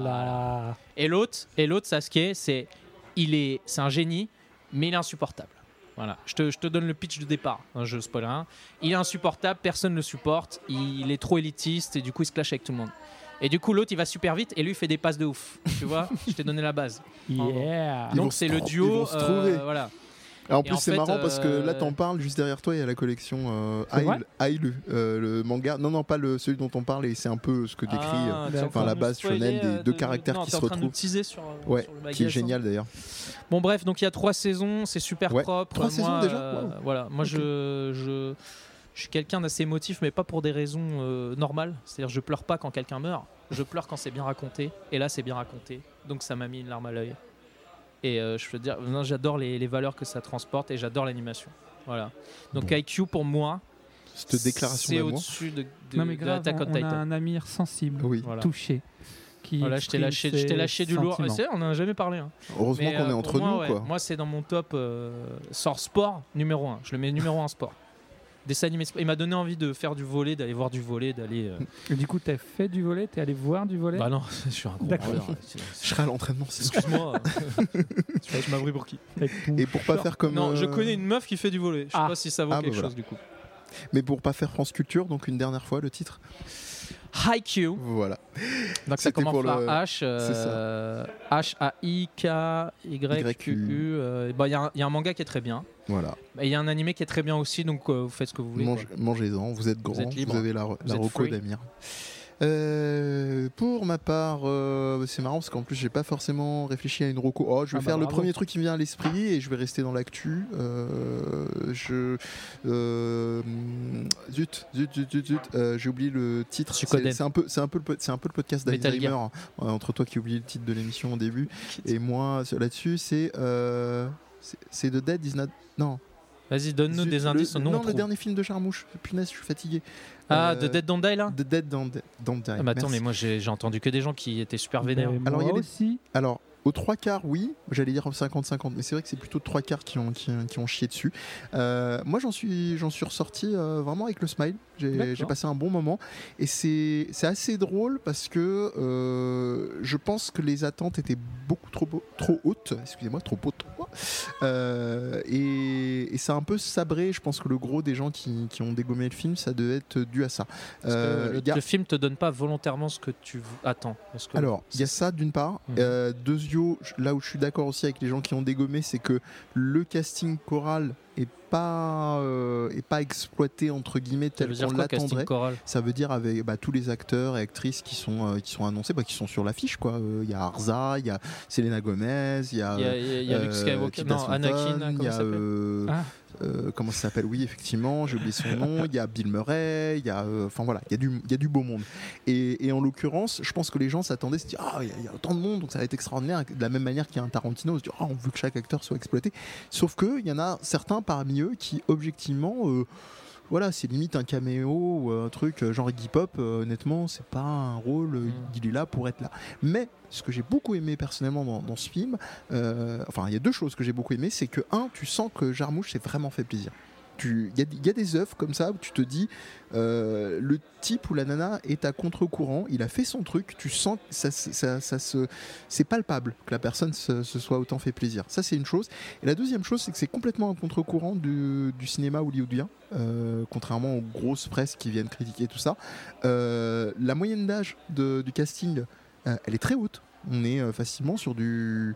Voilà.
Et l'autre, et l'autre Sasuke, c'est il est, c'est un génie, mais il est insupportable. Voilà, je te, je te donne le pitch de départ, hein, je spoil rien. Il est insupportable, personne ne le supporte, il est trop élitiste et du coup il se clash avec tout le monde. Et du coup l'autre il va super vite et lui il fait des passes de ouf. Tu vois, je t'ai donné la base.
Yeah.
Ah. Ils vont
Donc
se
c'est le
tro-
duo.
ils vont se
euh,
trouver.
voilà.
Alors, Ah, en
Et
plus,
en
c'est
fait,
marrant parce que là,
euh,
t'en parles, juste derrière toi, il y a la collection euh,
C'est vrai
Ail- Ailu, euh, le manga. Non, non, pas le, celui dont on parle, et c'est un peu ce que décrit, euh,
Ah, t'es en
enfin,
train
la
de
base
nous spoiler,
shonen des
euh,
deux
de-
caractères
non,
qui
t'es
se
en train de nous
retrouvent.
teaser sur, euh,
Ouais,
sur le
euh, qui
bagage,
est
hein.
génial d'ailleurs.
Bon bref, donc il y a trois saisons, c'est super
Ouais.
propre.
Trois
Moi,
saisons déjà Wow.
Voilà, moi
Ok.
je, je, je suis quelqu'un d'assez émotif, mais pas pour des raisons euh, normales. C'est-à-dire je pleure pas quand quelqu'un meurt, je pleure quand c'est bien raconté. Et là c'est bien raconté, donc ça m'a mis une larme à l'œil. Et euh, je veux dire, non, j'adore les, les valeurs que ça transporte et j'adore l'animation. Voilà. Donc
Bon.
IQ pour moi,
Cette déclaration
c'est
d'amour.
au-dessus de, de,
Non mais
de
grave,
Attack on
on, on a
Titan.
un amir sensible,
Oui,
Voilà.
touché. Qui
Voilà, je t'ai
exprime
lâché, je
ses
t'ai lâché du lourd. Euh,
sentiments.
C'est vrai, on en a jamais parlé. hein.
heureusement
Mais,
qu'on
euh,
est
pour
entre
moi,
nous
ouais.
quoi.
Moi, c'est dans mon top euh, sort sport numéro 1. Je le mets numéro 1 sport. Dessin animé sport. Il m'a donné envie de faire du volet, d'aller voir du volet, d'aller. euh,
Et du coup, t'as fait du volet, t'es allé voir du volet.
Bah non, je suis un gros
D'accord.
branleur, euh, sinon-
Je serai à l'entraînement, c'est sûr.
Excuse-moi. euh, tu vois, je m'abris pour qui
avec ton
Et pour pas
short.
faire comme.
Non, je
euh,
connais une meuf qui fait du volet. Je sais
Ah.
pas si ça vaut
Ah, bah
quelque
voilà.
chose du coup.
Mais pour pas faire France Culture, donc une dernière fois le titre.
Haikyuu.
Voilà.
Donc
C'était
ça commence
pour
par
le-
H.
c'est
euh, H-A-I-K-Y-Q-U. euh, bah, Il y, a un- il y a un manga qui est très bien.
Voilà.
Et il y a un animé qui est très bien aussi, donc euh, vous faites ce que vous voulez.
Mange- Mangez-en, vous êtes grand,
êtes
vous,
libre.
avez la, la
êtes
reco
free.
d'Amir. Euh, pour ma part, euh, c'est marrant parce qu'en plus j'ai pas forcément réfléchi à une reco. Oh, je vais
Ah bah
faire le
bravo.
premier truc qui me vient à l'esprit et je vais rester dans l'actu. Euh, je euh, hum, zut zut zut zut, zut. Euh, j'ai oublié le titre.
Suikoden.
C'est c'est un peu c'est un peu le po- c'est un peu le podcast
Metal
d'Alzheimer hein, entre toi qui oublies le titre de l'émission au début et moi là-dessus c'est euh, c'est- c'est The Dead is Not non
Vas-y, donne-nous
Zut,
des
le-
indices. nous, on
non, le
trouve.
dernier film de Charmouche. Punaise, je suis fatigué.
Ah,
Euh,
de Dead Don't Die là
The Dead Don't, Don't Die.
Ah, mais Attends,
Merci.
mais moi j'ai j'ai entendu que des gens qui étaient super
Mais
vénères.
moi
Alors, il y a des-
aussi.
Alors, aux trois quarts, oui. J'allais dire 50-50, mais c'est vrai que c'est plutôt trois quarts qui ont, qui, qui ont chié dessus. Euh, moi, j'en suis, j'en suis ressorti euh, vraiment avec le smile. J'ai
D'accord.
j'ai passé un bon moment. Et c'est c'est assez drôle parce que euh, je pense que les attentes étaient beaucoup trop, beau- trop hautes. Excusez-moi, trop hautes. Euh, et, et ça a un peu sabré. Je pense que le gros des gens qui, qui ont dégommé le film, ça devait être dû à ça.
Parce que
Euh,
le,
il y a-
le film te donne pas volontairement ce que tu vou- attends. Parce que-
alors, il y a ça d'une part.
Mhm.
Euh, Deuxio, je- là où je suis d'accord aussi avec les gens qui ont dégommé, c'est que le casting choral est pas, euh, est pas exploité entre guillemets
Ça
tel
veut dire
qu'on
quoi, casting
l'attendrait.
choral
Ça veut dire avec bah, tous les acteurs et actrices qui sont, euh, qui sont annoncés, bah, qui sont sur l'affiche. quoi. Euh, Il y a Arza, il y a Selena Gomez, il y a.
Il y a, il y a- il y a Luke
euh,
Skywalker,
Kit
non,
Harington,
Anakin, comment
il
il
y a,
s'appelle
euh,
Ah.
euh, comment ça s'appelle Oui, effectivement, j'ai oublié son nom. Il y a Bill Murray, il y a, euh, enfin voilà, il y a du, il y a du beau monde. Et, et en l'occurrence, je pense que les gens s'attendaient, se dire ah il y a- il y, a autant de monde, donc ça va être extraordinaire. De la même manière qu'il y a un Tarantino, on se dit ah on veut que chaque acteur soit exploité. Sauf que il y en a certains parmi eux qui objectivement euh, voilà, c'est limite un caméo ou un truc euh, genre Iggy Pop. euh, honnêtement, c'est pas un rôle. euh,
Mm.
Il est là pour être là. Mais ce que j'ai beaucoup aimé personnellement dans, dans ce film, euh, enfin, il y a deux choses que j'ai beaucoup aimé, c'est que un, tu sens que Jarmouche s'est vraiment fait plaisir. Tu- Il y, a- il y a des œuvres comme ça où tu te dis euh, le type ou la nana est à contre-courant, il a fait son truc, tu sens que ça, se- ça- ça se, c'est palpable que la personne se, se soit autant fait plaisir. Ça c'est une chose. Et la deuxième chose c'est que c'est complètement à contre-courant du, du cinéma hollywoodien, euh, contrairement aux grosses presses qui viennent critiquer tout ça. Euh, la moyenne d'âge de- du casting, euh, elle est très haute. On est euh, facilement sur du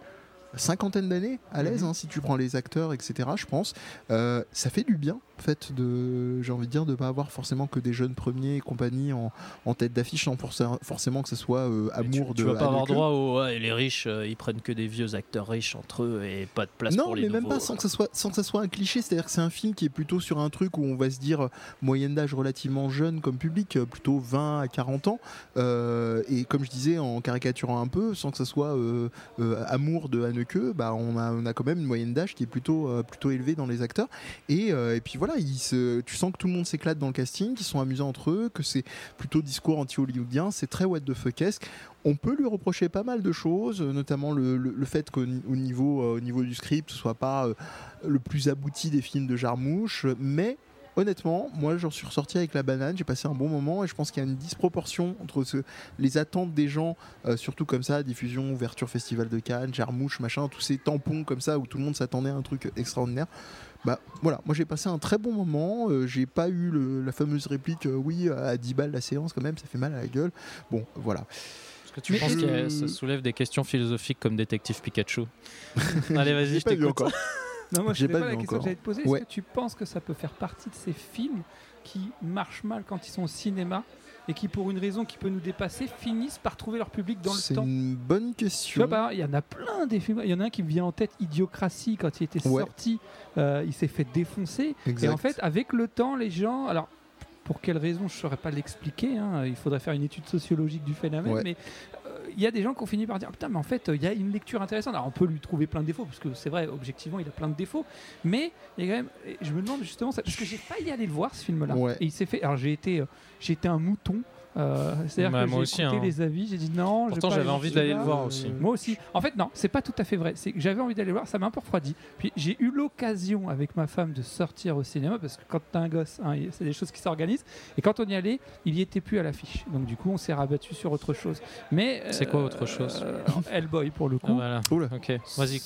cinquantaine d'années à l'aise
Mhm.
hein, si tu prends les acteurs etc je pense Euh, ça fait du bien en fait de j'ai envie de dire de pas avoir forcément que des jeunes premiers et compagnie en, en tête d'affiche sans forc- forcément que ce soit euh,
Mais tu-
amour
tu,
de
vas pas avoir
avec eux.
droit au ouais, les riches euh, ils prennent que des vieux acteurs riches entre eux et pas de place
non,
pour les
mais même
nouveaux. euh.
pas sans que ça soit sans que ça soit un cliché. C'est-à-dire que c'est un film qui est plutôt sur un truc où on va se dire euh, moyenne d'âge relativement jeune comme public, euh, plutôt 20 à 40 ans. Euh, et comme je disais en caricaturant un peu, sans que ça soit euh, euh, amour de Haneke, bah on a on a quand même une moyenne d'âge qui est plutôt euh, plutôt élevée dans les acteurs. Et, euh, et puis voilà, ils se- tu sens que tout le monde s'éclate dans le casting, qu'ils sont amusants entre eux, que c'est plutôt discours anti-hollywoodien, c'est très what the fuckesque. On peut lui reprocher pas mal de choses, euh, notamment le, le- le fait qu'au ni- au niveau, euh, au niveau du script, ce soit pas euh, le plus abouti des films de Jarmouche, euh, mais honnêtement, moi j'en suis ressorti avec la banane, j'ai passé un bon moment et je pense qu'il y a une disproportion entre ce- les attentes des gens, euh, surtout comme ça, diffusion, ouverture festival de Cannes, Jarmouche, machin, tous ces tampons comme ça où tout le monde s'attendait à un truc extraordinaire. Bah voilà, moi j'ai passé un très bon moment, euh, j'ai pas eu le- la fameuse réplique euh, oui à 10 balles la séance quand même, ça fait mal à la gueule. Bon voilà.
Est-ce que tu
Mais
penses
je-
que euh, ça soulève des questions philosophiques comme Détective Pikachu Allez,
Je
vas-y,
l'ai
je
pas vu
t'écoute.
encore.
Non, moi,
J'ai
je
pas
pas,
vu
la question
encore.
que j'allais te poser.
Ouais.
Est-ce que tu penses que ça peut faire partie de ces films qui marchent mal quand ils sont au cinéma et qui, pour une raison qui peut nous dépasser, finissent par trouver leur public dans le
C'est
temps
une bonne
Tu
question.
vois, par exemple, il y en a plein des films. Il y en a un qui me vient en tête, Idiocratie, quand il était
Ouais.
sorti, euh, il s'est fait défoncer.
Exact.
Et en fait, avec le temps, les gens. Alors, pour quelle raison, je ne saurais pas l'expliquer. hein, il faudrait faire une étude sociologique du phénomène.
Ouais.
Mais euh, il y a des gens qui ont fini par dire Putain, mais en fait, euh, il y a une lecture intéressante. Alors, on peut lui trouver plein de défauts, parce que c'est vrai, objectivement, il a plein de défauts. Mais il y a quand même. et Je me demande justement ça. Parce que j'ai failli aller le voir, ce film-là.
Ouais.
Et il s'est fait. Alors, j'ai été, euh, j'ai été un mouton. euh, C'est-à-dire
Bah,
que
moi
j'ai
aussi,
écouté
hein.
les avis, j'ai dit non. je vais
Pourtant,
pas
j'avais
aller
envie d'aller le
celui-là.
voir aussi.
Moi aussi. En fait, non, c'est pas tout à fait vrai. C'est que j'avais envie d'aller le voir, ça m'a un peu refroidi. Puis j'ai eu l'occasion avec ma femme de sortir au cinéma parce que quand t'as un gosse, hein, y- c'est des choses qui s'organisent. Et quand on y allait, il y était plus à l'affiche. Donc du coup, on s'est rabattu sur autre chose. Mais
C'est quoi autre chose
euh, Hellboy pour le
Ah,
coup.
voilà.
Oula.
Ok, vas-y.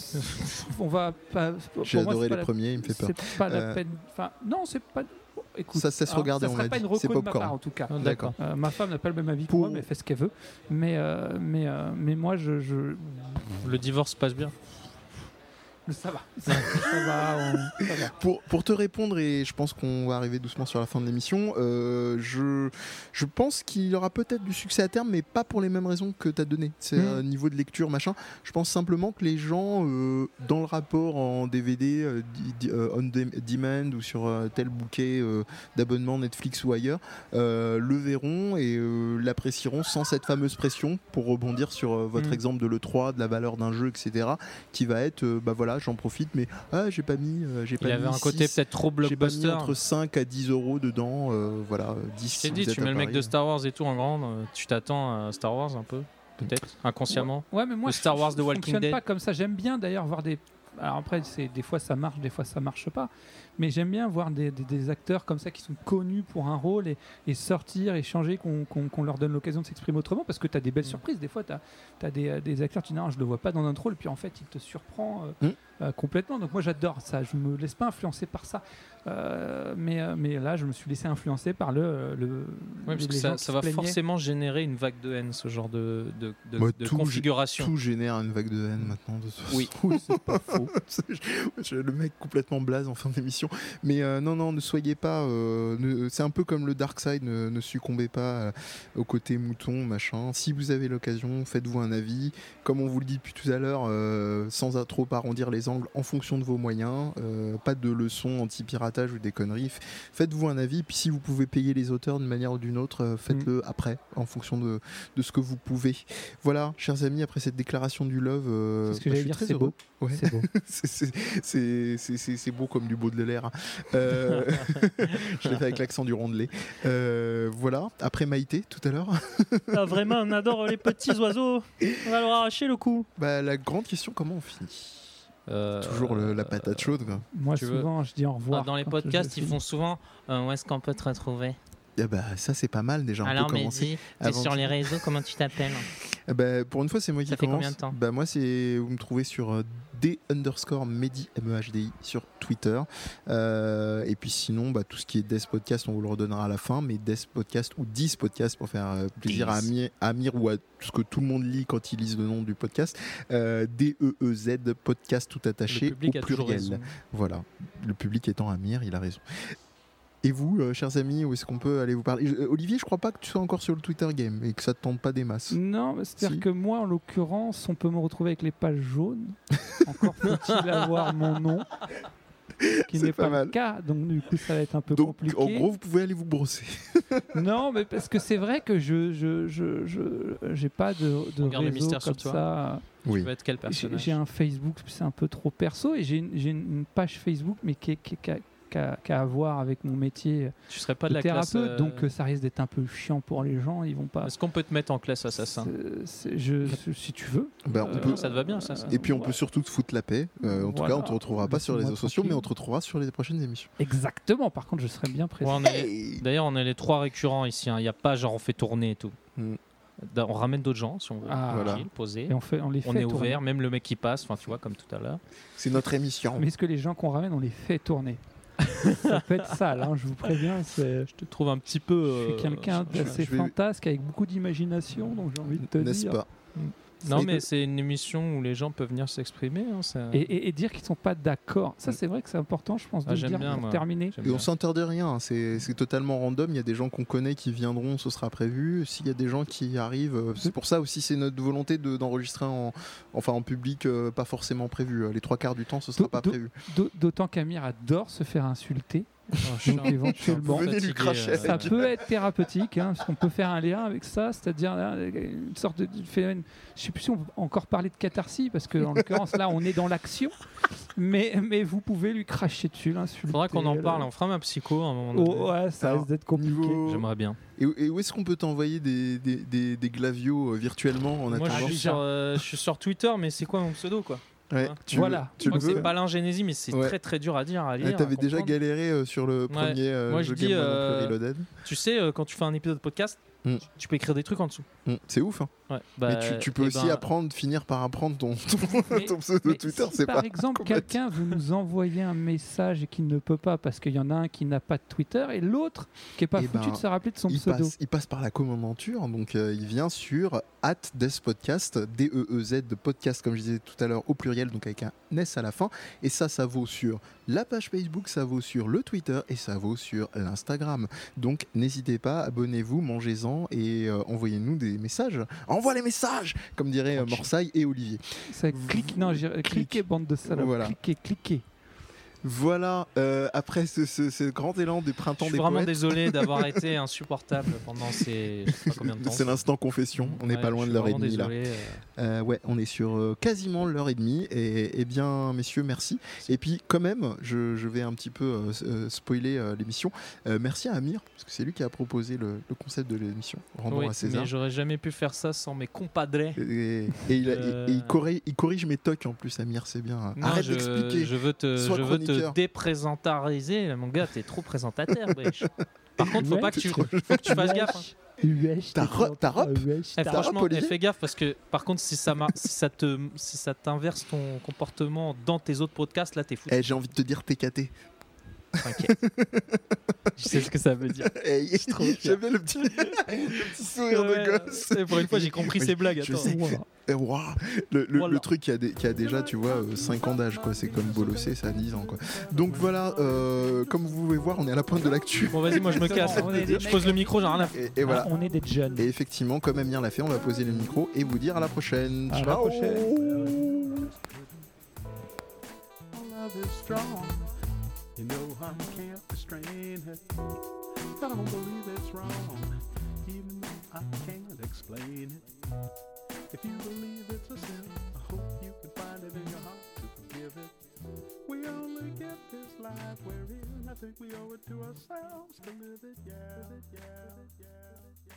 On va pas. pour
J'ai
moi,
adoré
c'est pas
les
la-
premiers, il me fait peur.
C'est pas la
Euh,
peine. Enfin, non, c'est pas. bon, écoute,
Ça, ça se
hein,
regardait, on
sera
l'a
pas
dit.
une
C'est
reco de ma
popcorn.
part en tout cas.
Ah, D'accord.
Euh, ma femme n'a pas le même avis que
Pour-
moi, mais elle fait ce qu'elle veut. Mais, euh, mais, euh, mais moi, je, je-
Le divorce passe bien.
ça va. Ça, ça va, on- ça va.
Pour, pour te répondre, et je pense qu'on va arriver doucement sur la fin de l'émission, euh, je, je pense qu'il aura peut-être du succès à terme, mais pas pour les mêmes raisons que tu as donné. C'est
Mhm.
euh, niveau de lecture, machin. Je pense simplement que les gens, euh, dans le rapport en DVD, euh, di- di- euh, on dem- demand ou sur euh, tel bouquet euh, d'abonnement Netflix ou ailleurs, euh, le verront et euh, l'apprécieront sans cette fameuse pression pour rebondir sur euh, votre
Mhm.
exemple de l'E3, de la valeur d'un jeu, etc. qui va être, euh, bah voilà, j'en profite, mais ah, j'ai pas mis, euh, j'ai
Il
pas
avait
mis
un côté
six,
peut-être trop
j'ai pas mis
blockbuster.
entre 5 à 10 euros dedans, euh, voilà, euh, 10
Je
si
t'ai
vous
dit,
êtes
tu
à
mets le mec
Paris. hein.
de Star Wars et tout en grande, euh, tu t'attends à Star Wars un peu, peut-être, inconsciemment.
Ouais, mais moi,
Le Star
je-
Wars
je
de Walking
fonctionne
Dead.
pas comme ça. J'aime bien d'ailleurs voir des. Alors après, c'est des fois ça marche, des fois ça marche pas. Mais j'aime bien voir des, des- des acteurs comme ça qui sont connus pour un rôle et, et sortir et changer, qu'on qu'on- qu'on leur donne l'occasion de s'exprimer autrement parce que tu as des
Mm.
belles surprises. Des fois, tu as, des, euh, des acteurs, tu dis non, je le vois pas dans notre rôle, puis en fait, il te surprend. euh,
Mm.
euh, complètement. Donc moi j'adore ça, je me laisse pas influencer par ça. Euh, mais, euh, mais là je me suis laissé influencer par le... le
Ouais, parce
les
que
gens
ça, ça
qui se
va
plaignaient.
forcément générer une vague de haine, ce genre de, de, de-
Bah,
de
tout gé-
configuration.
Tout génère une vague de haine maintenant. De toute
Oui.
façon, c'est pas faux. Je- je- le mec complètement blaze en fin d'émission. Mais euh, non, non, ne soyez pas. euh, ne- c'est un peu comme le Dark Side. Ne, ne succombez pas euh, au côté mouton, machin. Si vous avez l'occasion, faites-vous un avis. Comme on vous le dit depuis tout à l'heure, euh, sans à trop arrondir les angles, en fonction de vos moyens. euh, pas de leçons anti-piratage ou des conneries. F- Faites-vous un avis. Puis si vous pouvez payer les auteurs d'une manière ou d'une autre, euh, faites-le
Mm.
après, en fonction de, de ce que vous pouvez. Voilà, chers amis, après cette déclaration du love, euh,
C'est ce que
bah,
j'allais
je suis
dire,
très
c'est
heureux.
beau.
Ouais.
C'est beau.
C'est- c'est- C'est c'est- c'est- c'est beau comme du beau de l'air. Euh, je l'ai fait avec l'accent du rondelet. Euh, voilà, après Maïté tout à l'heure.
Ah, vraiment, on adore les petits oiseaux. On va leur arracher le cou.
Bah, la grande question, comment on finit
Euh,
Toujours le- la patate chaude. quoi.
Moi
Tu veux-
souvent je dis au revoir.
dans les
quand
podcasts,
Ah, je
ils
finis.
font souvent euh, où est-ce qu'on peut te retrouver
Ah bah, ça, c'est pas mal déjà. On
Alors,
peut commencer.
Mehdi, t'es
avant
sur
que-
les réseaux, comment tu t'appelles
Ah bah, pour une fois, c'est moi qui
fait
commence.
combien de temps
bah, moi, c'est vous me trouvez sur euh, D underscore Mehdi, E M-E-H-D-I, sur Twitter. Euh, et puis sinon, bah, tout ce qui est Death Podcast, on vous le redonnera à la fin. Mais Death Podcast ou 10 Podcast pour faire euh, plaisir à Amir, Amir ou à ce que tout le monde lit quand il lise le nom du podcast. Euh, D-E-E-Z Podcast tout
Le
attaché
public
au
a toujours raison.
pluriel. Voilà. Le public étant Amir, il a raison. Et vous, euh, chers amis, où est-ce qu'on peut aller vous parler Je- euh, Olivier, je crois pas que tu sois encore sur le Twitter Game et que ça te tente pas des masses.
Non, mais c'est-à-dire
Si.
que moi, en l'occurrence, on peut me retrouver avec les pages jaunes. Encore faut-il avoir mon nom, qui
C'est
n'est
pas
pas,
mal.
le cas. Donc du coup, ça va être un peu
Donc,
compliqué.
en gros, vous pouvez aller vous brosser.
Non, mais parce que c'est vrai que je je je je- j'ai pas de, de
garde le
réseau
mystère
comme
sur toi.
ça.
Tu vas être quel
J'ai
personnage
j'ai un Facebook, c'est un peu trop perso, et j'ai une, j'ai une une page Facebook, mais qui est- qui est- qui a- qui a- qui a à voir avec mon métier
Tu serais pas de
de
la classe.
thérapeute,
euh,
donc euh, ça risque d'être un peu chiant pour les gens. Ils vont pas.
Est-ce qu'on peut te mettre en classe assassin
C'est- c'est- je, je- si tu veux.
Bah, on
Euh,
peut-
ça te va bien, ça, ça
Et puis on
ouais.
peut surtout te foutre la paix. Euh, en tout
Voilà.
cas, on te retrouvera pas sur les réseaux
Laissez-moi
sociaux, mais
tranquille.
on te retrouvera sur les prochaines émissions.
Exactement. Par contre, je serais bien
Ouais,
présent.
on est- D'ailleurs, on est les trois récurrents ici. hein. Il n'y a pas genre on fait tourner et tout.
Mm.
Da- On ramène d'autres gens si on veut.
Ah.
Voilà.
Tranquille, posé.
Et on fait, on les
On
fait
est
tourner.
ouvert, même le mec qui passe, enfin tu vois, comme tout à l'heure.
C'est notre émission.
Mais est-ce que les gens qu'on ramène, on les fait tourner Ça peut être sale. hein, je vous préviens. c'est-
Je te trouve un petit peu.
Je suis
euh,
quelqu'un
je-
d'assez
je vais-
fantasque avec beaucoup d'imagination, donc j'ai envie de te
N'est-ce
dire.
pas
Non,
Et-
mais c'est une émission où les gens peuvent venir s'exprimer. hein, ça-
Et, et- et dire qu'ils sont pas d'accord. Ça, c'est vrai que c'est important, je pense, de
Mm. Ah,
le
j'aime
dire
bien,
pour
moi.
terminer.
J'aime
Et on
bien.
s'interdit rien, hein. c'est c'est totalement random. Il y a des gens qu'on connaît qui viendront, ce sera prévu. S'il y a des gens qui arrivent, euh, c'est pour ça aussi, c'est notre volonté de- d'enregistrer en, enfin, en public, euh, pas forcément prévu. Les trois quarts du temps, ce sera
D'au-
pas
d'au-
prévu.
D'au- D'autant qu'Amir adore se faire insulter.
Oh, je suis un-
Donc, éventuellement,
je suis un peu
Venez lui
fatigué,
cracher
euh,
ça peut être thérapeutique, hein, parce qu'on peut faire un lien avec ça, c'est-à-dire là, une sorte de de phénomène. Je sais plus si on peut encore parler de catharsis, parce que en l'occurrence là, on est dans l'action, mais mais vous pouvez lui cracher dessus, l'insulter.
Faudra qu'on en
le-
parle. On fera ma psycho hein, à un moment donné.
Oh, ouais, ça
Alors,
risque d'être compliqué.
niveau-
J'aimerais bien.
Et, et où est-ce qu'on peut t'envoyer des, des, des- des glavios euh, virtuellement en
Moi, je
attendant
suis,
déjà.
sur, euh, je suis sur Twitter, mais c'est quoi mon pseudo quoi
Ouais,
hein.
tu
Voilà.
le-
Je
tu
crois
le
que c'est
veux.
pas l'ingénésie, mais c'est
Ouais.
très très dur à dire, Ah, à lire.
Ouais,
à
T'avais déjà
comprendre.
galéré euh, sur le premier euh,
Moi, je
jeu
dis,
Game One, donc,
euh,
le Reloaded.
Tu sais, euh, quand tu fais un épisode de podcast,
Mm.
tu- tu peux écrire des trucs en dessous.
Mm, C'est ouf. Hein.
Ouais. Bah,
mais tu, tu peux
eh
aussi
ben,
apprendre, finir par apprendre ton, ton,
Mais-
ton pseudo
Mais
Twitter.
si,
c'est
par
pas.
exemple,
complète.
quelqu'un veut nous envoyer un message et qu'il ne peut pas parce qu'il y en a un qui n'a pas de Twitter et l'autre qui est pas
Eh
foutu
ben,
de se rappeler de son
Il
pseudo.
passe, il passe par la commandanture, donc euh, il vient sur at podcast, D-E-E-Z de podcast, comme je disais tout à l'heure, au pluriel, donc avec un S à la fin. Et ça, ça vaut sur la page Facebook, ça vaut sur le Twitter et ça vaut sur l'Instagram. Donc n'hésitez pas, abonnez-vous, mangez-en et euh, envoyez-nous des messages. Envoie les messages, comme dirait euh, Morsaille et Olivier.
Ça clique, non, j'ai- cliquez bande de salopes,
Voilà.
cliquez, cliquez.
Voilà, euh, après ce, ce- ce grand élan du printemps
Je suis
des
vraiment
poètes,
désolé d'avoir été insupportable pendant ces. Je sais pas combien de temps.
C'est l'instant confession, on n'est
Ouais,
pas loin
je
de
suis
l'heure et
vraiment
demie là.
désolé, euh,
Euh, ouais, on est sur euh, quasiment l'heure et demie. Et, et bien, messieurs, merci. Et puis, quand même, je, je vais un petit peu euh, s- euh, spoiler euh, l'émission. Euh, merci à Amir, parce que c'est lui qui a proposé le, le concept de l'émission. Rendons
oui,
à César.
Mais j'aurais jamais pu faire ça sans mes compadres.
Et, et il, a- et-
Euh.
et il, corrige, il corrige mes tocs en plus, Amir, c'est bien.
Non,
Arrête
je,
d'expliquer.
je veux te,
Sois
je veux te
chroniqueur.
déprésentariser, là, mon gars, t'es trop présentateur. wesh. Par contre, faut
Ouais,
pas que
t'es
tu,
trop-
faut que tu fasses gaffe. hein.
UH.
T'as
t'es
re-
content,
t'as rep
UH.
Eh,
T'as
franchement,
rap,
eh,
Olivier
fais gaffe parce que par contre, si ça m'a- si ça te, si ça t'inverse ton comportement dans tes autres podcasts, là, t'es foutu.
Eh, j'ai envie de te dire TKT.
T'inquiète. Je sais ce que ça veut dire.
Eh,
trop bien.
J'aime bien le petit, le petit sourire
Ouais,
de gosse.
et pour une fois, j'ai compris
Oui,
ces blagues.
je
attends.
sais.
Voilà.
Eh, ouah, le, le-
Voilà.
le truc qui a, dé- qui a déjà, tu vois, 5 ans d'âge, quoi. C'est comme Bolossé, ça a 10 ans, quoi. Donc voilà, euh, comme vous pouvez voir, on est à la pointe de l'actu.
Bon, vas-y, moi, je me casse.
On est des
Je pose le micro, j'ai rien à faire.
Et, et voilà.
Ah, On est des jeunes.
Et effectivement, comme Amir l'a fait, on va poser le micro et vous dire à la prochaine.
À la
Ciao.
prochaine.
My love is strong. You know I can't restrain it. I don't believe it's wrong, even though I can't explain it. If you believe it's a sin, I hope you can find it in your heart to forgive it. We only get this life we're in. I think we owe it to ourselves to live it, yeah, live it, yeah, live it, yeah.